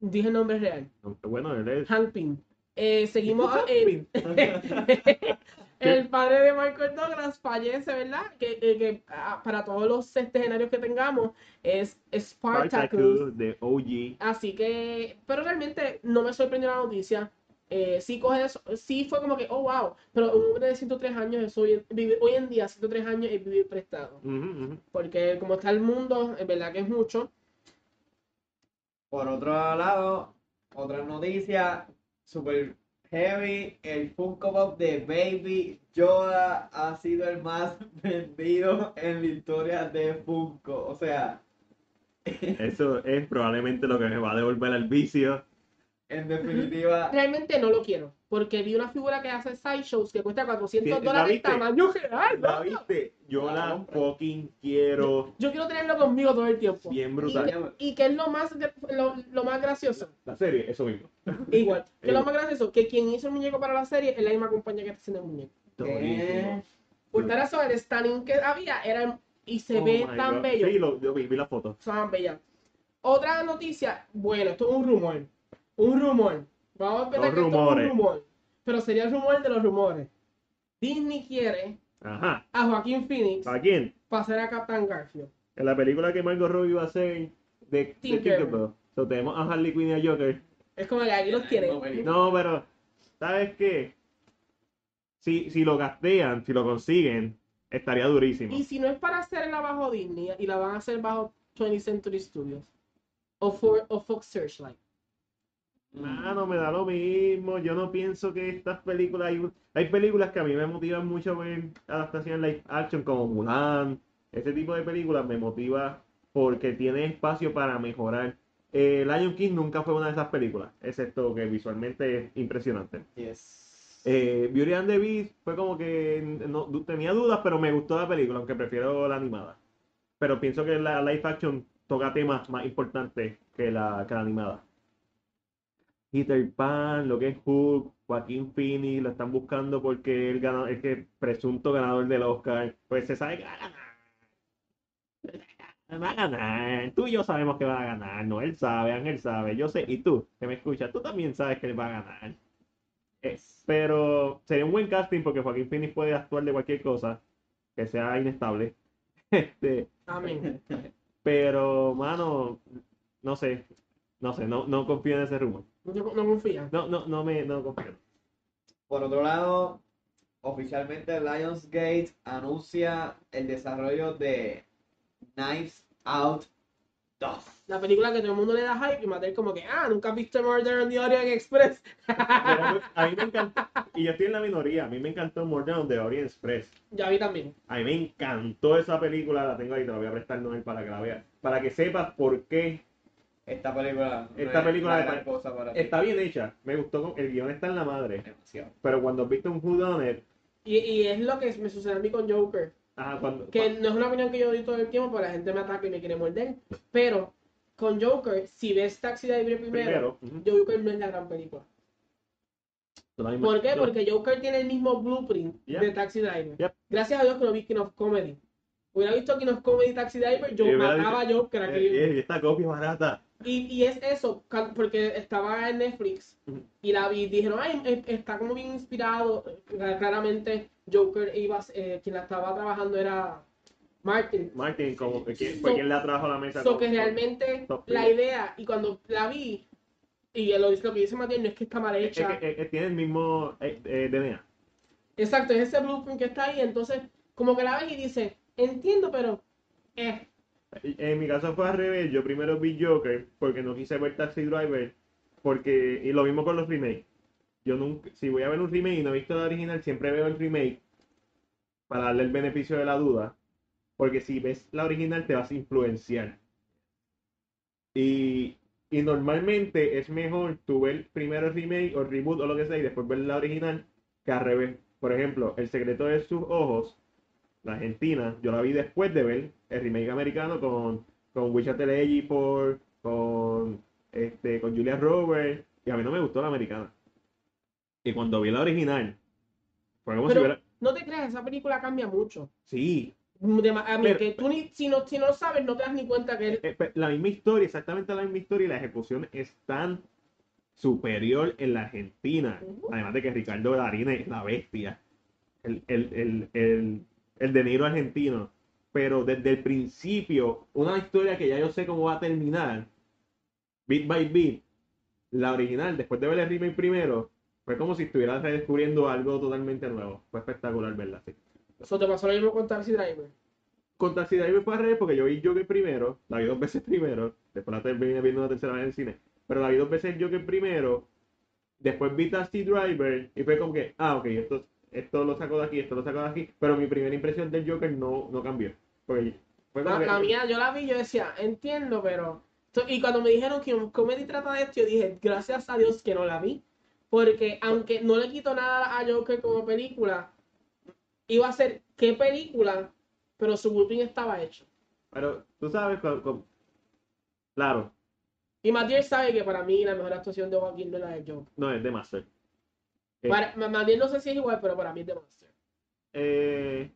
[SPEAKER 1] Dije el nombre real.
[SPEAKER 2] No, Bueno, él es.
[SPEAKER 1] Hank Pym. Eh, seguimos. a- eh, (laughs) el padre de Michael Douglas fallece, ¿verdad? Que, que- que, ah, para todos los escenarios que tengamos es Spartacus.
[SPEAKER 2] Spartacus de OG.
[SPEAKER 1] Así que, pero realmente no me sorprendió la noticia. Eh, sí, coge eso- sí fue como que, oh, wow, pero un hombre de 103 años, eso hoy, en- vive- hoy en día 103 años es vivir prestado.
[SPEAKER 2] Ujú, ujú.
[SPEAKER 1] Porque como está el mundo, es verdad que es mucho.
[SPEAKER 3] Por otro lado, otra noticia super heavy, el Funko Pop de Baby Yoda ha sido el más (laughs) vendido en la historia de Funko. O sea,
[SPEAKER 2] Eso es probablemente lo que me va a devolver al vicio.
[SPEAKER 1] (laughs)
[SPEAKER 3] en definitiva,
[SPEAKER 1] Realmente no lo quiero, porque vi una figura que hace sideshows que cuesta 400
[SPEAKER 2] Sí, ¿la
[SPEAKER 1] dólares
[SPEAKER 2] viste?
[SPEAKER 1] tamaño real.
[SPEAKER 2] ¿La
[SPEAKER 1] ¿no?
[SPEAKER 2] viste? Yo
[SPEAKER 3] La
[SPEAKER 2] la
[SPEAKER 3] compra.
[SPEAKER 2] fucking quiero.
[SPEAKER 1] Yo quiero tenerlo conmigo todo el tiempo.
[SPEAKER 2] Bien brutal.
[SPEAKER 1] ¿Y qué es lo más, de- lo, lo más gracioso?
[SPEAKER 2] La serie, eso mismo. (laughs)
[SPEAKER 1] Igual. ¿Qué es lo
[SPEAKER 2] Igual.
[SPEAKER 1] más gracioso? Que quien hizo el muñeco para la serie es la misma compañía que está haciendo el muñeco.
[SPEAKER 2] Durísimo.
[SPEAKER 1] Por tal razón, el standing que había era y se
[SPEAKER 2] Oh
[SPEAKER 1] ve
[SPEAKER 2] my
[SPEAKER 1] tan
[SPEAKER 2] God.
[SPEAKER 1] bello.
[SPEAKER 2] Sí, lo, yo vi, vi la foto.
[SPEAKER 1] Tan bella. Otra noticia, bueno, esto es un rumor. Un rumor. Vamos a empezar
[SPEAKER 2] Los
[SPEAKER 1] que esto es
[SPEAKER 2] rumores.
[SPEAKER 1] un rumor. Pero sería el rumor de los rumores. Disney quiere
[SPEAKER 2] Ajá.
[SPEAKER 1] a Joaquín Phoenix
[SPEAKER 2] ¿A quién?
[SPEAKER 1] pasar a Captain Garfield.
[SPEAKER 2] En la película que Margot Robbie va a hacer de de
[SPEAKER 1] Tinker.
[SPEAKER 2] Tinkerbell. So, tenemos a Harley Quinn y a Joker.
[SPEAKER 1] Es como que aquí los tienen.
[SPEAKER 2] No, pero, ¿sabes qué? Si, si lo gastean, si lo consiguen, estaría durísimo.
[SPEAKER 1] Y si no es para hacerla bajo Disney y la van a hacer bajo 20th Century Studios o, for- o Fox Searchlight.
[SPEAKER 2] Mano, me da lo mismo. Yo no pienso que estas películas. Hay, hay películas que a mí me motivan mucho ver adaptación live action, como Mulan. Ese tipo de películas me motiva porque tiene espacio para mejorar. Eh, Lion King nunca fue una de esas películas, excepto que visualmente es impresionante.
[SPEAKER 3] Yes.
[SPEAKER 2] Eh, Beauty and the Beast fue como que no, du- tenía dudas, pero me gustó la película, aunque prefiero la animada. Pero pienso que la live action toca temas más importantes que la, que la animada. Peter Pan, lo que es Hook, Joaquín Phoenix, lo están buscando porque el ganador, es que presunto ganador del Oscar, pues se sabe que va a ganar. Va a ganar. Tú y yo sabemos que va a ganar. No, él sabe, Ángel sabe. Yo sé. Y tú, que me escuchas, tú también sabes que él va a ganar. Eh, pero sería un buen casting porque Joaquín Phoenix puede actuar de cualquier cosa que sea inestable. (laughs) Este, (laughs)
[SPEAKER 1] Amén.
[SPEAKER 2] pero, mano, no sé. No sé, no, no confío en ese rumor.
[SPEAKER 1] No, no confía.
[SPEAKER 2] No, no, no me no confío.
[SPEAKER 3] Por otro lado, oficialmente Lionsgate anuncia el desarrollo de Knives Out 2.
[SPEAKER 1] La película que todo el mundo le da hype y Mattel como que, ah, nunca has visto Murder on the Orient Express. (laughs)
[SPEAKER 2] Pero a mí me encantó, y yo estoy en la minoría, a mí me encantó Murder on the Orient Express.
[SPEAKER 1] Ya vi también.
[SPEAKER 2] A mí me encantó esa película, la tengo ahí, te la voy a prestar Noel para que la veas. Para que sepas por qué
[SPEAKER 3] Esta película. no
[SPEAKER 2] Esta
[SPEAKER 3] es
[SPEAKER 2] película
[SPEAKER 3] una
[SPEAKER 2] de-
[SPEAKER 3] gran cosa para ti.
[SPEAKER 2] está bien hecha. Me gustó, con- el guión está en la madre.
[SPEAKER 3] Demasiado.
[SPEAKER 2] Pero cuando viste un whodunit,
[SPEAKER 1] Y, y es lo que me sucede a mí con Joker.
[SPEAKER 2] ajá, cuando...
[SPEAKER 1] Que no es una opinión que yo doy todo el tiempo, porque la gente me ataca y me quiere morder. Pero con Joker, si ves Taxi Driver primero,
[SPEAKER 2] primero, ujú,
[SPEAKER 1] Joker no es la gran película.
[SPEAKER 2] tú la misma-
[SPEAKER 1] ¿Por qué?
[SPEAKER 2] no,
[SPEAKER 1] Porque Joker tiene el mismo blueprint
[SPEAKER 2] Yeah.
[SPEAKER 1] de Taxi Driver.
[SPEAKER 2] Yep.
[SPEAKER 1] Gracias a Dios que no vi King of Comedy. Hubiera visto King of Comedy Taxi Driver, yo
[SPEAKER 2] Y hubiera
[SPEAKER 1] mataba a Joker aquí.
[SPEAKER 2] eh, eh, esta copia es barata.
[SPEAKER 1] Y, y es eso, cal- porque estaba en Netflix
[SPEAKER 2] Ujú.
[SPEAKER 1] y la vi y dijeron, ay, es- está como bien inspirado. Clar- Claramente Joker iba, a- eh, quien la estaba trabajando era Martin.
[SPEAKER 2] Martin, como, que quien-
[SPEAKER 1] So-
[SPEAKER 2] fue quien la trajo a la mesa.
[SPEAKER 1] So
[SPEAKER 2] con-
[SPEAKER 1] que
[SPEAKER 2] con-
[SPEAKER 1] realmente
[SPEAKER 2] Top
[SPEAKER 1] la
[SPEAKER 2] Gun.
[SPEAKER 1] idea, y cuando la vi, y lo, lo que dice Matías no es que está mal
[SPEAKER 2] Eh,
[SPEAKER 1] hecha.
[SPEAKER 2] eh, eh, eh, tiene el mismo eh, eh, DNA.
[SPEAKER 1] Exacto, es ese blueprint que está ahí. Entonces, como que la ven y dice, entiendo, pero eh,
[SPEAKER 2] En mi caso fue al revés, yo primero vi Joker porque no quise ver Taxi Driver, porque, y lo mismo con los remakes. Yo nunca, si voy a ver un remake y no he visto la original, siempre veo el remake para darle el beneficio de la duda, porque si ves la original te vas a influenciar. Y, y normalmente es mejor tú ver primero el remake o el reboot o lo que sea y después ver la original que al revés. Por ejemplo, El secreto de sus ojos la Argentina, yo la vi después de ver el remake americano con, con Wisha por con, este, con Julia Roberts, y a mí no me gustó la americana. Y cuando vi la original, fue como
[SPEAKER 1] Pero-
[SPEAKER 2] si hubiera...
[SPEAKER 1] no te creas, esa película cambia mucho.
[SPEAKER 2] Sí,
[SPEAKER 1] De ma- a mí,
[SPEAKER 2] Pero-
[SPEAKER 1] que tú ni, si, no, si no sabes, no te das ni cuenta que él...
[SPEAKER 2] eh, pe- la misma historia, exactamente la misma historia, y la ejecución es tan superior en la Argentina.
[SPEAKER 1] Ujú.
[SPEAKER 2] Además de que Ricardo Darín es la bestia, el, el, el, el, el De Niro argentino. Pero desde el principio, una historia que ya yo sé cómo va a terminar, bit by bit, la original, después de ver el remake primero, fue como si estuvieras redescubriendo algo totalmente nuevo. Fue espectacular verla así.
[SPEAKER 1] Eso te pasó lo mismo con Taxi Driver.
[SPEAKER 2] Con Taxi Driver fue al revés porque yo vi Joker primero, la vi dos veces primero, después la terminé viendo una tercera vez en el cine, pero la vi dos veces Joker primero, después vi Taxi Driver y fue como que, ah, ok, esto, esto lo saco de aquí, esto lo saco de aquí, pero mi primera impresión del Joker no, no cambió. Porque fue como
[SPEAKER 1] La,
[SPEAKER 2] que-
[SPEAKER 1] la mía, yo la vi, yo decía, entiendo, pero... Entonces, Y cuando me dijeron que un comedy trata de esto, yo dije, gracias a Dios que no la vi. Porque aunque no le quito nada a Joker como película, iba a ser qué película, pero su blueprint estaba hecho.
[SPEAKER 2] Pero tú sabes, con- con- claro,
[SPEAKER 1] Y Matiel sabe que para mí la mejor actuación de Joaquín no es la de Joker.
[SPEAKER 2] no es de Master. Eh,
[SPEAKER 1] Para- Ma- Matiel no sé si es igual, pero para mí es de Monster.
[SPEAKER 2] eh,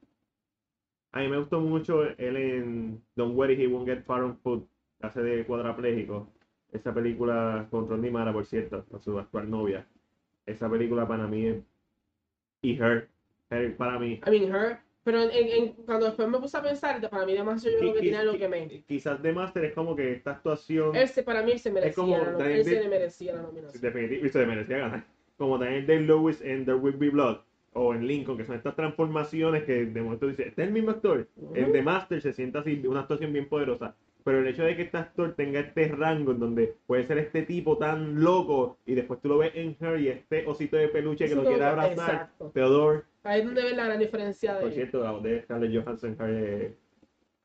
[SPEAKER 2] a mí me gustó mucho él en Don't Worry, He Won't Get Far on Foot, que hace de cuadrapléjico. Esa película con Ronnie Mara, por cierto, con su actual novia. Esa película para mí es... Y Her. Her para mí.
[SPEAKER 1] I mean, her. Pero en, en- en- cuando después me puse a pensar, para mí demasiado yo creo que tiene lo que me.
[SPEAKER 2] Quizás The Master es como que esta actuación...
[SPEAKER 1] Él se, para mí él se merecía,
[SPEAKER 2] como
[SPEAKER 1] la, nom-
[SPEAKER 2] Daniel
[SPEAKER 1] él se
[SPEAKER 2] Day-
[SPEAKER 1] le merecía la nominación.
[SPEAKER 2] Definitivo, y se merecía ganar. Como también Dave Lewis en There Will Be Blood o en Lincoln, que son estas transformaciones que de momento dice, este es el mismo actor. En The Master se siente así, una actuación bien poderosa. Pero el hecho de que este actor tenga este rango en donde puede ser este tipo tan loco y después tú lo ves en Her y este osito de peluche que
[SPEAKER 1] Eso
[SPEAKER 2] lo
[SPEAKER 1] es
[SPEAKER 2] quiere
[SPEAKER 1] como-
[SPEAKER 2] abrazar.
[SPEAKER 1] Exacto.
[SPEAKER 2] Theodore,
[SPEAKER 1] Ahí es donde ves la gran diferencia
[SPEAKER 2] por
[SPEAKER 1] de
[SPEAKER 2] cierto, la voz de Scarlett Johansson Her eh,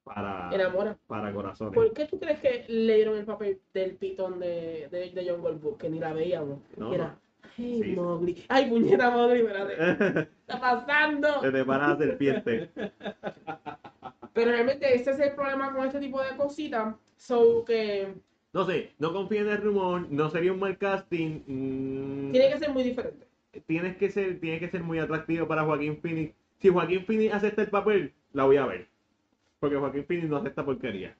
[SPEAKER 2] para,
[SPEAKER 1] enamora.
[SPEAKER 2] para corazones.
[SPEAKER 1] ¿Por qué tú crees que le dieron el papel del pitón de, de, de John Goldbook? Que ni la veíamos.
[SPEAKER 2] No,
[SPEAKER 1] Y Era, ay,
[SPEAKER 2] Sí.
[SPEAKER 1] Mowgli. Ay, puñeta Mowgli, espérate.
[SPEAKER 2] (laughs) no.
[SPEAKER 1] Está pasando.
[SPEAKER 2] Se te para la serpiente.
[SPEAKER 1] Pero realmente ese es el problema con este tipo de cositas. So que
[SPEAKER 2] No sé, no confíen en el rumor, no sería un mal casting. mm,
[SPEAKER 1] tiene que ser muy diferente.
[SPEAKER 2] tienes que ser, tiene que ser muy atractivo para Joaquín Phoenix. Si Joaquín Phoenix acepta el papel, la voy a ver. Porque Joaquín Phoenix no acepta porquería.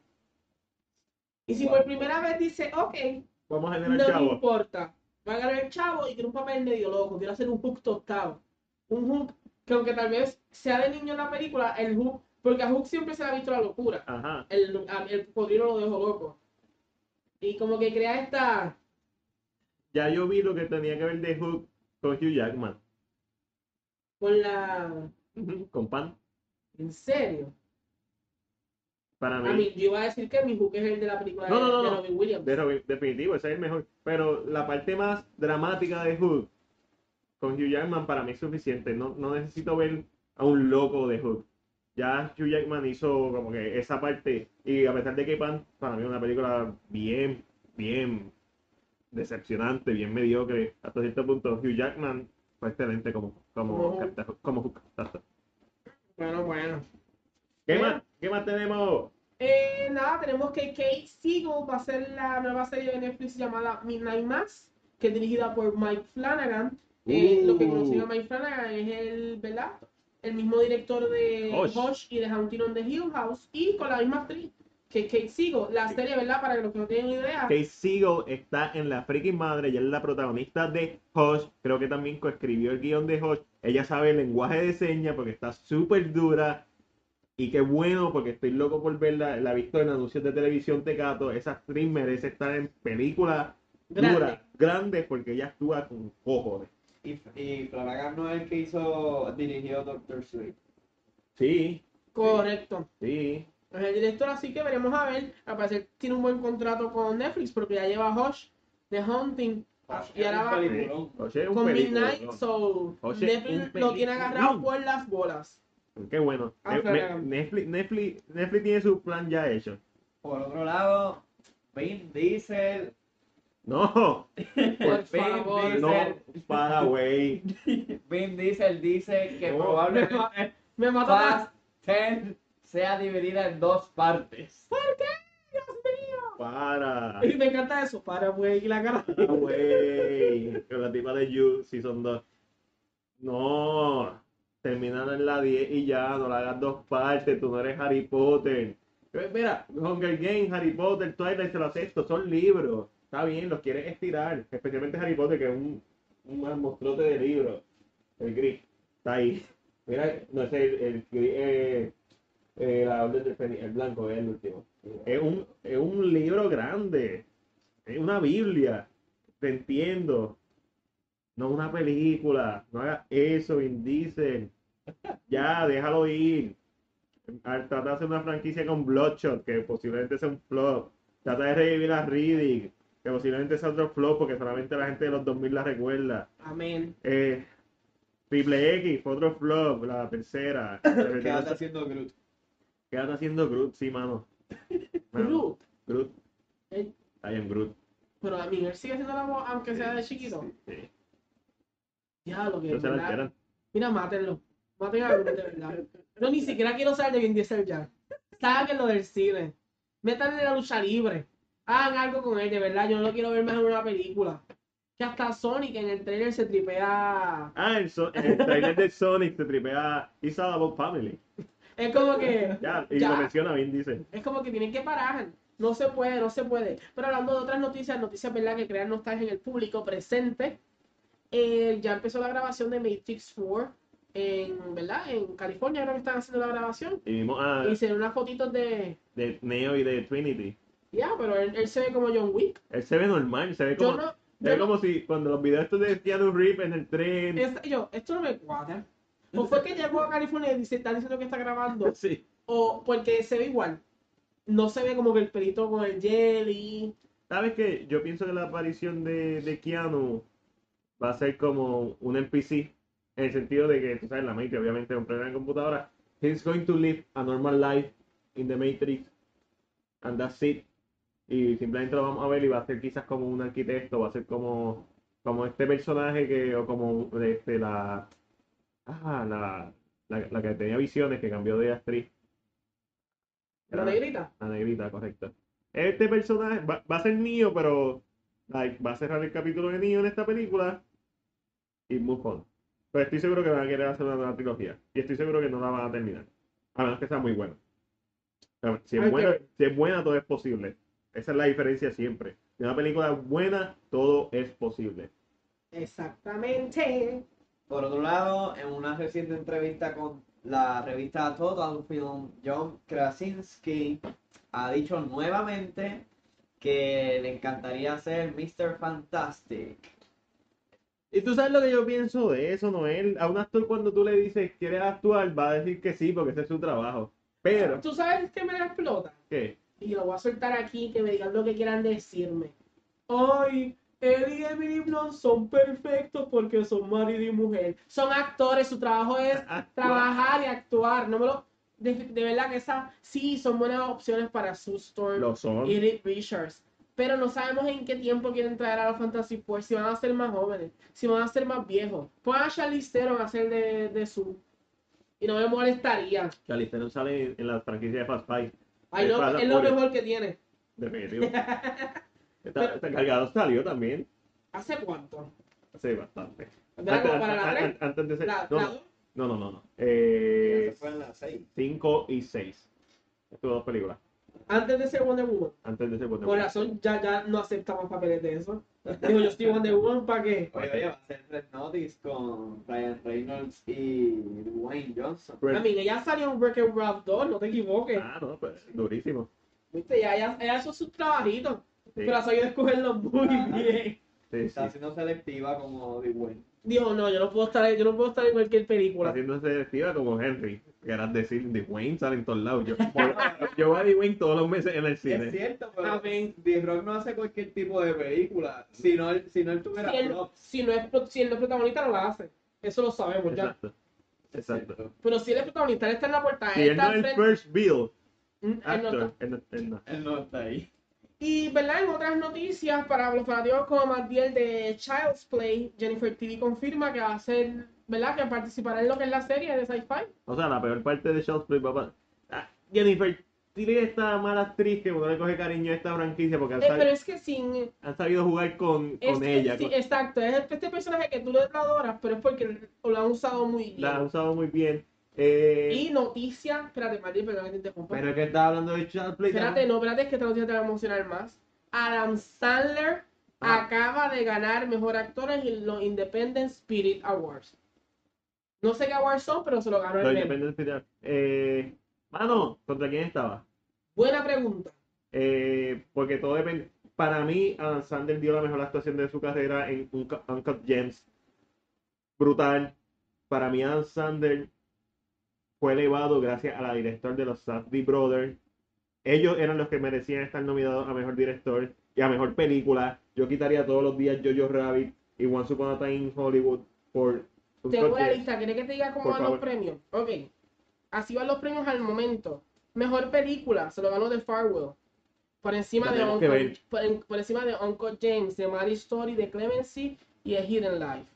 [SPEAKER 1] Y si por
[SPEAKER 3] Wow.
[SPEAKER 1] primera vez dice, ok,
[SPEAKER 2] Vamos a
[SPEAKER 1] no
[SPEAKER 2] generar
[SPEAKER 1] me
[SPEAKER 2] chavo.
[SPEAKER 1] importa, va a ganar el chavo y quiero un papel medio loco, quiero hacer un hook tostado. Un hook que aunque tal vez sea de niño en la película, el hook, porque a hook siempre se le ha visto la locura.
[SPEAKER 2] Ajá.
[SPEAKER 1] El, a- el cocodrilo lo dejó loco. Y como que crea esta...
[SPEAKER 2] Ya yo vi lo que tenía que ver de Hook con Hugh Jackman.
[SPEAKER 1] con la...
[SPEAKER 2] con Pan.
[SPEAKER 1] En serio.
[SPEAKER 2] Para mí.
[SPEAKER 1] A mí, yo iba a decir que mi hook es el de la película
[SPEAKER 2] No,
[SPEAKER 1] de,
[SPEAKER 2] no, no,
[SPEAKER 1] de
[SPEAKER 2] no.
[SPEAKER 1] Robin Williams.
[SPEAKER 2] de Robin- definitivo, ese es el mejor. Pero la parte más dramática de Hook con Hugh Jackman para mí es suficiente. No, no necesito ver a un loco de Hook. Ya Hugh Jackman hizo como que esa parte. Y a pesar de que Pan, para mí es una película bien, bien decepcionante, bien mediocre. Hasta cierto punto, Hugh Jackman fue excelente como, como,
[SPEAKER 1] Como Hook.
[SPEAKER 2] Captain Hook- como Hook. Exacto.
[SPEAKER 1] Bueno, bueno.
[SPEAKER 2] ¿Qué
[SPEAKER 1] Bueno.
[SPEAKER 2] más? ¿Qué más tenemos?
[SPEAKER 1] Eh, nada, tenemos que Kate Siegel va a ser la nueva serie de Netflix llamada Midnight Mass, que es dirigida por Mike Flanagan. Eh,
[SPEAKER 2] Uh.
[SPEAKER 1] Lo que conocen a Mike Flanagan es el, ¿verdad? El mismo director de
[SPEAKER 2] Hush.
[SPEAKER 1] Hush y de Haunting on the Hill House y con la misma actriz que es Kate Siegel. La serie, ¿verdad? Para los que no tienen idea.
[SPEAKER 2] Kate Siegel está en la freaking madre, ella es la protagonista de Hush, creo que también coescribió el guión de Hush, ella sabe el lenguaje de señas porque está súper dura y qué bueno porque estoy loco por verla, la he visto en anuncios de televisión Tecato, esa actriz merece estar en películas
[SPEAKER 1] Grande.
[SPEAKER 2] duras, grandes porque ella actúa con cojones.
[SPEAKER 3] Y, y Flanagan no es el que hizo, dirigió Doctor Sleep.
[SPEAKER 2] Sí,
[SPEAKER 1] Correcto.
[SPEAKER 2] sí,
[SPEAKER 1] Es el director, así que veremos a ver. Al parecer tiene un buen contrato con Netflix porque ya lleva Hush, The Haunting Ah, y ahora va
[SPEAKER 2] sí. Hush es un
[SPEAKER 1] con
[SPEAKER 2] película,
[SPEAKER 1] Midnight,
[SPEAKER 2] ¿no?
[SPEAKER 1] so
[SPEAKER 2] Oye, un
[SPEAKER 1] Netflix lo
[SPEAKER 2] película.
[SPEAKER 1] tiene agarrado
[SPEAKER 2] No.
[SPEAKER 1] por las bolas.
[SPEAKER 2] Qué bueno.
[SPEAKER 1] Ah,
[SPEAKER 2] Ne-
[SPEAKER 1] claro.
[SPEAKER 2] me- Netflix, Netflix, Netflix tiene su plan ya hecho.
[SPEAKER 3] Por otro lado, Vin Diesel.
[SPEAKER 2] No,
[SPEAKER 1] Por
[SPEAKER 3] Vin
[SPEAKER 1] favor.
[SPEAKER 2] no,
[SPEAKER 3] Diesel,
[SPEAKER 2] para, güey.
[SPEAKER 3] Vin Diesel dice que
[SPEAKER 1] (laughs)
[SPEAKER 2] No.
[SPEAKER 3] probablemente
[SPEAKER 1] Me mató
[SPEAKER 2] Ah.
[SPEAKER 3] Fast 10 sea dividida en dos partes.
[SPEAKER 2] Para.
[SPEAKER 1] la- Y me encanta eso. Para, güey, y la cara.
[SPEAKER 2] Ah, güey. Con la tipa de You, si son dos. No. Terminan en la 10 y ya, no la hagas dos partes, tú no eres Harry Potter. Eh, Mira, Hunger Games, Harry Potter, Twilight, se lo acepto, son libros. Está bien, los quieres estirar. Especialmente Harry Potter, que es un, un monstruote de libros. El gris, está ahí. Mira, no sé, el, el gris, eh, eh, la orden del Fénix, el blanco es el último. Es un, es un libro grande. Es una Biblia. Te entiendo. No una película. No hagas eso, Vin Diesel. Ya, déjalo ir. Al tratar de hacer una franquicia con Bloodshot, que posiblemente sea un flop. Trata de revivir a Riddick, que posiblemente sea otro flop, porque solamente la gente de los 2000 la recuerda.
[SPEAKER 1] Amén.
[SPEAKER 2] Eh, Triple X fue otro flop, la tercera.
[SPEAKER 3] ¿Qué anda haciendo Groot?
[SPEAKER 2] ¿Qué anda haciendo Groot? Sí, mano. Mano,
[SPEAKER 1] Groot.
[SPEAKER 2] Groot.
[SPEAKER 1] Eh.
[SPEAKER 2] I am Groot.
[SPEAKER 1] Pero a mí, él sigue haciendo la voz, aunque sea de chiquito.
[SPEAKER 2] Sí.
[SPEAKER 1] Diablo, que
[SPEAKER 2] No
[SPEAKER 1] es
[SPEAKER 2] se la
[SPEAKER 1] verdad.
[SPEAKER 2] alteran.
[SPEAKER 1] Mira, mátenlo. Maten a Groot, de verdad. No, ni siquiera quiero saber de Vin Diesel ya. Sáquenlo del cine. Métanle la lucha libre. Hagan algo con él, de verdad. Yo no lo quiero ver más en una película. Que hasta Sonic en el trailer se tripea.
[SPEAKER 2] Ah, el, so- el trailer de Sonic se tripea It's All About Family.
[SPEAKER 1] Es como que.
[SPEAKER 2] Ya, y
[SPEAKER 1] Ya.
[SPEAKER 2] lo menciona bien, dice.
[SPEAKER 1] Es como que tienen que parar. No se puede, no se puede. Pero hablando de otras noticias, noticias verdad que crean nostalgia en el público presente. eh, ya empezó la grabación de Matrix 4 en, ¿verdad? en California, creo que están haciendo la grabación.
[SPEAKER 2] Y vimos a
[SPEAKER 1] Y se ven unas fotitos de.
[SPEAKER 2] de Neo y de Trinity.
[SPEAKER 1] Ya, pero él, él se ve como John Wick.
[SPEAKER 2] Él se ve normal, se ve
[SPEAKER 1] Yo
[SPEAKER 2] como,
[SPEAKER 1] no.
[SPEAKER 2] se ve
[SPEAKER 1] Yo, no-
[SPEAKER 2] como si cuando los videos estos de Keanu Reeves en el
[SPEAKER 1] (laughs)
[SPEAKER 2] tren.
[SPEAKER 1] es- yo, esto no me cuadra. O fue que llegó a California y dice, está diciendo que está grabando.
[SPEAKER 2] Sí.
[SPEAKER 1] O porque se ve igual. No se ve como que el pelito con el jelly.
[SPEAKER 2] ¿Sabes qué? Yo pienso que la aparición de, de Keanu va a ser como un NPC, en el sentido de que, tú sabes, la Matrix obviamente es un programa de computadora. He's going to live a normal life in the Matrix, and that's it. Y simplemente lo vamos a ver y va a ser quizás como un arquitecto, va a ser como, como este personaje que, o como este, la, ah, la, la, la que tenía visiones, que cambió de actriz.
[SPEAKER 1] La negrita.
[SPEAKER 2] La negrita, correcto. Este personaje va, va a ser Neo, pero like, va a cerrar el capítulo de Neo en esta película y move on. Pero estoy seguro que van a querer hacer una nueva trilogía. Y estoy seguro que no la van a terminar. A menos que sea muy buena. A ver, Si es,
[SPEAKER 1] Ay,
[SPEAKER 2] buena,
[SPEAKER 1] qué-
[SPEAKER 2] si es buena, todo es posible. Esa es la diferencia siempre. De una película buena, todo es posible.
[SPEAKER 1] Exactamente.
[SPEAKER 3] Por otro lado, en una reciente entrevista con la revista Total Film, John Krasinski ha dicho nuevamente que le encantaría ser Mr. Fantastic.
[SPEAKER 2] Y tú sabes lo que yo pienso de eso, Noel. A un actor cuando tú le dices quieres actuar, va a decir que sí, porque ese es su trabajo. Pero,
[SPEAKER 1] ¿Tú sabes que me la explota?
[SPEAKER 2] ¿qué?
[SPEAKER 1] Y lo voy a soltar aquí, que me digan lo que quieran decirme. Ay, él y Emily Blunt son perfectos porque son marido y mujer. Son actores, su trabajo
[SPEAKER 2] (laughs)
[SPEAKER 1] es trabajar y actuar. No me lo... De, de verdad que esas sí son buenas opciones para Sue Storm
[SPEAKER 2] Lo son.
[SPEAKER 1] y Reed Richards. Pero no sabemos en qué tiempo quieren traer a los Fantasy Four, si van a ser más jóvenes, si van a ser más viejos. Pongan a Charlize Theron a hacer de, de su... Y no me molestaría.
[SPEAKER 2] Charlize Theron sale en la franquicia de Fast Five.
[SPEAKER 1] Ay,
[SPEAKER 2] Me
[SPEAKER 1] no,
[SPEAKER 2] pasa
[SPEAKER 1] es lo
[SPEAKER 2] por el-
[SPEAKER 1] mejor que tiene. (laughs)
[SPEAKER 2] Definitivo. Está, está encargado salió también.
[SPEAKER 1] ¿Hace cuánto?
[SPEAKER 2] Hace bastante.
[SPEAKER 1] ¿Verdad? Como para la
[SPEAKER 2] Antes-
[SPEAKER 1] 3.
[SPEAKER 2] an- antes de ser-
[SPEAKER 1] La,
[SPEAKER 2] no,
[SPEAKER 1] la
[SPEAKER 2] no,
[SPEAKER 1] dos.
[SPEAKER 2] no, no, no, no.
[SPEAKER 3] Ya se
[SPEAKER 2] Eh,
[SPEAKER 3] fue en la 6.
[SPEAKER 2] cinco y seis. Estas dos películas.
[SPEAKER 1] Antes de ser Wonder Woman.
[SPEAKER 2] Antes de ser Wonder
[SPEAKER 1] Por
[SPEAKER 2] Woman.
[SPEAKER 1] razón, ya, ya no aceptaban papeles de eso. Digo, yo estoy Wonder Woman, ¿para qué?
[SPEAKER 3] Oye, oye, va a ser Red Notice con Ryan Reynolds y Dwayne Johnson.
[SPEAKER 1] A mí, ella salió en Wreck-It Ralph 2, no te equivoques.
[SPEAKER 2] Ah, no, pues durísimo.
[SPEAKER 1] Viste, ya, ella, ella hizo sus trabajitos.
[SPEAKER 2] Sí, Ah.
[SPEAKER 1] Pero ha sabido escogerlos muy
[SPEAKER 3] Ajá.
[SPEAKER 1] bien.
[SPEAKER 2] sí, sí.
[SPEAKER 3] Está siendo selectiva como Dwayne.
[SPEAKER 1] Dijo, no, yo no puedo estar, yo no puedo estar en cualquier película.
[SPEAKER 2] Haciéndose selectiva como Henry. Querrás decir, The Wayne sale en todos lados. Yo, por-
[SPEAKER 1] (laughs)
[SPEAKER 2] yo voy a The Wayne todos los meses en el
[SPEAKER 3] Es
[SPEAKER 2] cine.
[SPEAKER 3] cierto, pero
[SPEAKER 1] Amén.
[SPEAKER 3] D-Rock no hace cualquier tipo de película. Si no, él- si no él tuviera
[SPEAKER 1] Si él,
[SPEAKER 3] props.
[SPEAKER 1] si no es, pro- si él no es protagonista, no la hace. Eso lo sabemos ya.
[SPEAKER 2] Exacto. Exacto.
[SPEAKER 1] Pero si él es protagonista, él está en la portada.
[SPEAKER 2] Si
[SPEAKER 1] él
[SPEAKER 2] él
[SPEAKER 1] está
[SPEAKER 2] no
[SPEAKER 1] al
[SPEAKER 2] es
[SPEAKER 1] frente.
[SPEAKER 2] First Bill
[SPEAKER 1] Mm, él no está.
[SPEAKER 2] actor, él no- él no.
[SPEAKER 3] Él no está ahí.
[SPEAKER 1] Y, ¿verdad? En otras noticias, para los fanáticos como Magdiel de Child's Play, Jennifer TV confirma que va a ser, ¿verdad? Que participará en lo que es la serie de Sci-Fi. Eh,
[SPEAKER 2] O sea, la peor parte de Shaw's Play, papá. Ah, Jennifer, tiene esta mala actriz que no le coge cariño a esta franquicia porque han,
[SPEAKER 1] Eh,
[SPEAKER 2] sabi-
[SPEAKER 1] pero es que sin...
[SPEAKER 2] han sabido jugar con,
[SPEAKER 1] es
[SPEAKER 2] con
[SPEAKER 1] que-
[SPEAKER 2] ella.
[SPEAKER 1] sí,
[SPEAKER 2] con-
[SPEAKER 1] exacto. Es este personaje que tú lo adoras, pero es porque lo han usado muy bien.
[SPEAKER 2] La han usado muy bien. Eh,
[SPEAKER 1] Y noticias, espérate, Martín, perdón que te interrumpa.
[SPEAKER 2] Pero es que estaba hablando de Shaw's Play.
[SPEAKER 1] espérate, no, espérate, es que esta noticia te va a emocionar más. Adam Sandler
[SPEAKER 2] Ah.
[SPEAKER 1] acaba de ganar mejor actor en los Independent Spirit Awards. No sé qué awards son, pero se lo ganó
[SPEAKER 2] No,
[SPEAKER 1] el men.
[SPEAKER 2] depende del final. Eh, mano, ¿contra quién estaba?
[SPEAKER 1] Buena pregunta.
[SPEAKER 2] Eh, porque todo depende. Para mí, Adam Sandler dio la mejor actuación de su carrera en Unca- Uncut Gems. Brutal. Para mí, Adam Sandler fue elevado gracias a la directora de los Safdie Brothers. Ellos eran los que merecían estar nominados a mejor director y a mejor película. Yo quitaría todos los días Jojo Rabbit y Once Upon a Time in Hollywood por Uncut
[SPEAKER 1] Tengo la
[SPEAKER 2] Gems.
[SPEAKER 1] lista, ¿quieres que te diga cómo
[SPEAKER 2] Por
[SPEAKER 1] van los
[SPEAKER 2] favor.
[SPEAKER 1] premios? Ok. Así van los premios al momento. Mejor película, se lo ganó The Farewell. Por encima
[SPEAKER 2] La
[SPEAKER 1] de
[SPEAKER 2] tenemos que
[SPEAKER 1] Uncle,
[SPEAKER 2] ver.
[SPEAKER 1] por, en- por encima de Uncle James, de Mary Story, de Clemency y de Hidden Life.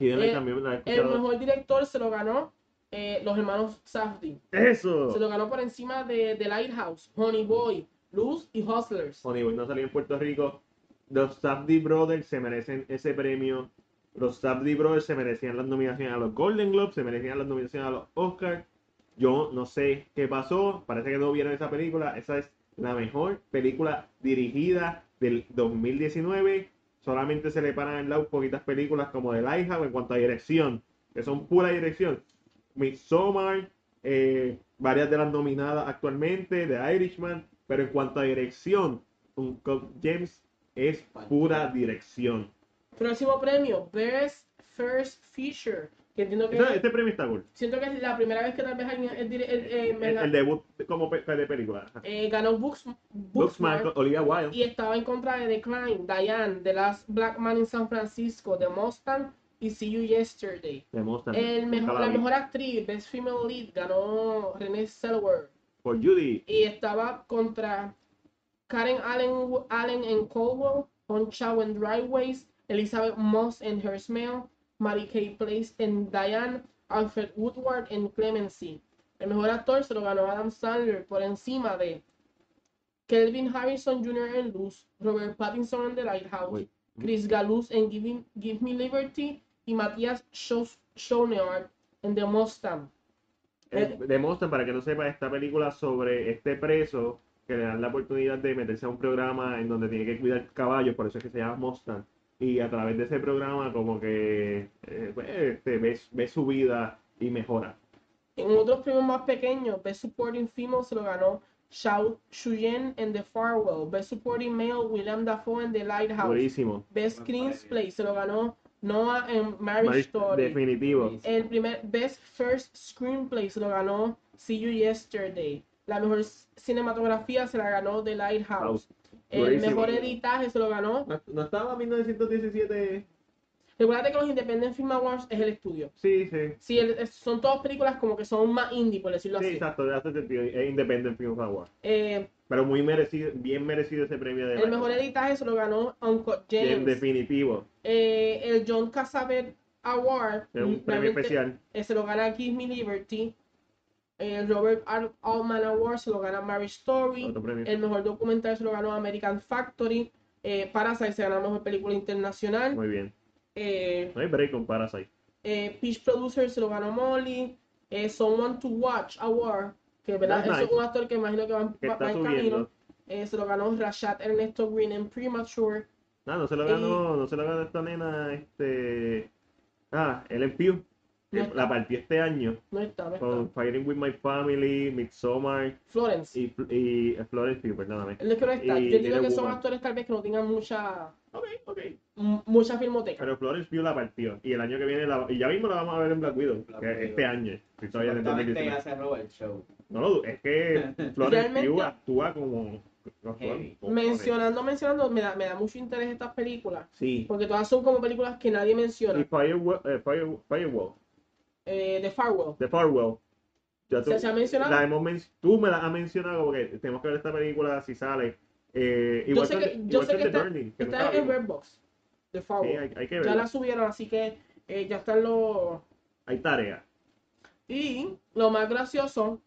[SPEAKER 2] Y denle
[SPEAKER 1] Eh,
[SPEAKER 2] también la he
[SPEAKER 1] El
[SPEAKER 2] escuchado.
[SPEAKER 1] mejor director se lo ganó eh, los hermanos Safdie.
[SPEAKER 2] ¡Eso!
[SPEAKER 1] Se lo ganó por encima de The Lighthouse, Honey Boy, Luz y Hustlers.
[SPEAKER 2] Hollywood pues, no salió en Puerto Rico. Los Safdie Brothers se merecen ese premio. Los Safdie Brothers se merecían las nominaciones a los Golden Globes, se merecían las nominaciones a los Oscars. Yo no sé qué pasó, parece que no vieron esa película. Esa es la mejor película dirigida del 2019. Solamente se le paran al lado poquitas películas como The Lighthouse en cuanto a dirección, que son pura dirección. Midsommar, eh, varias de las nominadas actualmente, The Irishman, pero en cuanto a dirección, un Uncut James es pura dirección.
[SPEAKER 1] Próximo premio, Best First Feature. Que entiendo que
[SPEAKER 2] Este, este premio está cool.
[SPEAKER 1] siento que es la primera vez que tal vez alguien el, dire- el- eh,
[SPEAKER 2] El,
[SPEAKER 1] ¿verdad?
[SPEAKER 2] el debut como pe- de película.
[SPEAKER 1] Eh, ganó Books,
[SPEAKER 2] Booksmart,
[SPEAKER 1] Booksmart
[SPEAKER 2] Olivia Wilde.
[SPEAKER 1] y estaba en contra de Decline, Diane, The Last Black Man in San Francisco, The Mustang y See You Yesterday.
[SPEAKER 2] de Mustang.
[SPEAKER 1] El mejor-
[SPEAKER 2] Ojalá
[SPEAKER 1] la
[SPEAKER 2] vi.
[SPEAKER 1] mejor actriz, Best Female Lead, ganó Renée Zellweger
[SPEAKER 2] Por Judy.
[SPEAKER 1] y estaba contra Karen Allen, Allen and Caldwell, Hong Chao and Driveways, Elizabeth Moss and Her Smell, Mary Kay Place and Diane, Alfred Woodward and Clemency. El mejor actor se lo ganó Adam Sandler por encima de Kelvin Harrison Jr. en Luz, Robert Pattinson en The Lighthouse,
[SPEAKER 2] Wait.
[SPEAKER 1] Chris Gallus en Give, Give Me Liberty y Matthias Scho- Schoenaert en The Mustang. Eh.
[SPEAKER 2] Eh, de Mustang, para que no sepa, esta película sobre este preso que le dan la oportunidad de meterse a un programa en donde tiene que cuidar caballos, por eso es que se llama Mustang. Y a través de ese programa, como que eh, pues, este, ve, ve su vida y mejora.
[SPEAKER 1] En otros premios más pequeños, Best Supporting Female se lo ganó Shao Shuyen en The Farewell. Best Supporting Male, William Dafoe en The Lighthouse.
[SPEAKER 2] Buenísimo.
[SPEAKER 1] Best
[SPEAKER 3] Buen
[SPEAKER 1] Screenplay se lo ganó Noah en Marriage
[SPEAKER 2] Mar-
[SPEAKER 1] Story.
[SPEAKER 2] Definitivo.
[SPEAKER 3] Sí.
[SPEAKER 1] El primer Best First Screenplay se lo ganó See You Yesterday. La mejor c- cinematografía se la ganó The Lighthouse. El
[SPEAKER 2] Durísimo.
[SPEAKER 1] mejor editaje se lo ganó.
[SPEAKER 2] No, no estaba 1917.
[SPEAKER 1] Recuerda que los Independent Film Awards es el estudio.
[SPEAKER 2] Sí, sí.
[SPEAKER 1] Sí, el- es- son todas películas como que son más indie, por decirlo
[SPEAKER 2] Sí,
[SPEAKER 1] así.
[SPEAKER 2] exacto, hace sentido. Es Independent Film Award.
[SPEAKER 1] Eh,
[SPEAKER 2] Pero muy merecido, bien merecido ese premio de
[SPEAKER 1] el
[SPEAKER 2] Michael.
[SPEAKER 1] mejor editaje se lo ganó Uncut
[SPEAKER 2] En
[SPEAKER 1] James.
[SPEAKER 2] definitivo.
[SPEAKER 1] Eh, el John Cassavet Award
[SPEAKER 2] Es un premio
[SPEAKER 1] realmente,
[SPEAKER 2] especial.
[SPEAKER 1] eh, se lo gana Give Me Liberty. El Robert Al- Altman Award se lo gana Marriage Story.
[SPEAKER 2] Otro premio.
[SPEAKER 1] El mejor documental se lo ganó American Factory. Eh, Parasite se ganó mejor película internacional.
[SPEAKER 2] Muy bien.
[SPEAKER 1] Eh,
[SPEAKER 2] No hay break con Parasite.
[SPEAKER 1] eh, Pitch Producer se lo ganó Molly. Eh, Someone to Watch Award, que ¿verdad?
[SPEAKER 2] That's
[SPEAKER 1] Eso es
[SPEAKER 2] nice.
[SPEAKER 1] un actor que imagino que va, en-
[SPEAKER 2] Que
[SPEAKER 1] va-
[SPEAKER 2] está
[SPEAKER 1] va en
[SPEAKER 2] subiendo.
[SPEAKER 1] camino. Eh, se lo ganó Rashad Ernesto Green en Premature.
[SPEAKER 2] Ah, No, no se lo ganó,
[SPEAKER 1] Eh.
[SPEAKER 2] no se lo ganó esta nena, este. Ah, Ellen Pugh.
[SPEAKER 1] No
[SPEAKER 2] que
[SPEAKER 1] está.
[SPEAKER 2] La partió este año
[SPEAKER 1] No está, no está.
[SPEAKER 2] con Fighting with My Family, Midsommar
[SPEAKER 1] Florence.
[SPEAKER 2] y, y Florence Pugh, perdóname.
[SPEAKER 1] Él es que no está.
[SPEAKER 2] y
[SPEAKER 1] Yo digo
[SPEAKER 2] Little
[SPEAKER 1] que son
[SPEAKER 2] Woman.
[SPEAKER 1] actores tal vez que no tengan mucha,
[SPEAKER 2] Ok, ok.
[SPEAKER 1] m- mucha filmoteca.
[SPEAKER 2] Pero Florence Pugh la partió. Y el año que viene, la, y ya mismo la vamos a ver en Black Widow,
[SPEAKER 3] Black
[SPEAKER 2] que es
[SPEAKER 3] Widow.
[SPEAKER 2] este año. que todavía es en
[SPEAKER 3] Supuestamente
[SPEAKER 2] 2019.
[SPEAKER 3] ya se roba el show.
[SPEAKER 2] No, no, es
[SPEAKER 3] (laughs)
[SPEAKER 2] que Florence
[SPEAKER 1] Realmente-
[SPEAKER 2] Pugh actúa como. actúa
[SPEAKER 3] Heavy.
[SPEAKER 2] como-
[SPEAKER 1] mencionando, mencionando, me da, me da mucho interés estas películas.
[SPEAKER 2] Sí.
[SPEAKER 1] Porque todas son como películas que nadie menciona.
[SPEAKER 2] Y Firewall, eh, Fire- Firewall,
[SPEAKER 1] Eh, de Farwell.
[SPEAKER 2] The Firewall. Ya tú,
[SPEAKER 1] ¿Se, se ha mencionado?
[SPEAKER 2] la hemos men- tú me la has mencionado porque tenemos que ver esta película si sale. Eh,
[SPEAKER 1] Yo
[SPEAKER 2] igual
[SPEAKER 1] sé
[SPEAKER 2] con-
[SPEAKER 1] que- yo
[SPEAKER 2] igual
[SPEAKER 1] sé
[SPEAKER 2] con
[SPEAKER 1] que
[SPEAKER 2] The
[SPEAKER 1] está-
[SPEAKER 2] Burning, que no
[SPEAKER 1] Está
[SPEAKER 2] estaba
[SPEAKER 1] en
[SPEAKER 2] vivo.
[SPEAKER 1] Red Box. De
[SPEAKER 2] Sí,
[SPEAKER 1] Farwell.
[SPEAKER 2] hay, hay que
[SPEAKER 1] ya
[SPEAKER 2] verla.
[SPEAKER 1] la subieron, así que eh, ya están los...
[SPEAKER 2] Hay tarea.
[SPEAKER 1] Y lo más gracioso,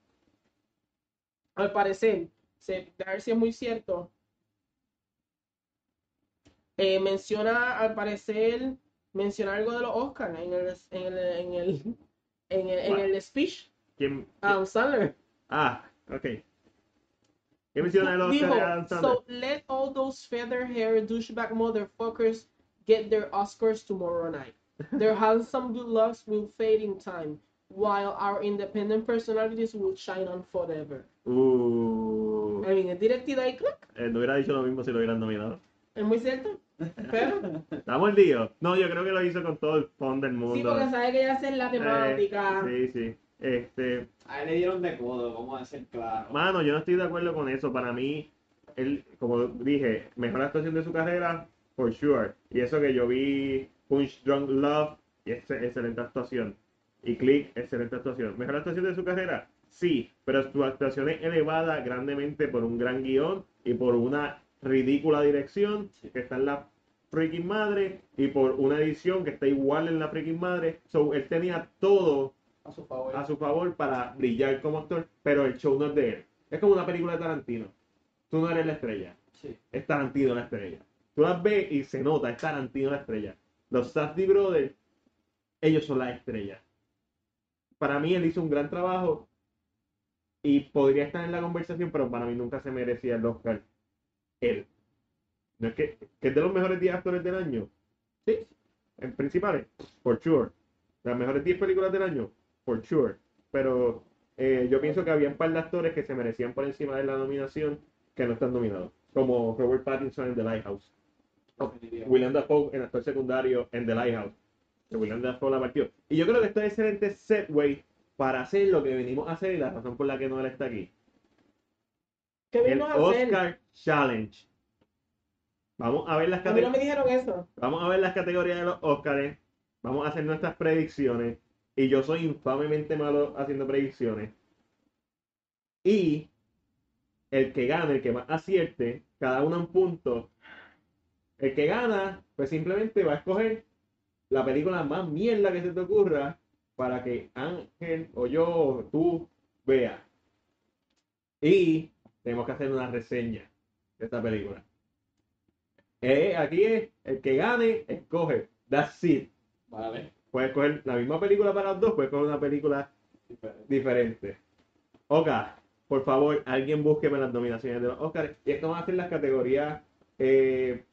[SPEAKER 1] al parecer, se- a ver si es muy cierto, eh, menciona, al parecer, menciona algo de los Oscars en el, en el, en el, en el, en el speech
[SPEAKER 2] ¿Quién?
[SPEAKER 1] Adam Sandler.
[SPEAKER 2] Ah, ok. ¿Qué menciona el Oscar
[SPEAKER 1] Dijo,
[SPEAKER 2] de Adam Sandler?
[SPEAKER 1] so let all those feather hair douchebag motherfuckers get their Oscars tomorrow night. Their handsome good looks will fade in time, while our independent personalities will shine on forever.
[SPEAKER 2] Uh,
[SPEAKER 1] I mean, es directito ahí, clac,
[SPEAKER 2] eh, no hubiera dicho lo mismo si lo hubieran nominado.
[SPEAKER 1] es muy cierto. Pero,
[SPEAKER 2] ¿Estamos el lío? No, yo creo que lo hizo con todo el fondo del mundo.
[SPEAKER 1] sí, porque sabe que ya es la temática.
[SPEAKER 2] Eh, sí, sí. Este,
[SPEAKER 3] A él le dieron de codo, vamos a ser claros.
[SPEAKER 2] mano, yo no estoy de acuerdo con eso. Para mí, él, como dije, mejor actuación de su carrera, for sure. Y eso que yo vi Punch Drunk Love, y es excelente actuación. Y Click, excelente actuación. Mejor actuación de su carrera, sí, pero su actuación es elevada grandemente por un gran guión y por una ridícula dirección que está en la freaking madre y por una edición que está igual en la freaking madre. So, él tenía todo
[SPEAKER 3] A su favor.
[SPEAKER 2] a su favor para brillar como actor, pero el show no es de él. Es como una película de Tarantino. Tú no eres la estrella,
[SPEAKER 3] Sí.
[SPEAKER 2] es Tarantino la estrella. Tú las ves y se nota, es Tarantino la estrella. Los Safdie Brothers, ellos son la estrella. Para mí él hizo un gran trabajo y podría estar en la conversación, pero para mí nunca se merecía el Oscar. Él. No es que, que es de los mejores 10 actores del año. Sí. En principales, for sure. Las mejores 10 películas del año, for sure. Pero eh, yo pienso que había un par de actores que se merecían por encima de la nominación que no están nominados. Como Robert Pattinson en The Lighthouse.
[SPEAKER 3] Definitivo.
[SPEAKER 2] William Dafoe en actor secundario en The Lighthouse. Que William Dafoe la partió. Y yo creo que esto es excelente setway para hacer lo que venimos a hacer y la razón por la que no él está aquí.
[SPEAKER 1] ¿Qué
[SPEAKER 2] El
[SPEAKER 1] vino a hacer?
[SPEAKER 2] Oscar Challenge. Vamos a ver las
[SPEAKER 1] A mí no
[SPEAKER 2] categorías.
[SPEAKER 1] me dijeron eso.
[SPEAKER 2] Vamos a ver las categorías de los Óscares. Vamos a hacer nuestras predicciones. Y yo soy infamemente malo haciendo predicciones. Y el que gane, el que más acierte, cada uno un punto. El que gana, pues simplemente va a escoger la película más mierda que se te ocurra para que Ángel o yo o tú vea. Y tenemos que hacer una reseña de esta película. Eh, aquí es, el que gane, escoge. That's it.
[SPEAKER 3] Vale.
[SPEAKER 2] Puedes escoger la misma película para los dos, puedes escoger una película
[SPEAKER 3] Diferente.
[SPEAKER 2] diferente. Oka, por favor, alguien búsqueme las nominaciones de los Oscars. Y esto van a ser las categorías eh,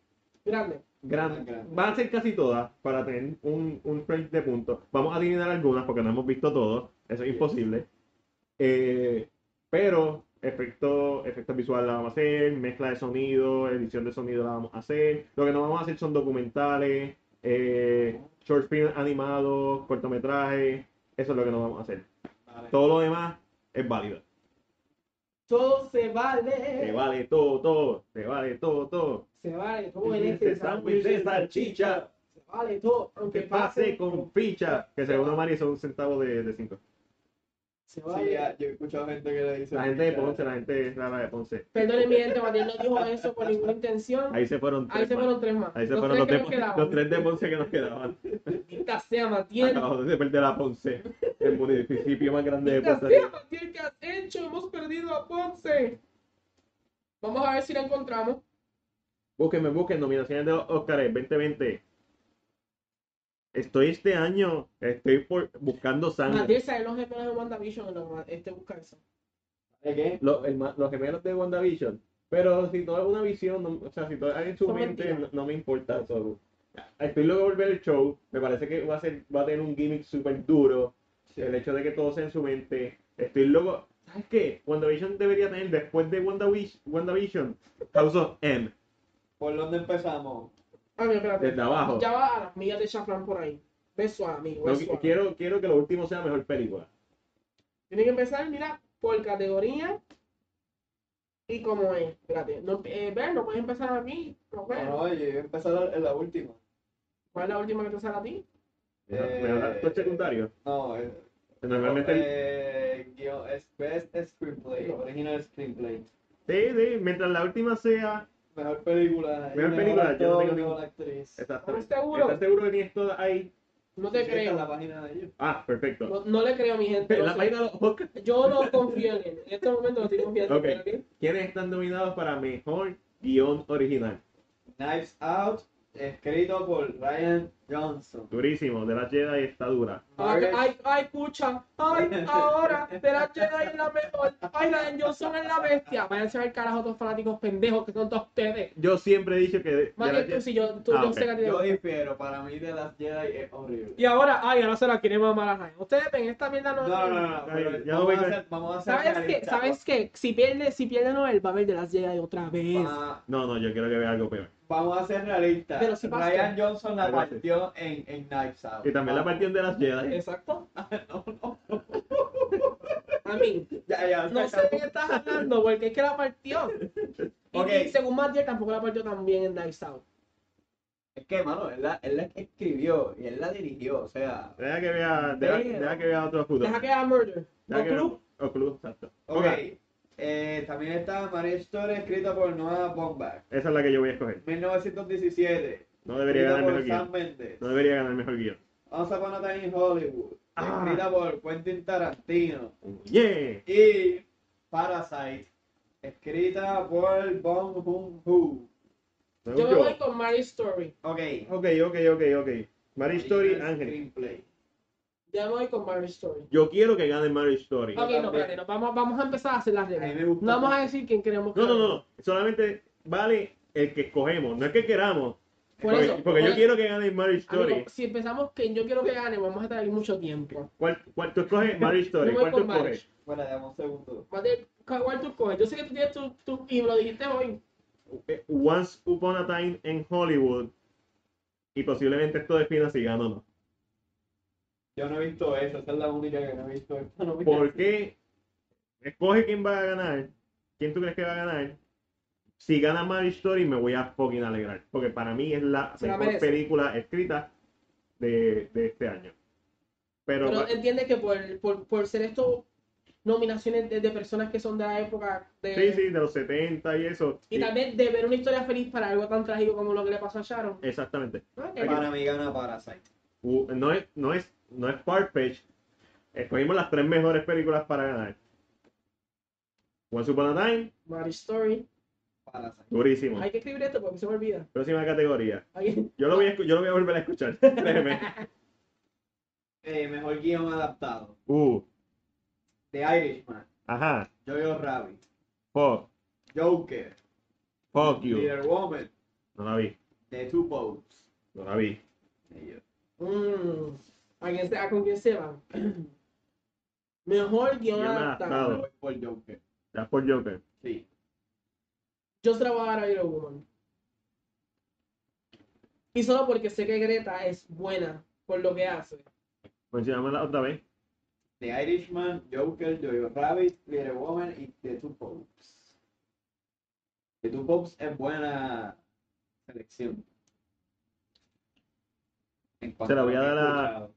[SPEAKER 1] Grande.
[SPEAKER 2] grandes.
[SPEAKER 3] Más grandes.
[SPEAKER 2] Van a ser casi todas para tener un, un range de puntos. Vamos a adivinar algunas porque no hemos visto todos. Eso es
[SPEAKER 3] Yes.
[SPEAKER 2] imposible. Eh, pero efecto, efecto visual la vamos a hacer, mezcla de sonido, edición de sonido la vamos a hacer. Lo que no vamos a hacer son documentales, eh, short film animados, cortometrajes. Eso es lo que no vamos a hacer.
[SPEAKER 3] Vale.
[SPEAKER 2] Todo lo demás es válido.
[SPEAKER 1] Todo se vale.
[SPEAKER 2] Te vale todo, todo. Te vale todo, todo.
[SPEAKER 1] Se vale todo en
[SPEAKER 2] En
[SPEAKER 1] este
[SPEAKER 2] este sándwich de salchicha.
[SPEAKER 1] Se vale todo, aunque
[SPEAKER 2] Que pase con ficha. Que según Omar es un centavo de, de cinco.
[SPEAKER 1] Se
[SPEAKER 3] Sí,
[SPEAKER 1] vale.
[SPEAKER 3] ya, yo he escuchado gente que le dice.
[SPEAKER 2] La gente de
[SPEAKER 3] "Mira,
[SPEAKER 2] Ponce, la gente rara de Ponce.
[SPEAKER 1] Perdonen, mi gente, Matías no dijo eso con ninguna intención. Ahí,
[SPEAKER 2] Ahí se fueron tres.
[SPEAKER 1] se
[SPEAKER 2] más.
[SPEAKER 1] fueron tres más.
[SPEAKER 2] Ahí se
[SPEAKER 1] los
[SPEAKER 2] fueron
[SPEAKER 1] tres
[SPEAKER 2] los,
[SPEAKER 1] que
[SPEAKER 2] de
[SPEAKER 1] nos
[SPEAKER 2] Ponce-
[SPEAKER 1] quedaban.
[SPEAKER 2] los tres de Ponce que nos
[SPEAKER 1] (laughs)
[SPEAKER 2] quedaban.
[SPEAKER 1] Maldita sea, Matías.
[SPEAKER 2] Acabamos de perder a
[SPEAKER 1] (laughs)
[SPEAKER 2] Ponce, el municipio más grande de
[SPEAKER 1] Maldita
[SPEAKER 2] Puerto
[SPEAKER 1] sea,
[SPEAKER 2] Rico.
[SPEAKER 1] Matías, ¿qué has hecho? Hemos perdido a Ponce. Vamos a ver si la encontramos.
[SPEAKER 2] Búsquenme, busquen nominaciones de los Óscares 2020. Estoy este año, estoy por, buscando sangre.
[SPEAKER 1] Matías salen los gemelos de WandaVision en la- este busca eso.
[SPEAKER 3] ¿De qué?
[SPEAKER 2] Los, herma- los gemelos de WandaVision. Pero si todo es una visión, no- o sea, si todo es en su
[SPEAKER 1] Son
[SPEAKER 2] mente, no,
[SPEAKER 1] mentiras.
[SPEAKER 2] no me importa. so, Estoy loco de volver el show. Me parece que va a, ser, va a tener un gimmick súper duro. El hecho de que todo sea en su mente. Estoy loco. ¿Sabes qué? WandaVision debería tener después de WandaVish- WandaVision House of M.
[SPEAKER 3] ¿Por dónde empezamos?
[SPEAKER 1] Ah, mira, espérate.
[SPEAKER 2] Desde abajo.
[SPEAKER 1] Ya va a las millas de chaflán por ahí. Beso a amigo.
[SPEAKER 2] No,
[SPEAKER 1] beso
[SPEAKER 2] qui-
[SPEAKER 1] a-
[SPEAKER 2] quiero, quiero que lo último sea mejor película.
[SPEAKER 1] Tienen que empezar, mira, por categoría y como es. Espérate, no, eh, ver, no puedes empezar a mí. No, ver.
[SPEAKER 3] No, oye, yo voy a empezar en la última.
[SPEAKER 1] ¿Cuál es la última que te sale a ti?
[SPEAKER 3] Eh,
[SPEAKER 2] Mejor actor secundario.
[SPEAKER 3] No, eh,
[SPEAKER 2] Normalmente.
[SPEAKER 3] eh, guión- es Best Screenplay,
[SPEAKER 1] No.
[SPEAKER 3] Original Screenplay.
[SPEAKER 2] Sí, sí, mientras la última sea.
[SPEAKER 3] Mejor película. y
[SPEAKER 2] Mejor película, yo no
[SPEAKER 3] actor,
[SPEAKER 2] tengo
[SPEAKER 3] mejor
[SPEAKER 2] ningún-
[SPEAKER 3] actriz.
[SPEAKER 2] Exactamente.
[SPEAKER 1] ¿Estás seguro?
[SPEAKER 2] ¿Estás seguro que tienes todas ahí?
[SPEAKER 1] No te
[SPEAKER 3] Sí, está en la
[SPEAKER 1] creo.
[SPEAKER 3] página de ellos.
[SPEAKER 2] Ah, perfecto. Eh,
[SPEAKER 1] No, no le creo, mi gente. no
[SPEAKER 2] la
[SPEAKER 1] sé.
[SPEAKER 2] página de los Oscars.
[SPEAKER 1] Yo no confío en él. En este momento no estoy confiando
[SPEAKER 2] Ok.
[SPEAKER 1] en él.
[SPEAKER 2] ¿Quiénes están nominados para mejor guión original?
[SPEAKER 3] Knives Out, escrito por Ryan Johnson.
[SPEAKER 2] Durísimo, de la Jedi está dura.
[SPEAKER 1] Ay,
[SPEAKER 2] ah,
[SPEAKER 3] Margaret-
[SPEAKER 1] ay, ay, escucha. Ay, ahora. De la Jedi es la mejor. Ay, la de Johnson es la bestia. Váyanse al carajo, todos fanáticos pendejos que son todos ustedes.
[SPEAKER 2] Yo siempre he dicho que. de la
[SPEAKER 1] Mario, tú
[SPEAKER 2] Jedi-
[SPEAKER 1] si yo, tú,
[SPEAKER 2] Ah,
[SPEAKER 1] yo
[SPEAKER 2] ok.
[SPEAKER 1] sé que a ti te
[SPEAKER 3] Yo
[SPEAKER 1] gusta.
[SPEAKER 3] difiero, para mí The Last Jedi es horrible.
[SPEAKER 1] Y ahora, ay, ahora se la quiere mamar a Ryan. Ustedes ven esta mierda
[SPEAKER 3] No,
[SPEAKER 1] no.
[SPEAKER 3] no, no, no, pero
[SPEAKER 2] Ay, ya lo
[SPEAKER 3] vamos,
[SPEAKER 2] voy
[SPEAKER 3] a
[SPEAKER 2] con-
[SPEAKER 3] hacer, vamos a hacer
[SPEAKER 1] ¿Sabes qué?
[SPEAKER 3] realista.
[SPEAKER 1] ¿Sabes qué? Si pierde, si pierde Noel, va a ver de las Jedi otra vez.
[SPEAKER 3] Va-
[SPEAKER 2] No, no, yo quiero que vea algo peor.
[SPEAKER 3] Vamos a ser realistas.
[SPEAKER 1] Pero si pasó.
[SPEAKER 3] Ryan Johnson la
[SPEAKER 2] Pero sí.
[SPEAKER 3] partió en, en Knives Out.
[SPEAKER 2] Y también la partió de las Jedi.
[SPEAKER 1] Exacto.
[SPEAKER 3] (laughs) No, no,
[SPEAKER 1] A mí.
[SPEAKER 3] ya, ya, se
[SPEAKER 1] No sé de
[SPEAKER 3] acabó.
[SPEAKER 1] qué estás hablando, porque es que la partió. Y-
[SPEAKER 3] Ok.
[SPEAKER 1] Y según Matt Dier, tampoco la partió tan bien en Knives Out.
[SPEAKER 3] Es que, mano, él la, él la escribió y él la dirigió, o sea...
[SPEAKER 2] Deja que vea, deja, deja que vea otro futuro.
[SPEAKER 1] Deja que haga Murder.
[SPEAKER 2] Deja
[SPEAKER 1] ¿O
[SPEAKER 2] que vea-
[SPEAKER 1] Club?
[SPEAKER 2] O club, exacto.
[SPEAKER 3] Ok,
[SPEAKER 2] Ok,
[SPEAKER 3] eh, también está Marriage Story, escrita por Noah Baumbach.
[SPEAKER 2] Esa es la que yo voy a escoger.
[SPEAKER 3] 1917,
[SPEAKER 2] No debería
[SPEAKER 3] escrita
[SPEAKER 2] ganar mejor
[SPEAKER 3] por
[SPEAKER 2] guión.
[SPEAKER 3] Sam Mendes.
[SPEAKER 2] No debería ganar mejor guión.
[SPEAKER 3] Once Upon a Time in Hollywood,
[SPEAKER 2] Ah.
[SPEAKER 3] escrita por Quentin Tarantino.
[SPEAKER 2] Yeah.
[SPEAKER 3] Y Parasite, escrita por Bong Joon-ho.
[SPEAKER 2] No,
[SPEAKER 1] Yo me
[SPEAKER 2] yo.
[SPEAKER 1] voy con Mary Story.
[SPEAKER 3] Ok.
[SPEAKER 2] Ok, ok, ok, ok. Marriage Story, Ángel.
[SPEAKER 3] Screenplay.
[SPEAKER 1] Yo me voy con Mary Story.
[SPEAKER 2] Yo quiero que gane Marriage Story.
[SPEAKER 1] Ok, no,
[SPEAKER 3] también.
[SPEAKER 1] espérate, no, vamos, vamos a empezar a hacer las
[SPEAKER 3] A mí
[SPEAKER 1] reglas.
[SPEAKER 3] me gustó
[SPEAKER 1] No vamos a
[SPEAKER 3] mucho.
[SPEAKER 1] decir quién queremos que
[SPEAKER 2] No, no,
[SPEAKER 1] gane.
[SPEAKER 2] no, no. Solamente vale el que escogemos. No es que queramos.
[SPEAKER 1] Por
[SPEAKER 2] porque
[SPEAKER 1] eso,
[SPEAKER 2] porque
[SPEAKER 1] por
[SPEAKER 2] yo
[SPEAKER 1] eso.
[SPEAKER 2] quiero que gane Marriage Story.
[SPEAKER 1] Amigo, si empezamos que yo quiero que gane, vamos a estar aquí mucho tiempo.
[SPEAKER 2] ¿Cuál, cuál tú escoges? Marriage Story.
[SPEAKER 1] Yo voy
[SPEAKER 2] ¿Cuál tú
[SPEAKER 1] con Marriage.
[SPEAKER 2] escoges?
[SPEAKER 3] Bueno, dame un segundo.
[SPEAKER 1] Mate, ¿cuál tú coges? Yo sé que tú tienes tu, tu y me lo dijiste hoy.
[SPEAKER 2] Eh, Once Upon a Time en Hollywood. Y posiblemente esto defina si gano o no.
[SPEAKER 3] Yo no he visto eso, esa es la única que no he visto. (laughs) Esta no me-
[SPEAKER 2] ¿Por qué? Escoge quién va a ganar. ¿Quién tú crees que va a ganar? Si gana Marriage Story, me voy a fucking alegrar. Porque para mí es la
[SPEAKER 1] Se la
[SPEAKER 2] mejor
[SPEAKER 1] merece.
[SPEAKER 2] película escrita de, de este año. Pero,
[SPEAKER 1] Pero entiendes que por, por, por ser esto nominaciones de, de personas que son de la época de,
[SPEAKER 2] sí, sí, de los 70 y eso.
[SPEAKER 1] eh, y tal vez de ver una historia feliz para algo tan trágico como lo que le pasó a Sharon.
[SPEAKER 2] Exactamente.
[SPEAKER 1] Ah, que va.
[SPEAKER 3] Para mí gana Parasite.
[SPEAKER 2] U- No es, no es, no es Farfetch. Escogimos las tres mejores películas para ganar. Once Upon a Time,
[SPEAKER 1] Marriage Story.
[SPEAKER 3] Parasite.
[SPEAKER 2] durísimo.
[SPEAKER 1] Hay que escribir esto porque se me olvida.
[SPEAKER 2] Próxima categoría.
[SPEAKER 1] Hay-
[SPEAKER 2] Yo lo voy a, escu- yo lo voy a volver a escuchar. (laughs) Créeme.
[SPEAKER 3] Eh, mejor guión adaptado.
[SPEAKER 2] Uh,
[SPEAKER 3] The Irishman,
[SPEAKER 2] Ajá.
[SPEAKER 3] Jojo Rabbit,
[SPEAKER 2] Fuck.
[SPEAKER 3] Joker,
[SPEAKER 2] Fuck you.
[SPEAKER 3] Little Woman,
[SPEAKER 2] No la vi.
[SPEAKER 3] The Two Popes.
[SPEAKER 2] No la vi.
[SPEAKER 3] Y yo,
[SPEAKER 1] Mm, ¿a quién se- a con quién se va? (clears throat) Mejor guión
[SPEAKER 2] Guion
[SPEAKER 1] adaptado.
[SPEAKER 2] adaptado.
[SPEAKER 3] me voy por Joker.
[SPEAKER 2] Ya por Joker.
[SPEAKER 3] Sí.
[SPEAKER 1] Yo se la voy a dar a Little Woman. Y solo porque sé que Greta es buena por lo que hace.
[SPEAKER 2] Mencionámosla otra vez.
[SPEAKER 3] The Irishman, Joker, Jojo Rabbit, Little Woman y The Two Popes. The Two Popes es buena selección. En cuanto
[SPEAKER 2] la voy
[SPEAKER 3] lo
[SPEAKER 2] a
[SPEAKER 3] que he
[SPEAKER 2] dar a-
[SPEAKER 3] escuchado.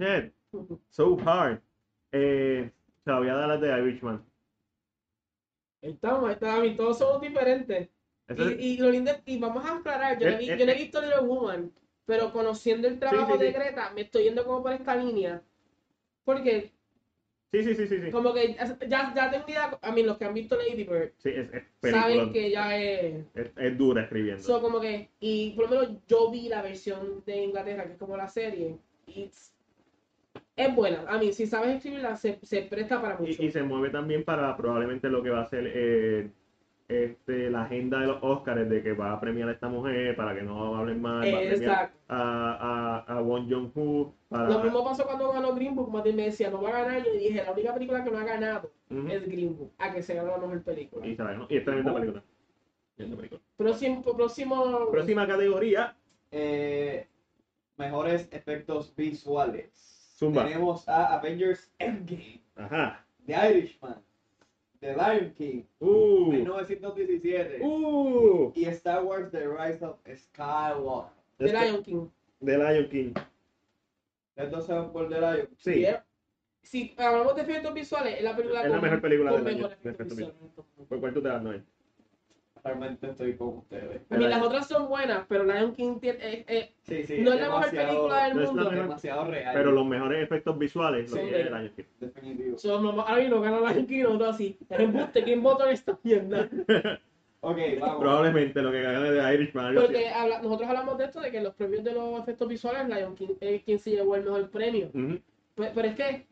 [SPEAKER 2] Shit. So hard. Eh, se la voy a dar a la de Irishman.
[SPEAKER 1] Estamos, estamos, y todos somos diferentes.
[SPEAKER 2] Esa es-
[SPEAKER 1] Y, y lo lindo es- y vamos a aclarar, yo, no,
[SPEAKER 2] Eh,
[SPEAKER 1] vi-
[SPEAKER 2] eh,
[SPEAKER 1] yo no he
[SPEAKER 2] eh.
[SPEAKER 1] visto Little Woman, pero conociendo el trabajo
[SPEAKER 2] sí,
[SPEAKER 1] de
[SPEAKER 2] sí.
[SPEAKER 1] Greta, me estoy yendo como por esta línea. Porque
[SPEAKER 2] Sí, sí, sí, sí. Sí,
[SPEAKER 1] como que ya, ya tengo idea, a mí los que han visto Lady Bird
[SPEAKER 2] sí es, es
[SPEAKER 1] saben
[SPEAKER 2] película.
[SPEAKER 1] que ya es...
[SPEAKER 2] Es, es dura escribiendo.
[SPEAKER 1] So, como que, y por lo menos yo vi la versión de Inglaterra, que es como la serie, y es- es buena. A mí, si sabes escribirla, se, se presta para mucho.
[SPEAKER 2] Y, y se mueve también para probablemente lo que va a ser eh, este, la agenda de los Oscars, de que va a premiar a esta mujer para que no hablen mal, va a premiar
[SPEAKER 1] Eh, Exacto.
[SPEAKER 2] a, a, a Won Jong-hu. Para...
[SPEAKER 1] Lo mismo pasó cuando ganó Green Book, Martín me decía, no va a ganar, yo dije, la única película que no ha ganado
[SPEAKER 2] Ujú.
[SPEAKER 1] es Green Book, a que se ganó la mejor película.
[SPEAKER 2] Y, se la ganó. Y es tremenda película. Tremenda película.
[SPEAKER 1] Próximo, próximo,
[SPEAKER 2] Próxima categoría,
[SPEAKER 3] Eh, mejores efectos visuales.
[SPEAKER 2] Zumba.
[SPEAKER 3] Tenemos a Avengers Endgame,
[SPEAKER 2] ajá.
[SPEAKER 3] The Irishman, The Lion King,
[SPEAKER 2] Uh,
[SPEAKER 3] 1917
[SPEAKER 2] uh,
[SPEAKER 3] y Star Wars The Rise of Skywalker.
[SPEAKER 1] The Lion King.
[SPEAKER 2] de Lion King.
[SPEAKER 3] Entonces vamos por The Lion.
[SPEAKER 2] Sí,
[SPEAKER 1] Yeah. Si hablamos de efectos visuales, es la película
[SPEAKER 2] Es la
[SPEAKER 1] con-
[SPEAKER 2] mejor película
[SPEAKER 1] con
[SPEAKER 2] del año,
[SPEAKER 1] mejores
[SPEAKER 2] de
[SPEAKER 1] efectos
[SPEAKER 2] efectos
[SPEAKER 1] visuales.
[SPEAKER 2] ¿por cuál tú te das, Noel?
[SPEAKER 3] Realmente estoy con ustedes.
[SPEAKER 1] A mí,
[SPEAKER 2] Lion-
[SPEAKER 1] las otras son buenas, pero Lion King tiene, es- es-
[SPEAKER 3] Sí, sí.
[SPEAKER 1] no es
[SPEAKER 3] es
[SPEAKER 1] la mejor
[SPEAKER 3] demasiado-
[SPEAKER 1] película del
[SPEAKER 2] No es la
[SPEAKER 1] mundo.
[SPEAKER 2] mejor.
[SPEAKER 3] Demasiado real.
[SPEAKER 2] Pero los mejores efectos visuales los
[SPEAKER 1] Sí. Ah,
[SPEAKER 2] tiene Lion King.
[SPEAKER 3] Definitivo.
[SPEAKER 1] So, no, ahora mismo gana (laughs) Lion King y nosotros así. Es embuste, ¿quién votó en esta mierda?
[SPEAKER 2] (laughs)
[SPEAKER 3] Ok, vamos.
[SPEAKER 2] Probablemente lo que gane de Irishman. algo así.
[SPEAKER 1] Porque habla- nosotros hablamos de esto, de que los premios de los efectos visuales, Lion King es quien se llevó el mejor premio.
[SPEAKER 2] Ujú.
[SPEAKER 1] Pe- Pero, es que,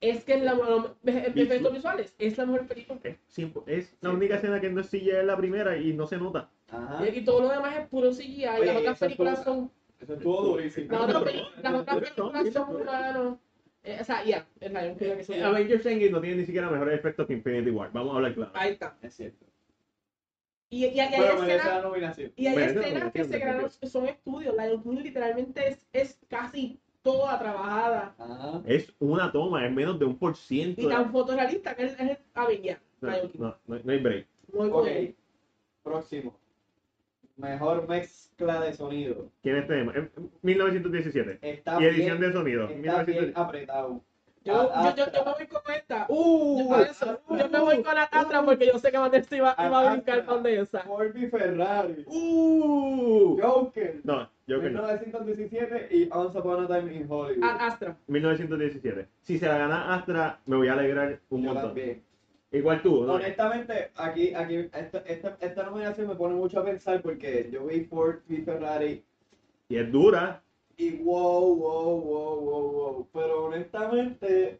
[SPEAKER 1] es que es la lo- efectos visuales, es la mejor película.
[SPEAKER 2] Es, simple- es la
[SPEAKER 3] Sí.
[SPEAKER 2] única escena que no es CGI es la primera y no se nota.
[SPEAKER 3] Ajá.
[SPEAKER 1] Y todo lo demás es puro CGI.
[SPEAKER 3] Ah. Oye,
[SPEAKER 1] las otras
[SPEAKER 3] esa
[SPEAKER 1] películas
[SPEAKER 3] cosa-
[SPEAKER 1] son
[SPEAKER 3] Eso estuvo durísimo.
[SPEAKER 1] Las otras películas- las otras películas son humanos. Eh, o sea, ya, es la Lion King la que se llama.
[SPEAKER 2] Avengers Endgame no tiene ni siquiera mejores efectos que Infinity War. Vamos a hablar claro.
[SPEAKER 1] Ahí está.
[SPEAKER 3] Es cierto.
[SPEAKER 1] Y, y- y hay
[SPEAKER 3] Pero merece
[SPEAKER 1] escenas,
[SPEAKER 3] la nominación.
[SPEAKER 1] y hay
[SPEAKER 2] Merece la
[SPEAKER 1] escenas que
[SPEAKER 2] nominación,
[SPEAKER 1] se grabaron, son estudios. La Lion King literalmente es, es casi toda trabajada
[SPEAKER 3] Ajá.
[SPEAKER 2] Es una toma, es menos de un por ciento.
[SPEAKER 1] y
[SPEAKER 2] de la-
[SPEAKER 1] tan fotorrealista que es, es a ver, ya, Lion King.
[SPEAKER 2] No, no, no hay break.
[SPEAKER 1] Muy
[SPEAKER 3] Ok.
[SPEAKER 1] bueno.
[SPEAKER 3] Próximo. Mejor mezcla de sonido.
[SPEAKER 2] ¿Quiénes tenemos? Eh, 1917.
[SPEAKER 3] Está
[SPEAKER 2] y edición
[SPEAKER 3] bien,
[SPEAKER 2] de sonido.
[SPEAKER 3] está bien
[SPEAKER 2] 1917.
[SPEAKER 3] apretado.
[SPEAKER 1] Yo,
[SPEAKER 3] Ah,
[SPEAKER 1] yo, yo, yo me voy con esta. Uh,
[SPEAKER 3] ah,
[SPEAKER 1] eso.
[SPEAKER 3] ah,
[SPEAKER 1] yo me voy con la Tatra porque yo sé que Vanessa iba, iba a
[SPEAKER 3] uh. Ah,
[SPEAKER 1] brincar
[SPEAKER 3] ah,
[SPEAKER 1] con de esa.
[SPEAKER 3] Corby Ferrari.
[SPEAKER 2] Uh.
[SPEAKER 3] Joker.
[SPEAKER 2] No, yo que no.
[SPEAKER 3] 1917 y Once Upon a Time in Hollywood.
[SPEAKER 1] A- Ah, Astra.
[SPEAKER 2] 1917. Si se la gana Astra, me voy a alegrar un
[SPEAKER 3] Yo
[SPEAKER 2] montón.
[SPEAKER 3] también.
[SPEAKER 2] Igual tú, ¿no?
[SPEAKER 3] Honestamente, aquí, aquí, esta, esta, esta nominación me pone mucho a pensar porque yo vi Ford, vi Ferrari
[SPEAKER 2] Y es dura.
[SPEAKER 3] y wow, wow, wow, wow, wow. Pero honestamente,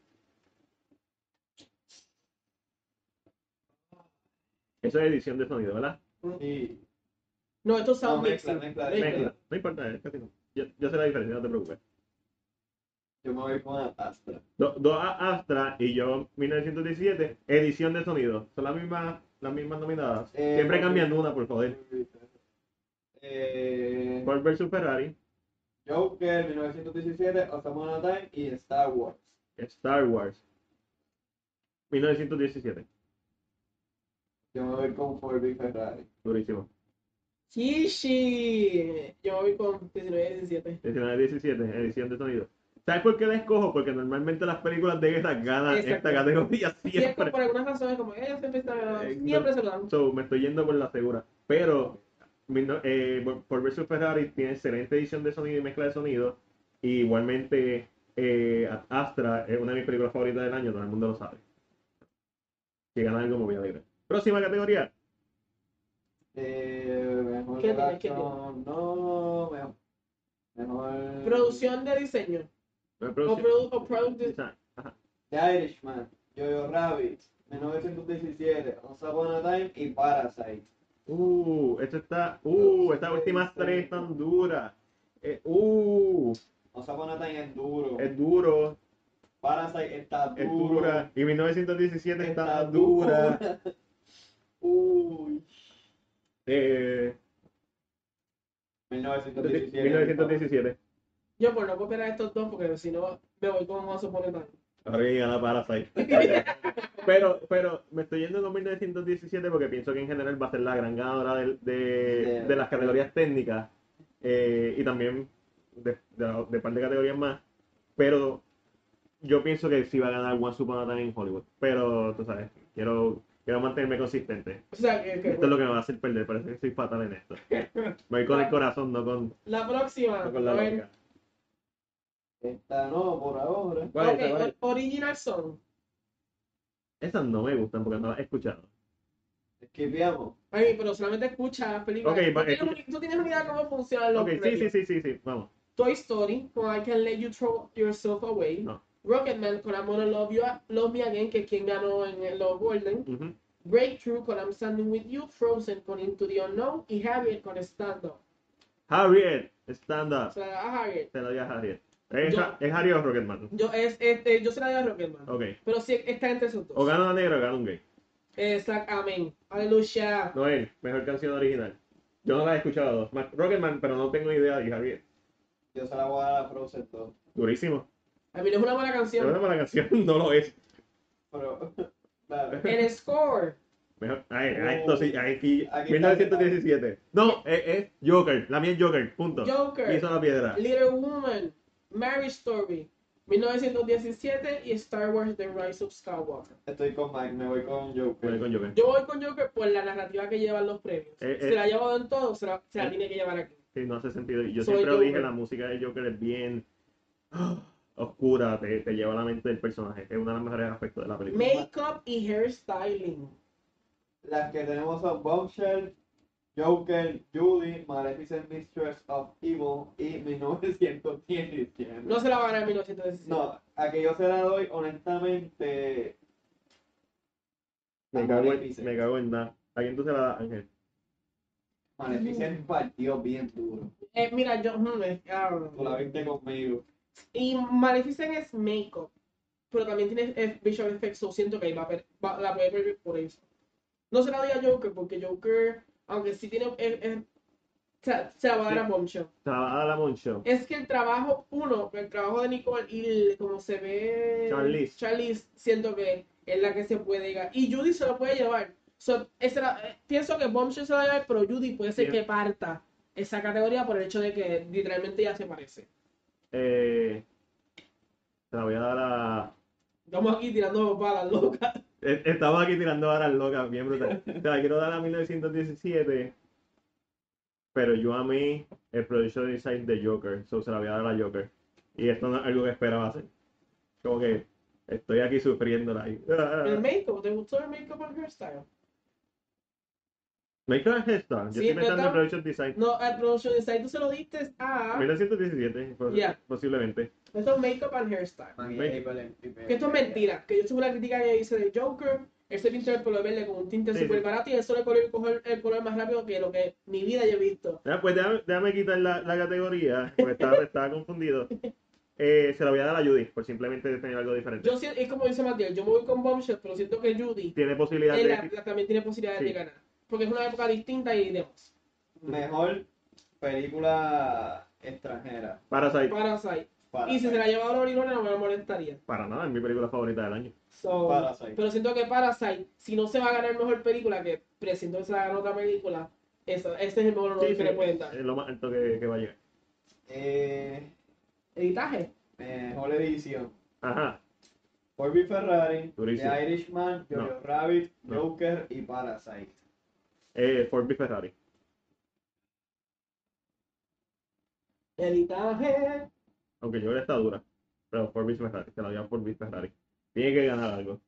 [SPEAKER 2] Eso es edición de sonido, ¿verdad?
[SPEAKER 3] y
[SPEAKER 1] No, esto es
[SPEAKER 3] No,
[SPEAKER 1] Sound
[SPEAKER 3] mezcla,
[SPEAKER 1] Mixing.
[SPEAKER 3] mezcla,
[SPEAKER 1] Mezcla.
[SPEAKER 2] Mezcla. No importa, es casi no. Yo, yo sé la diferencia, no te preocupes.
[SPEAKER 3] yo me voy con Astra.
[SPEAKER 2] Do- Dos a Astra y yo 1917, edición de sonido. Son las mismas, las mismas nominadas.
[SPEAKER 3] Eh,
[SPEAKER 2] Siempre
[SPEAKER 3] ok.
[SPEAKER 2] cambian una, por favor.
[SPEAKER 3] Eh,
[SPEAKER 2] Ford vs Ferrari,
[SPEAKER 3] Joker, 1917, Once Upon a Time y Star Wars.
[SPEAKER 2] Star Wars. 1917,
[SPEAKER 3] Yo me voy con Ford, vi Ferrari.
[SPEAKER 2] durísimo.
[SPEAKER 1] Chichi. Yo voy con 19 17.
[SPEAKER 2] 1917, edición de sonido. ¿Sabes por qué la escojo? Porque normalmente las películas de guerra ganan
[SPEAKER 1] Exacto.
[SPEAKER 2] esta categoría
[SPEAKER 1] Siempre,
[SPEAKER 2] siempre.
[SPEAKER 1] por algunas razones, como que ellos siempre están ganando,
[SPEAKER 2] Eh,
[SPEAKER 1] siempre se lo dan.
[SPEAKER 2] So, me estoy yendo por la segura. Pero mi no- eh, Ford vs Ferrari tiene excelente edición de sonido y mezcla de sonido. Y igualmente eh, Astra es una de mis películas favoritas del año, todo el mundo lo sabe. Si gana algo me voy a alegrar. Próxima categoría.
[SPEAKER 3] Eh, mejor
[SPEAKER 1] ¿Qué tiene? ¿Qué
[SPEAKER 3] relación, no, mejor, mejor
[SPEAKER 1] Producción de diseño. O,
[SPEAKER 2] Producción.
[SPEAKER 1] produ- o product de-
[SPEAKER 2] Design. Ajá.
[SPEAKER 3] The Irishman, Jojo Rabbit, 1917, Once Upon a Time y Parasite.
[SPEAKER 2] Uh, esta está. Uh, estas últimas tres están duras. Eh, uh,
[SPEAKER 3] Once Upon a Time es duro.
[SPEAKER 2] es duro,
[SPEAKER 3] Parasite está duro.
[SPEAKER 2] es dura. Y 1917 Uh. está,
[SPEAKER 3] Está
[SPEAKER 2] dura. (laughs)
[SPEAKER 3] dura. Uy.
[SPEAKER 2] Eh,
[SPEAKER 3] 1917.
[SPEAKER 2] 1917.
[SPEAKER 1] Yo por no copiar a estos dos, porque si no me voy con más suponer mal.
[SPEAKER 2] Ahora que gana Parasite. pero, pero me estoy yendo con 1917 porque pienso que en general va a ser la gran ganadora del- de, de,
[SPEAKER 3] De-
[SPEAKER 2] las categorías técnicas eh, y también de, de, la- de par de categorías más. Pero yo pienso que sí va a ganar One Upon a Time en Hollywood. Pero tú sabes, quiero, quiero mantenerme consistente.
[SPEAKER 1] O sea, que, pues, que-
[SPEAKER 2] Esto es lo que me va a hacer perder. Parece que soy fatal en esto. Me voy con el corazón, no con,
[SPEAKER 1] la próxima.
[SPEAKER 2] no con la
[SPEAKER 1] a ver.
[SPEAKER 2] lógica.
[SPEAKER 3] Esta no, por ahora.
[SPEAKER 2] ¿Cuál es
[SPEAKER 1] Ok,
[SPEAKER 2] esa? ¿Cuál es?
[SPEAKER 1] or- original song.
[SPEAKER 2] Esas no me gustan porque no las he escuchado.
[SPEAKER 3] Esquipeamos.
[SPEAKER 1] Ay, pero solamente escucha las películas.
[SPEAKER 2] Ok,
[SPEAKER 1] ¿Tú,
[SPEAKER 2] va-
[SPEAKER 1] tienes,
[SPEAKER 2] escucha-
[SPEAKER 1] uni- tú tienes unidad de cómo funcionan los
[SPEAKER 2] Ok, sí,
[SPEAKER 1] premios.
[SPEAKER 2] sí, sí, sí, sí, vamos.
[SPEAKER 1] Toy Story con I Can Let You Throw Yourself Away.
[SPEAKER 2] No.
[SPEAKER 1] Rocketman con I'm Gonna Love, You, ah, Love Me Again, que es quien ganó en los Golden.
[SPEAKER 2] Ujú.
[SPEAKER 1] Breakthrough con I'm Standing With You. Frozen con Into the Unknown. Y Harriet con Stand Up.
[SPEAKER 2] Harriet, stand
[SPEAKER 1] O
[SPEAKER 2] up.
[SPEAKER 1] sea, a Harriet.
[SPEAKER 2] Te lo di a Harriet. ¿Es,
[SPEAKER 1] Yo-
[SPEAKER 2] Ha- es Harriet o Rocketman?
[SPEAKER 1] Yo, es, este, yo se la doy a Rocketman.
[SPEAKER 2] Ok.
[SPEAKER 1] Pero sí, está entre esos dos.
[SPEAKER 2] O gana una negra o gana un gay.
[SPEAKER 1] Exacto, amén. Aleluya.
[SPEAKER 2] Noel, mejor canción original. Yo no la he escuchado. Ma- Rocketman, pero no tengo idea de Harriet.
[SPEAKER 3] Yo se la voy a dar a Frozen 2.
[SPEAKER 2] Durísimo.
[SPEAKER 1] A mí no es una buena
[SPEAKER 2] Es una
[SPEAKER 1] canción.
[SPEAKER 2] mala canción, (laughs) no lo es.
[SPEAKER 3] Pero, (laughs) claro.
[SPEAKER 1] El score.
[SPEAKER 2] Mejor. Ay, ay, esto sí,
[SPEAKER 1] Oh,
[SPEAKER 2] ay, aquí,
[SPEAKER 3] Aquí está.
[SPEAKER 2] 1917. No, es, es Joker. La mía es Joker, punto.
[SPEAKER 1] Joker.
[SPEAKER 2] Hizo la piedra.
[SPEAKER 1] Little Woman, Marriage Story, 1917 y Star Wars The Rise of Skywalker.
[SPEAKER 3] Estoy con Mike, me voy con
[SPEAKER 2] Voy
[SPEAKER 3] Joker.
[SPEAKER 2] con Joker.
[SPEAKER 1] Yo voy con Joker por la narrativa que llevan los premios.
[SPEAKER 2] Eh, eh.
[SPEAKER 1] se la ha llevado en todo, se la, se la
[SPEAKER 2] Eh.
[SPEAKER 1] tiene que llevar aquí.
[SPEAKER 2] Sí, no hace sentido. Y Yo
[SPEAKER 1] Soy
[SPEAKER 2] siempre lo dije,
[SPEAKER 1] Joker.
[SPEAKER 2] la música de Joker es bien (gasps) oscura, te, te lleva a la mente del personaje. Es uno de los mejores aspectos de la película.
[SPEAKER 1] Makeup y hairstyling.
[SPEAKER 3] Las que tenemos son Bombshell, Joker, Judy, Maleficent Mistress of Evil y 1917.
[SPEAKER 1] No se la van a ganar en 1917.
[SPEAKER 3] No, a que yo se la doy, honestamente.
[SPEAKER 2] Me
[SPEAKER 3] a
[SPEAKER 2] cago, en,
[SPEAKER 3] Maleficent.
[SPEAKER 2] me cago en nada. ¿A quién tú se la das, Ángel?
[SPEAKER 3] Maleficent partió bien duro.
[SPEAKER 1] Eh, mira, yo. mm, eh, ah.
[SPEAKER 3] Tú la viste conmigo.
[SPEAKER 1] Y Maleficent es makeup, pero también tiene eh, visual effects, so siento que ahí va a per- va- la puede perder por eso. No se la doy a Joker, porque Joker, aunque sí tiene. eh, eh, se, se la va a dar a Bombshell.
[SPEAKER 2] Se la vas a la Moncho.
[SPEAKER 1] Es que el trabajo, uno, el trabajo de Nicole y el- como se ve.
[SPEAKER 2] Charlize.
[SPEAKER 1] Charlize, siento que es la que se puede llegar. Y Judy se lo puede llevar. So, esa la- eh, pienso que Bombshell se la va a llevar, pero Judy puede ser
[SPEAKER 2] Bien.
[SPEAKER 1] que parta esa categoría por el hecho de que literalmente ya se parece.
[SPEAKER 2] Eh, se la voy a dar a.
[SPEAKER 1] Estamos aquí tirando balas locas.
[SPEAKER 2] Eh, Estamos aquí tirando varas locas, bien brutal. Te la quiero dar a 1917. Pero yo amé el production design de Joker. So se la voy a dar a Joker. Y esto no es algo que esperaba hacer. Como que estoy aquí sufriéndola. ahí.
[SPEAKER 1] El
[SPEAKER 2] (laughs)
[SPEAKER 1] make-up, ¿te gustó el make-up and hairstyle?
[SPEAKER 2] Me quedo en esta. Yo
[SPEAKER 1] Sí,
[SPEAKER 2] estoy pensando
[SPEAKER 1] ¿verdad?
[SPEAKER 2] en production design.
[SPEAKER 1] No, al production design tú se lo diste a...
[SPEAKER 2] 1917, pos-
[SPEAKER 1] Yeah.
[SPEAKER 2] posiblemente.
[SPEAKER 1] Esto es make-up and hairstyle. Que
[SPEAKER 3] Que
[SPEAKER 1] esto es mentira. Que yo tuve una crítica que hice de Joker. Él se pintó el color verde con un tinte
[SPEAKER 2] Sí,
[SPEAKER 1] súper
[SPEAKER 2] sí.
[SPEAKER 1] barato y él solo cogió el color, el color más rápido que lo que mi vida yo he visto.
[SPEAKER 2] Ah, pues déjame, déjame quitar la, la categoría, porque estaba, estaba confundido. Eh, se la voy a dar a Judy, por simplemente tener algo diferente.
[SPEAKER 1] Yo siento, es como dice Matías, yo me voy con Bombshell, pero siento que Judy
[SPEAKER 2] Tiene posibilidad
[SPEAKER 1] él la-
[SPEAKER 2] de...
[SPEAKER 1] la- también tiene posibilidades
[SPEAKER 2] Sí.
[SPEAKER 1] de ganar. Porque es una época distinta y demás.
[SPEAKER 3] Mejor película extranjera.
[SPEAKER 2] Parasite.
[SPEAKER 1] Parasite.
[SPEAKER 3] Para
[SPEAKER 1] Y si se la llevaba a Orinona no me molestaría.
[SPEAKER 2] Para nada, es mi película favorita del año.
[SPEAKER 1] So,
[SPEAKER 3] Parasite.
[SPEAKER 1] Pero siento que Parasite, si no se va a ganar mejor película, que presiento que se va a ganar otra película, eso, ese es el mejor honor
[SPEAKER 2] Sí,
[SPEAKER 1] que
[SPEAKER 2] sí,
[SPEAKER 1] le pueden dar.
[SPEAKER 2] es lo más alto que, que va a llegar.
[SPEAKER 3] Eh,
[SPEAKER 1] Editaje.
[SPEAKER 3] mejor edición.
[SPEAKER 2] Ajá,
[SPEAKER 3] Ford v Ferrari,
[SPEAKER 2] Durísimo.
[SPEAKER 3] The Irishman,
[SPEAKER 2] No.
[SPEAKER 3] Jojo Rabbit,
[SPEAKER 2] No.
[SPEAKER 3] Joker y Parasite.
[SPEAKER 2] eh, Ford v Ferrari.
[SPEAKER 1] Editaje.
[SPEAKER 2] Aunque yo está dura, pero Ford v Ferrari, se la voy a Ford v Ferrari. Tiene que ganar algo.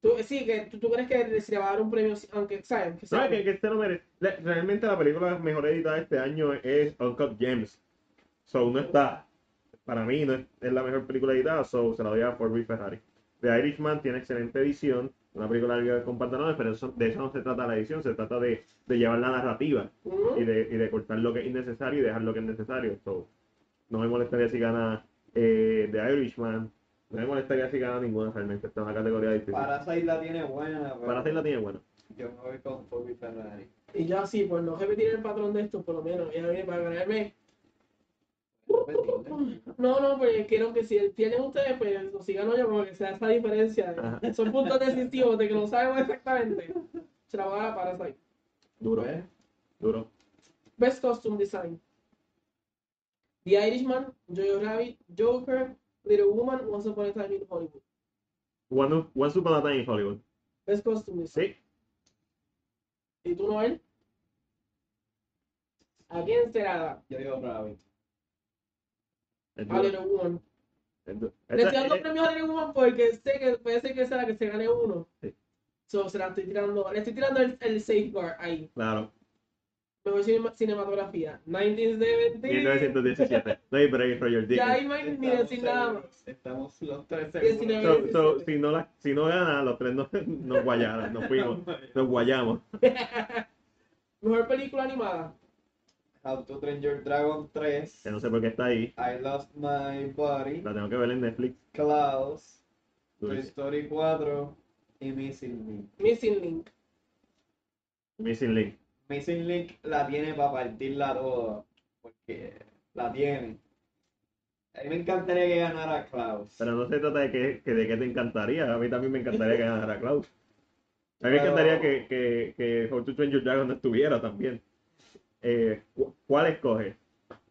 [SPEAKER 1] Tú, sí, que tú, tú crees que se le va a dar un premio, si- aunque saben que
[SPEAKER 2] ¿Sabes
[SPEAKER 1] saben.
[SPEAKER 2] que, que este lo merece? Le- Realmente la película mejor editada este año es Uncut Gems. So no está. Para mí no es, es la mejor película editada, so se la doy a Ford v Ferrari. The Irishman tiene excelente edición, una película larga con pantalones, pero eso, de eso no se trata la edición, se trata de, de llevar la narrativa
[SPEAKER 1] Ujú.
[SPEAKER 2] y de, y de cortar lo que es innecesario y dejar lo que es necesario. So, no me molestaría si gana eh, The Irishman, no me molestaría si gana ninguna realmente, esta es una categoría difícil. Para,
[SPEAKER 3] Parasite la tiene buena, pero
[SPEAKER 2] hacerla tiene buena.
[SPEAKER 3] yo me voy con Toby Ferrari.
[SPEAKER 1] Y yo así, por no repetir el patrón de esto, por lo menos, ya viene para ganarme. No, no, pues quiero que si tienen ustedes, pues lo sigan yo, como que sea esa diferencia.
[SPEAKER 2] Ajá.
[SPEAKER 1] Son puntos decisivos de que no sabemos exactamente. Se la voy a dar a Parasite.
[SPEAKER 2] Duro,
[SPEAKER 3] ¿Ves?
[SPEAKER 2] duro.
[SPEAKER 1] Best Costume Design. The Irishman, Jojo Rabbit, Joker, Little Woman, Once Upon a Time in Hollywood.
[SPEAKER 2] One, Once Upon a Time in Hollywood.
[SPEAKER 1] Best Costume Design.
[SPEAKER 2] Sí,
[SPEAKER 1] ¿Y tú, Noel? ¿A quién será?
[SPEAKER 3] Yo digo Rabbit.
[SPEAKER 2] es
[SPEAKER 1] A
[SPEAKER 2] duro.
[SPEAKER 1] Little Woman.
[SPEAKER 2] Mm. es duro.
[SPEAKER 1] Le estoy
[SPEAKER 2] Esta-
[SPEAKER 1] dando
[SPEAKER 2] eh,
[SPEAKER 1] premios a Little Woman porque sé que puede ser que sea la que se gane uno.
[SPEAKER 2] Sí.
[SPEAKER 1] So, se la estoy tirando, le estoy tirando el, el safeguard ahí.
[SPEAKER 2] Claro,
[SPEAKER 1] Mejor cine- cinematografía. 1970.
[SPEAKER 2] 1917. No hay break,
[SPEAKER 1] Ya
[SPEAKER 2] Roger Dickens.
[SPEAKER 1] ahí no hay ni decir nada más.
[SPEAKER 3] seguros, Estamos los tres seguros.
[SPEAKER 1] 19.
[SPEAKER 2] So, so, si, no la, si no (laughs) gana, los tres nos, nos guayaron, nos fuimos, nos guayamos.
[SPEAKER 1] Mejor película animada.
[SPEAKER 3] How to Train Your Dragon 3.
[SPEAKER 2] Que no sé por qué está ahí.
[SPEAKER 3] I Lost My Body.
[SPEAKER 2] La tengo que ver en Netflix.
[SPEAKER 3] Klaus. Toy
[SPEAKER 2] Durísimo.
[SPEAKER 3] Story 4. Y Missing Link.
[SPEAKER 1] Missing Link.
[SPEAKER 2] Missing Link.
[SPEAKER 3] Missing Link la tiene para partirla toda. Porque la tiene. A mí me encantaría que ganara Klaus.
[SPEAKER 2] Pero no se trata de que, que de qué te encantaría. A mí también me encantaría que ganara Klaus. A mí me
[SPEAKER 3] Pero-
[SPEAKER 2] encantaría que, que, que How to Train Your Dragon no estuviera también. Eh, cu- ¿Cuál escoge?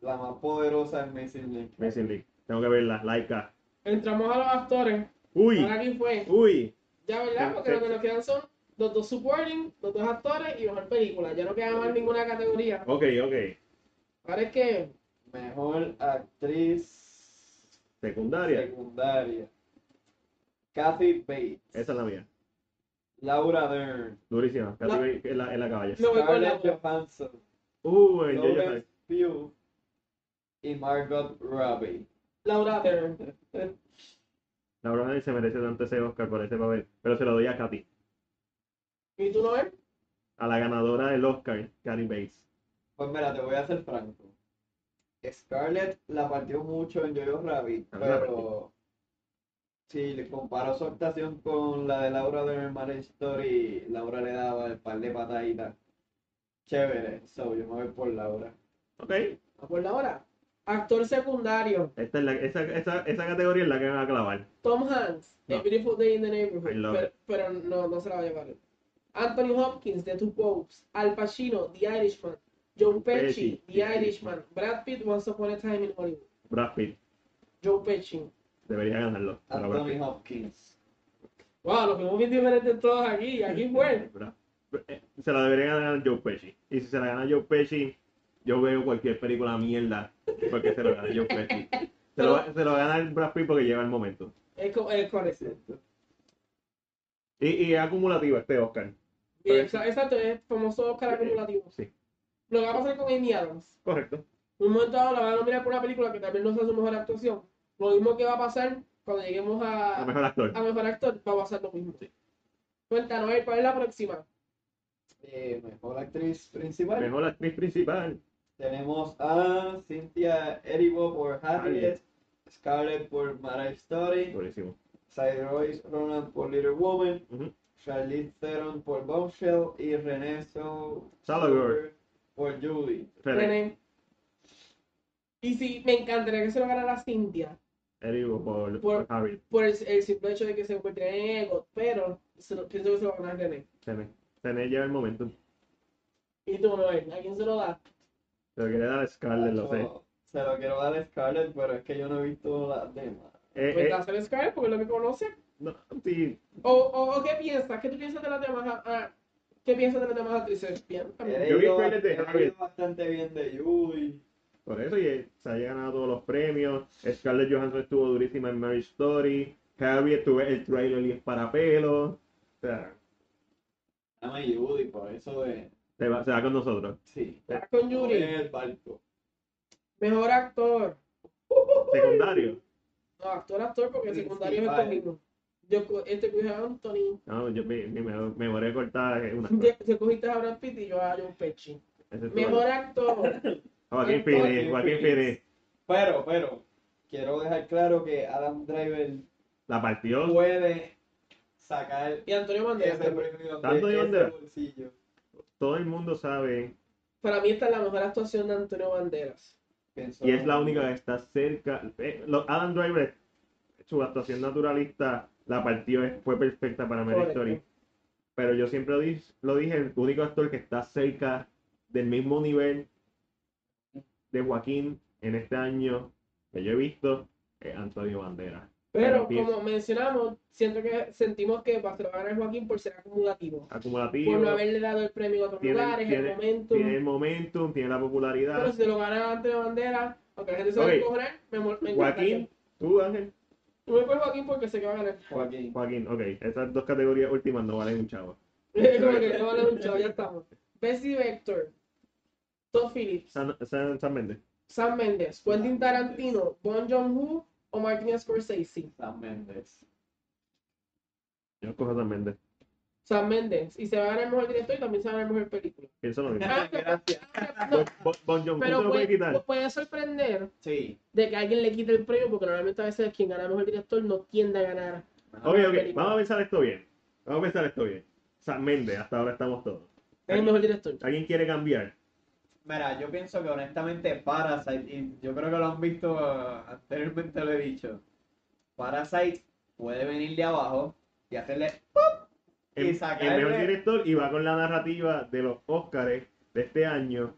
[SPEAKER 3] La más poderosa es Missing Link.
[SPEAKER 2] Missing Link. Tengo que ver las laicas.
[SPEAKER 1] Entramos a los actores.
[SPEAKER 2] Uy,
[SPEAKER 1] Ahora aquí fue.
[SPEAKER 2] uy.
[SPEAKER 1] Ya, ¿verdad? Porque lo que nos quedan son los dos supporting, los dos actores y mejor película. Ya no queda más ninguna categoría.
[SPEAKER 2] Ok, ok.
[SPEAKER 1] Ahora es que
[SPEAKER 3] Mejor actriz
[SPEAKER 2] Secundaria.
[SPEAKER 3] secundaria. Kathy Bates.
[SPEAKER 2] Esa es la mía.
[SPEAKER 3] Laura Dern.
[SPEAKER 2] Durísima. Casi
[SPEAKER 1] La-
[SPEAKER 2] que- que es la, es la caballa.
[SPEAKER 1] Me voy con
[SPEAKER 3] Scarlett
[SPEAKER 1] Laura.
[SPEAKER 3] Johansson.
[SPEAKER 2] Uh, en Jojo Rabbit.
[SPEAKER 3] Lawrence Pugh. Y Margot Robbie.
[SPEAKER 1] Laura Dern.
[SPEAKER 2] La verdad se merece tanto ese Oscar por ese papel, pero se lo doy a Katy,
[SPEAKER 1] ¿Y tú, Noel?
[SPEAKER 2] a la ganadora del Oscar, Katy Bates.
[SPEAKER 3] Pues mira, te voy a ser franco. Scarlett la partió mucho en Jojo Rabbit,
[SPEAKER 2] A mí la
[SPEAKER 3] pero si le comparo su actuación con la de Laura de Marriage Story, Laura le daba el par de pataditas. Chévere, so yo me voy por Laura.
[SPEAKER 2] Ok,
[SPEAKER 1] ¿A por Ah, pues la hora? Actor secundario.
[SPEAKER 2] esta es la, esa, esa, esa categoría es la que me va a clavar.
[SPEAKER 1] Tom Hanks.
[SPEAKER 2] No.
[SPEAKER 1] A Beautiful Day in the
[SPEAKER 2] I
[SPEAKER 1] Neighborhood.
[SPEAKER 2] love
[SPEAKER 1] Pero, pero no, no se la va a llevar. Anthony Hopkins, The Two Popes. Al Pacino, The Irishman. John Pesci,
[SPEAKER 2] Pesci,
[SPEAKER 1] The
[SPEAKER 2] The
[SPEAKER 1] Irishman. Brad Pitt, Once Upon a Time in Hollywood.
[SPEAKER 2] Brad Pitt
[SPEAKER 1] John Pesci.
[SPEAKER 2] debería ganarlo. pero Brad
[SPEAKER 3] Anthony
[SPEAKER 2] Pitt.
[SPEAKER 3] Hopkins.
[SPEAKER 1] Wow, los vemos bien diferentes todos aquí. Aquí fue.
[SPEAKER 2] Brad- eh, Se la debería ganar Joe Pesci. Y si se la gana Joe Pesci, yo veo cualquier película mierda porque se lo gana Joe Pesci. Se lo, va- se lo gana el Brad Pitt porque lleva el momento.
[SPEAKER 1] Es, co- es correcto.
[SPEAKER 2] Y, y es acumulativo este Oscar.
[SPEAKER 1] Bien, exa- exacto, es famoso Oscar acumulativo.
[SPEAKER 2] Sí,
[SPEAKER 1] Lo que va a pasar con Amy Adams.
[SPEAKER 2] correcto.
[SPEAKER 1] En un momento dado la van a nominar por una película que también no sea su mejor actuación. Lo mismo que va a pasar cuando lleguemos
[SPEAKER 2] A
[SPEAKER 1] a,
[SPEAKER 2] mejor actor.
[SPEAKER 1] a mejor actor va a pasar lo mismo. Cuéntanos, a ver, ¿cuál es la próxima?
[SPEAKER 3] Eh, mejor actriz principal.
[SPEAKER 2] Mejor actriz principal.
[SPEAKER 3] Tenemos a Cynthia Erivo por Harriet, Scarlett por Marriage Story,
[SPEAKER 2] Buenísimo.
[SPEAKER 3] Cyrus Ronan por Little Woman,
[SPEAKER 2] Ujú.
[SPEAKER 3] Charlize Theron por Bombshell y Renée Zellweger
[SPEAKER 2] Zellweger.
[SPEAKER 3] por Judy.
[SPEAKER 2] René.
[SPEAKER 1] René. Y sí, me encantaría que se lo ganara Cintia
[SPEAKER 2] Erivo por,
[SPEAKER 1] Por-
[SPEAKER 2] por Harry.
[SPEAKER 1] por el, el simple hecho de que se encuentre en Ego, pero se lo- pienso que se lo va a ganar René.
[SPEAKER 2] Tené, Tené lleva el momento.
[SPEAKER 1] Y tú, Noel, ¿a quién se lo da?
[SPEAKER 2] Lo quería dar a Scarlett, lo sé. Eh,
[SPEAKER 3] Yo Se lo quiero dar a Scarlett, pero es que yo no he visto las demás.
[SPEAKER 1] ¿Pues
[SPEAKER 2] eh,
[SPEAKER 1] das el Scarlett porque es lo que conoce?
[SPEAKER 2] no, sí,
[SPEAKER 1] ¿O, o, o qué piensas? ¿Qué tú piensas de las demás? ah, ah, ¿Qué piensas de las demás actrices? Bien, también.
[SPEAKER 3] He
[SPEAKER 2] Yo vi
[SPEAKER 3] leído
[SPEAKER 2] Scarlett de
[SPEAKER 3] bastante- he
[SPEAKER 2] Harriet.
[SPEAKER 3] leído bastante bien de Judy.
[SPEAKER 2] por eso y, eh, se haya ganado todos los premios. Scarlett Johansson estuvo durísima en Marriage Story. Harry tuve el trailer y es para pelo. O sea,
[SPEAKER 3] Dame a Judy, por eso de.
[SPEAKER 2] se va, se va con nosotros.
[SPEAKER 3] Sí.
[SPEAKER 1] Está con
[SPEAKER 3] Judy.
[SPEAKER 1] Yuri.
[SPEAKER 3] el barco.
[SPEAKER 1] Mejor actor.
[SPEAKER 2] Secundario.
[SPEAKER 1] No, actor, actor, porque el secundario es
[SPEAKER 3] Principal.
[SPEAKER 1] escogido. Yo co- este cogí a Anthony,
[SPEAKER 2] No, yo me, me, me voy a cortar eh, una.
[SPEAKER 1] yo, yo cogiste a Brad Pitt y yo a John Pesci.
[SPEAKER 2] Ese es
[SPEAKER 1] Mejor actor.
[SPEAKER 2] todo. Joaquín Phoenix, Joaquín Phoenix.
[SPEAKER 3] Pero, pero, quiero dejar claro que Adam Driver
[SPEAKER 2] La partió.
[SPEAKER 3] puede sacar
[SPEAKER 1] Y Antonio Banderas.
[SPEAKER 3] ese premio de
[SPEAKER 2] ¿Tanto de
[SPEAKER 3] ese
[SPEAKER 2] bandera?
[SPEAKER 3] bolsillo.
[SPEAKER 2] Todo el mundo sabe.
[SPEAKER 1] Para mí esta es la mejor actuación de Antonio Banderas.
[SPEAKER 3] Pienso-
[SPEAKER 2] Y es la única que está cerca. Eh, lo- Adam Driver, su actuación naturalista, la partió. es- Fue perfecta para Mary
[SPEAKER 1] Correcto.
[SPEAKER 2] Story. Pero yo siempre di- lo dije, el único actor que está cerca del mismo nivel de Joaquín en este año que yo he visto es Antonio Banderas.
[SPEAKER 1] Pero
[SPEAKER 2] Pero
[SPEAKER 1] como mencionamos, siento que sentimos que va a ganar Joaquín por ser acumulativo.
[SPEAKER 2] Acumulativo.
[SPEAKER 1] Por no haberle dado el premio a otros
[SPEAKER 2] Tiene-
[SPEAKER 1] lugares,
[SPEAKER 2] tiene-
[SPEAKER 1] el momento.
[SPEAKER 2] Tiene el momentum, tiene la
[SPEAKER 1] Pero
[SPEAKER 2] popularidad.
[SPEAKER 1] si se lo gana Antonio Banderas, aunque la gente se va
[SPEAKER 2] Ok.
[SPEAKER 1] a encojonar, me, mol- me
[SPEAKER 2] Joaquín, tú Ángel.
[SPEAKER 1] Yo voy por Joaquín porque sé que va a ganar. (laughs)
[SPEAKER 3] Joaquín.
[SPEAKER 2] Joaquín, ok. Esas dos categorías últimas no valen un chavo.
[SPEAKER 1] Como que no vale un chavo, ya estamos. Best Director. Todd Phillips.
[SPEAKER 2] San, San, San Méndez.
[SPEAKER 1] Sam Mendes. Quentin Tarantino. Bon Joon-ho o Martin Scorsese.
[SPEAKER 3] Sam Mendes.
[SPEAKER 2] Yo cojo San Méndez.
[SPEAKER 1] Sam Mendes. Y se va a ganar el mejor director y también se va a ganar el mejor película.
[SPEAKER 2] Pienso lo mismo.
[SPEAKER 3] Gracias.
[SPEAKER 1] No,
[SPEAKER 2] Bon, bon, bon Joon, ¿tú te
[SPEAKER 1] pero pues,
[SPEAKER 2] lo
[SPEAKER 1] puede,
[SPEAKER 2] puedes quitar?
[SPEAKER 1] puede sorprender
[SPEAKER 3] Sí.
[SPEAKER 1] de que alguien le quite el premio porque normalmente a veces quien gana mejor director no tiende a ganar.
[SPEAKER 2] Ok,
[SPEAKER 3] pues,
[SPEAKER 2] ok. Vamos a pensar esto bien. Vamos a pensar esto bien. San Méndez, hasta ahora estamos todos.
[SPEAKER 1] Es el mejor director.
[SPEAKER 2] ¿Alguien quiere cambiar?
[SPEAKER 3] Mira, yo pienso que honestamente Parasite, y yo creo que lo han visto eh, anteriormente, lo he dicho, Parasite puede venir de abajo y hacerle...
[SPEAKER 2] El,
[SPEAKER 3] Y
[SPEAKER 2] el
[SPEAKER 3] sacarle-
[SPEAKER 2] mejor director y va con la narrativa de los Óscares de este año.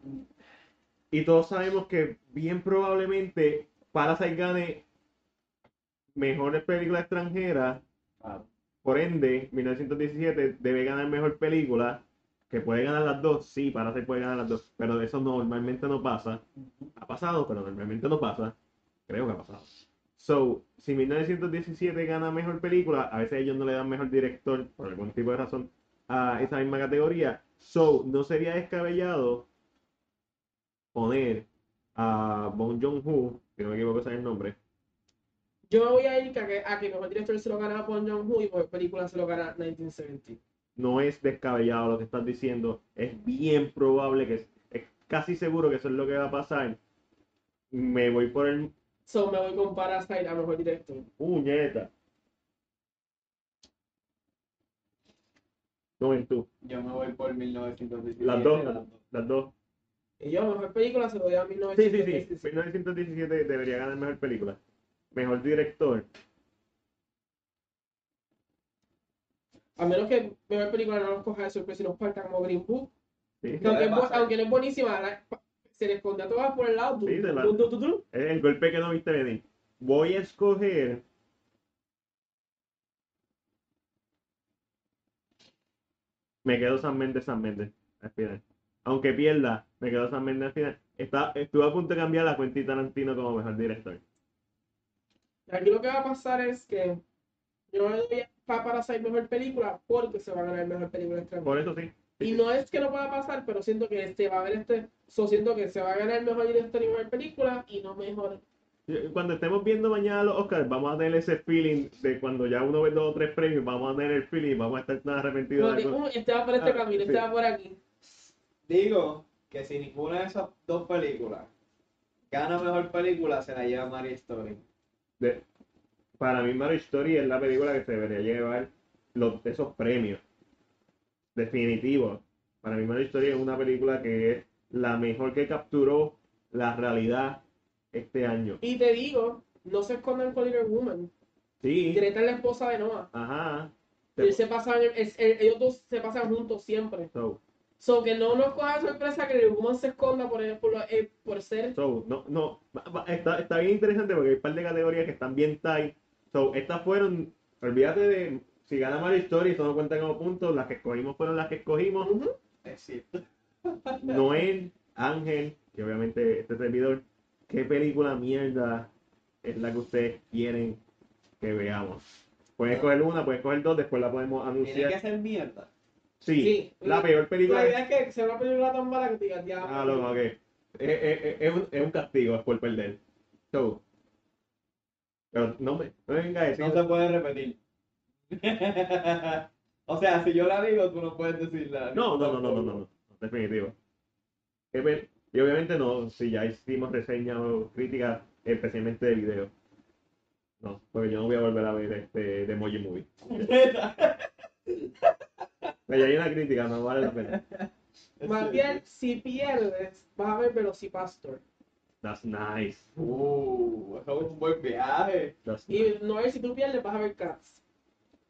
[SPEAKER 2] Y todos sabemos que bien probablemente Parasite gane mejores películas extranjeras
[SPEAKER 3] ah,
[SPEAKER 2] Por ende, 1917 debe ganar mejor película, que puede ganar las dos, sí, para se puede ganar las dos, pero eso normalmente no pasa. Ha pasado, pero normalmente no pasa. Creo que ha pasado. So, si 1917 gana mejor película, a veces ellos no le dan mejor director, por algún tipo de razón, a esa misma categoría. So, no sería descabellado poner a Bong Joon-ho, que no me equivoco ese es el nombre,
[SPEAKER 1] Yo me voy a ir a que, a que mejor director se lo gana Bon Joon-ho y mejor película se lo gana 1970.
[SPEAKER 2] no es descabellado lo que estás diciendo. Es bien probable que es, es casi seguro que eso es lo que va a pasar. Me voy por el
[SPEAKER 1] So me voy con Parasite a mejor director.
[SPEAKER 2] puñeta. No ven tú,
[SPEAKER 3] Yo me voy por 1917.
[SPEAKER 2] Las dos. las dos.
[SPEAKER 1] Y yo mejor película se lo doy a
[SPEAKER 2] Sí, sí, sí.
[SPEAKER 1] 1970.
[SPEAKER 2] 1917 debería ganar mejor película. Mejor director.
[SPEAKER 1] A menos que mejor película no nos coja de sorpresa y nos falta como Green Book.
[SPEAKER 2] Sí.
[SPEAKER 1] Que aunque, es bu-
[SPEAKER 3] Parasite.
[SPEAKER 1] aunque no es buenísima, la- se le esconde a todas por el lado.
[SPEAKER 2] Sí, se la-
[SPEAKER 1] Du- du- du- du-
[SPEAKER 2] Es el golpe que no viste venir. Voy a escoger. Me quedo San Méndez, San Méndez al final. Aunque pierda, me quedo San Méndez al final. Está, estuve a punto de cambiar la cuenta de Tarantino como mejor director.
[SPEAKER 1] Aquí lo que va a pasar es que yo me doy para Parasite mejor película porque se va a ganar mejor película extranjera.
[SPEAKER 2] Por eso sí.
[SPEAKER 1] Y no es que no pueda pasar, pero siento que este va a haber este. So siento que se va a ganar mejor director y mejor película y no mejor.
[SPEAKER 2] Cuando estemos viendo mañana los Oscars, vamos a tener ese feeling de cuando ya uno ve dos o tres premios, vamos a tener el feeling y vamos a estar tan arrepentidos
[SPEAKER 1] Como
[SPEAKER 2] de
[SPEAKER 1] que,
[SPEAKER 2] algo.
[SPEAKER 1] "Uh, este va por este
[SPEAKER 2] Ah,
[SPEAKER 1] camino,
[SPEAKER 2] sí.
[SPEAKER 1] este va por aquí.
[SPEAKER 3] Digo que si ninguna de esas dos películas gana mejor película, se la lleva Mary Story.
[SPEAKER 2] de- para mí Marriage Story es la película que se debería llevar los, esos premios definitivos. Para mí Marriage Story es una película que es la mejor que capturó la realidad este año.
[SPEAKER 1] Y te digo, no se escondan con Little Woman.
[SPEAKER 2] Sí,
[SPEAKER 1] Greta es la esposa de Noah.
[SPEAKER 2] ajá.
[SPEAKER 1] Ellos, se pasan, es- el- ellos dos se pasan juntos siempre.
[SPEAKER 2] So,
[SPEAKER 1] So que no nos coja de sorpresa que Little Woman se esconda por, por, eh, por ser
[SPEAKER 2] so, no, no, va- va- está, está bien interesante porque hay un par de categorías que están bien tight. So, estas fueron, olvídate de, si gana Marriage Story, eso no cuenta como puntos, las que escogimos fueron las que escogimos.
[SPEAKER 3] Es cierto.
[SPEAKER 2] Noel, Ángel y obviamente este servidor, ¿qué película mierda es la que ustedes quieren que veamos? Pueden coger una, pueden coger dos, después la podemos
[SPEAKER 3] Tiene que
[SPEAKER 2] anunciar.
[SPEAKER 3] ser mierda.
[SPEAKER 2] Sí,
[SPEAKER 1] Sí.
[SPEAKER 2] la peor película
[SPEAKER 1] La
[SPEAKER 2] que...
[SPEAKER 1] idea es que sea una película tan mala que te digas, ya.
[SPEAKER 2] Ah, loco, ok. Eh, eh, eh, Es, un, es un castigo, es por perder. So, pero no me, no me venga a decir-
[SPEAKER 3] No se puede repetir. (laughs) o sea, si yo la digo, tú no puedes decirla.
[SPEAKER 2] No, no, no, no, no,
[SPEAKER 3] (laughs)
[SPEAKER 2] no, no, definitivo. Es ver- Y obviamente no, si ya hicimos reseñas o críticas, especialmente de video. No, porque yo no voy a volver a ver este de Emoji Movie. Pero ya hay una crítica, no vale la pena.
[SPEAKER 1] Más bien, si pierdes, vas a ver Velocipastor.
[SPEAKER 2] That's nice.
[SPEAKER 3] Uh, eso es un buen viaje.
[SPEAKER 2] That's nice.
[SPEAKER 1] Y no es si tú pierdes, vas a ver
[SPEAKER 2] (laughs)
[SPEAKER 1] Cats.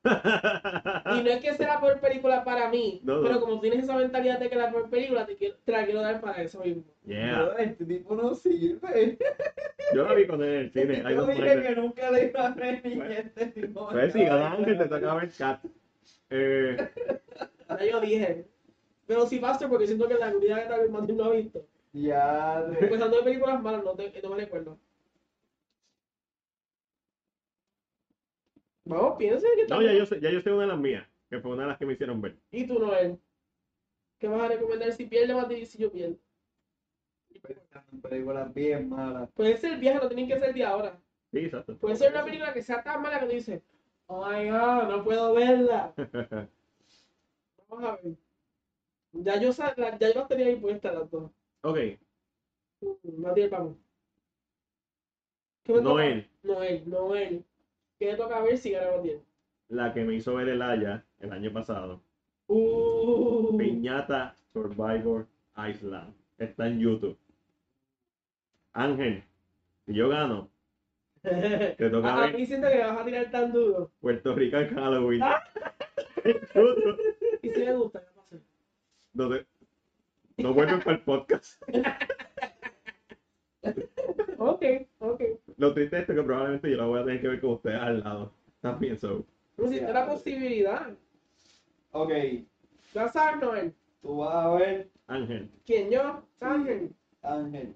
[SPEAKER 1] Y no es que sea la peor película para mí,
[SPEAKER 2] No, no.
[SPEAKER 1] pero como tienes esa mentalidad de que la peor película, te, quiero- te la quiero dar para eso mismo.
[SPEAKER 2] Yeah.
[SPEAKER 3] No, este tipo no sirve.
[SPEAKER 2] Yo la vi con él en el
[SPEAKER 3] (laughs)
[SPEAKER 1] (laughs)
[SPEAKER 2] cine. I
[SPEAKER 3] Yo
[SPEAKER 2] don't
[SPEAKER 3] dije
[SPEAKER 2] mind it.
[SPEAKER 3] que nunca le iba a ver ni
[SPEAKER 2] Pues-
[SPEAKER 3] este tipo.
[SPEAKER 2] Pues sí, cada ángel te toca ver Cat. Eh,
[SPEAKER 1] Ahora yo dije, Velocipastor porque siento que la comunidad de David Martin no ha visto.
[SPEAKER 3] Ya, de- (laughs)
[SPEAKER 1] Empezando de películas malas, no, te, no me recuerdo. Vamos, piensa que
[SPEAKER 2] no, ya yo, sé, ya yo sé una de las mías, que fue una de las que me hicieron ver.
[SPEAKER 1] Y tú, Noel, ¿qué vas a recomendar si pierdes más si yo pierdo?
[SPEAKER 3] películas bien malas.
[SPEAKER 1] Puede ser viaje, no tienen que ser de ahora.
[SPEAKER 2] Sí, exacto.
[SPEAKER 1] Puede ser una película que sea tan mala que tú dices, oh my god, no puedo
[SPEAKER 2] (laughs)
[SPEAKER 1] verla. Vamos a ver. Ya yo, sa- la- ya yo las tenía impuestas las dos.
[SPEAKER 2] ok,
[SPEAKER 1] Matías, vamos. ¿Qué me toca?
[SPEAKER 2] Noel,
[SPEAKER 1] Noel, Noel. ¿Qué le toca ver si ganamos bien?
[SPEAKER 2] la que me hizo ver el Haya el año pasado.
[SPEAKER 1] Uh,
[SPEAKER 2] Piñata Survivor Island. Está en YouTube. Ángel, si yo gano, te toca
[SPEAKER 1] a
[SPEAKER 2] ver
[SPEAKER 1] mí siento que me vas a tirar tan duro.
[SPEAKER 2] Puerto Rican Halloween.
[SPEAKER 1] Ah.
[SPEAKER 2] En YouTube.
[SPEAKER 1] Y si me gusta, ¿qué pasa?
[SPEAKER 2] No, te- no vuelves para el podcast.
[SPEAKER 1] Ok, ok.
[SPEAKER 2] Lo triste de esto es que probablemente yo la voy a tener que ver con ustedes al lado. También, so.
[SPEAKER 1] No si está la posibilidad.
[SPEAKER 3] Ok,
[SPEAKER 1] Ya sabes, Noel.
[SPEAKER 3] tú vas a ver
[SPEAKER 2] Ángel,
[SPEAKER 1] ¿Quién yo? Ángel.
[SPEAKER 3] Ángel.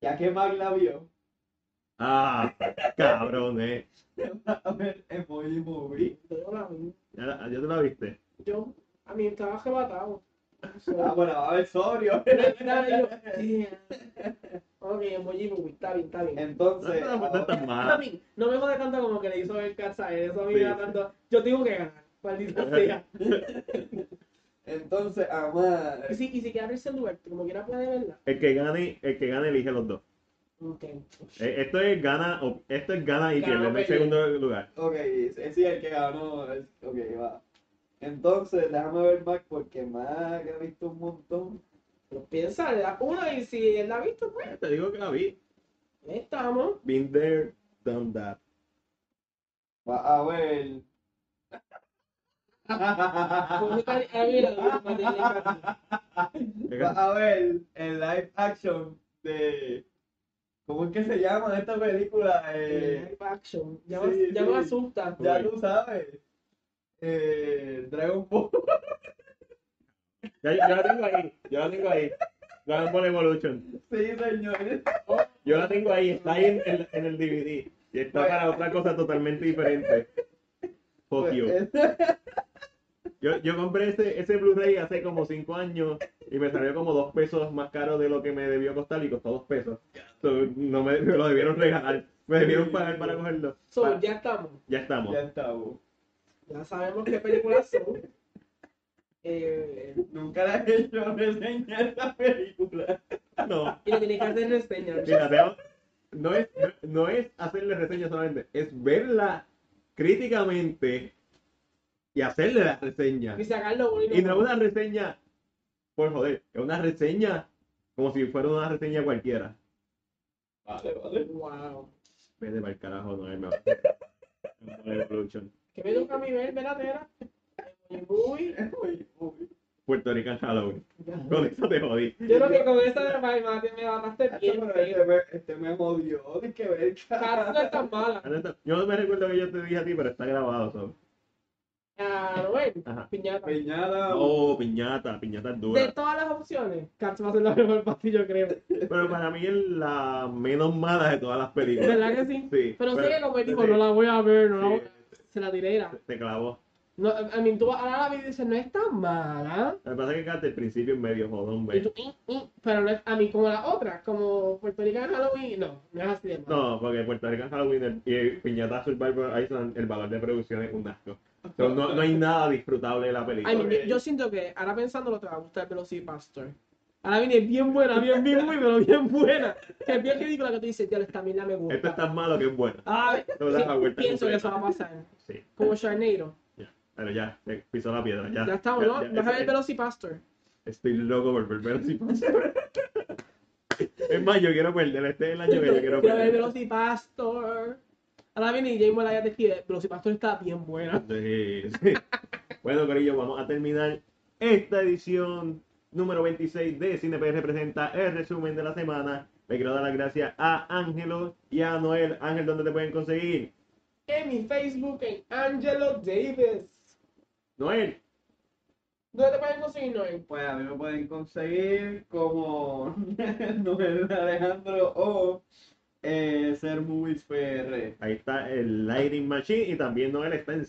[SPEAKER 3] Ya que Mac la vio, (laughs)
[SPEAKER 2] Ah, cabrones.
[SPEAKER 3] vas a ver Emoji Movie.
[SPEAKER 1] Yo, la vi.
[SPEAKER 2] Ya, la- ya te la viste.
[SPEAKER 1] yo, a mí estaba arrebatado.
[SPEAKER 3] Ah, bueno, va a ver Sorio.
[SPEAKER 1] Ok, emoji movie, está bien, está bien.
[SPEAKER 2] No,
[SPEAKER 3] (laughs) Entonces, ah,
[SPEAKER 2] no, no es tan
[SPEAKER 1] A
[SPEAKER 2] mala.
[SPEAKER 1] mí, no me jode tanto como que le hizo el casa eso a mí
[SPEAKER 2] Sí,
[SPEAKER 1] me da
[SPEAKER 2] sí.
[SPEAKER 1] tanto. Yo tengo que ganar, maldita sea.
[SPEAKER 3] entonces, ah, amar.
[SPEAKER 1] Y si, y si queda Kristen Duarte, como quiera puede verla.
[SPEAKER 2] El que gane, el que gane elige los dos.
[SPEAKER 1] Ok.
[SPEAKER 2] Eh, Esto es gana, o- esto es gana y
[SPEAKER 1] Gana
[SPEAKER 2] pierde en el
[SPEAKER 1] o pierde.
[SPEAKER 2] segundo lugar.
[SPEAKER 3] Ok, es es el que ganó. es- Ok, va. Entonces, déjame ver Mac porque Mac ha visto un montón.
[SPEAKER 1] Pero piensa, le das uno y si él la ha visto, pues,
[SPEAKER 2] Eh, Te digo que la vi.
[SPEAKER 1] ahí estamos.
[SPEAKER 2] Been there, done that.
[SPEAKER 3] Va a ver.
[SPEAKER 1] Pues,
[SPEAKER 3] Va
[SPEAKER 1] ahí- ahí mira, mira, mira, mira.
[SPEAKER 3] a ver el live action de. ¿Cómo es que se llama esta película? Eh,
[SPEAKER 1] Live action. Ya,
[SPEAKER 3] sí,
[SPEAKER 1] me- ya
[SPEAKER 3] sí.
[SPEAKER 1] me asusta.
[SPEAKER 3] ya tú sabes. Eh, Dragon Ball. (laughs)
[SPEAKER 2] Ya, yo la tengo ahí, yo la tengo ahí. Dragon Ball Evolution.
[SPEAKER 3] Sí, señores.
[SPEAKER 2] Yo la tengo ahí, está ahí en, en- en el DVD. Y está para otra cosa totalmente diferente.
[SPEAKER 3] Pues
[SPEAKER 2] Fuck
[SPEAKER 3] (laughs)
[SPEAKER 2] you. Yo, yo compré ese, ese Blu-ray hace como 5 años y me salió como 2 pesos más caro de lo que me debió costar y costó 2 pesos. So, no me, me lo debieron regalar, me debieron pagar para cogerlo.
[SPEAKER 1] So,
[SPEAKER 2] Pa-
[SPEAKER 1] ya estamos.
[SPEAKER 2] ya estamos.
[SPEAKER 3] ya estamos.
[SPEAKER 1] Ya sabemos qué películas son. Eh,
[SPEAKER 3] Nunca le he hecho reseña esta película.
[SPEAKER 2] No,
[SPEAKER 1] y le tienes que hacer reseña.
[SPEAKER 2] mira, tengo- no, es, no, no es hacerle reseña solamente, es verla críticamente y hacerle la reseña.
[SPEAKER 1] Y sacarlo bonito.
[SPEAKER 2] Y no es una reseña, por joder, es una reseña como si fuera una reseña cualquiera.
[SPEAKER 3] Vale, vale.
[SPEAKER 1] Wow.
[SPEAKER 2] Vete para el carajo, no es mejor. Evolution.
[SPEAKER 1] ¿Qué me toca a mí ver? Espérate, era. Muy.
[SPEAKER 3] Uy, uy.
[SPEAKER 2] Puerto Rican Halloween.
[SPEAKER 1] Yo
[SPEAKER 2] Con eso te jodí.
[SPEAKER 1] creo que con esta de Rafael Martín me mataste bien,
[SPEAKER 3] Pero
[SPEAKER 1] pero
[SPEAKER 3] este, me, este me jodió. De que ver, (laughs)
[SPEAKER 1] Cats no es tan mala.
[SPEAKER 2] Yo no me recuerdo que yo te dije a ti, pero está grabado. so.
[SPEAKER 1] Ah, Noel,
[SPEAKER 2] Ajá.
[SPEAKER 1] piñata.
[SPEAKER 3] Peñada.
[SPEAKER 2] Oh, piñata, piñata es
[SPEAKER 1] De (laughs)
[SPEAKER 2] dura.
[SPEAKER 1] todas las opciones, Cats va a ser la mejor para ti, yo creo.
[SPEAKER 2] Pero para mí es la menos mala de todas las películas.
[SPEAKER 1] ¿Verdad que sí?
[SPEAKER 2] Sí.
[SPEAKER 1] Pero sé que como él dijo,
[SPEAKER 2] sí,
[SPEAKER 1] no la voy a ver, no la voy
[SPEAKER 2] sí,
[SPEAKER 1] a- Se la tiré, era.
[SPEAKER 2] Te clavó.
[SPEAKER 1] No, I mean, tú vas a la y dices, no es tan mala.
[SPEAKER 2] Lo que pasa es que Kat, al principio es medio jodón,
[SPEAKER 1] Y
[SPEAKER 2] güey.
[SPEAKER 1] tú, "Mm, mm", pero no es a mí como la otra, como Puerto Rican Halloween, no, no es así de mala.
[SPEAKER 2] No, porque Puerto Rican Halloween y el Piñata Survivor Island, el valor de producción es un asco. Entonces, no, no hay nada disfrutable de la película.
[SPEAKER 1] Ay, mi- yo, yo siento que ahora pensándolo te va a gustar Velocipastor. Ahora viene es
[SPEAKER 2] (laughs)
[SPEAKER 1] bien buena, bien, bien, muy, pero bien buena. Que es bien ridícula que tú dices, ya esta mierda me gusta.
[SPEAKER 2] Esto es tan malo que es bueno.
[SPEAKER 1] Ah,
[SPEAKER 2] (laughs) Te vas a dar la vuelta
[SPEAKER 1] pienso que
[SPEAKER 2] completa.
[SPEAKER 1] eso va a pasar.
[SPEAKER 2] Sí,
[SPEAKER 1] Como Charneiro.
[SPEAKER 2] pero ya, ya pisó la piedra. Ya,
[SPEAKER 1] Ya estamos, ¿no?
[SPEAKER 2] ya,
[SPEAKER 1] Vas a ver
[SPEAKER 2] es-
[SPEAKER 1] Velocipastor.
[SPEAKER 2] Estoy loco por volver a Pastor. (laughs) es más, yo quiero perder. Este es el año que yo quiero
[SPEAKER 1] Quiero ver
[SPEAKER 2] perder.
[SPEAKER 1] Velocipastor. Ahora viene y James Molaya te escribe, Velocipastor está bien buena.
[SPEAKER 2] Sí, sí. Bueno, Corillo, vamos a terminar esta edición número 26 de CinePR Representa, el resumen de la semana. Le quiero dar las gracias a Ángelo y a Noel. Ángel, ¿dónde te pueden conseguir?
[SPEAKER 1] En mi Facebook, en Angelo Davis.
[SPEAKER 2] Noel,
[SPEAKER 1] ¿Dónde te pueden conseguir, Noel?
[SPEAKER 3] Pues a mí me pueden conseguir como (laughs) Noel Alejandro o eh, Ser Movies PR.
[SPEAKER 2] ahí está el Lighting Machine y también Noel está en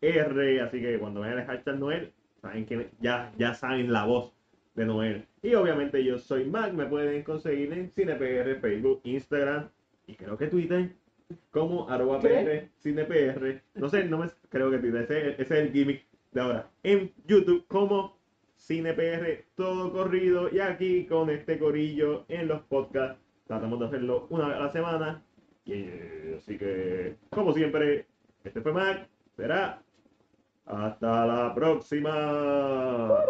[SPEAKER 2] CinePR. Así que cuando vean el hashtag Noel, saben que ya, ya saben la voz de Noel. Y obviamente yo soy Mac, me pueden conseguir en CinePR, Facebook, Instagram y creo que Twitter como arroba
[SPEAKER 1] ¿Qué?
[SPEAKER 2] PR, CinePR. No sé, no me creo que Twitter, ese, ese es el gimmick de ahora. En YouTube como CinePR, todo corrido y aquí con este corillo en los podcasts. Tratamos de hacerlo una vez a la semana. Y, eh, así que, como siempre, este fue Mac. Será hasta la próxima.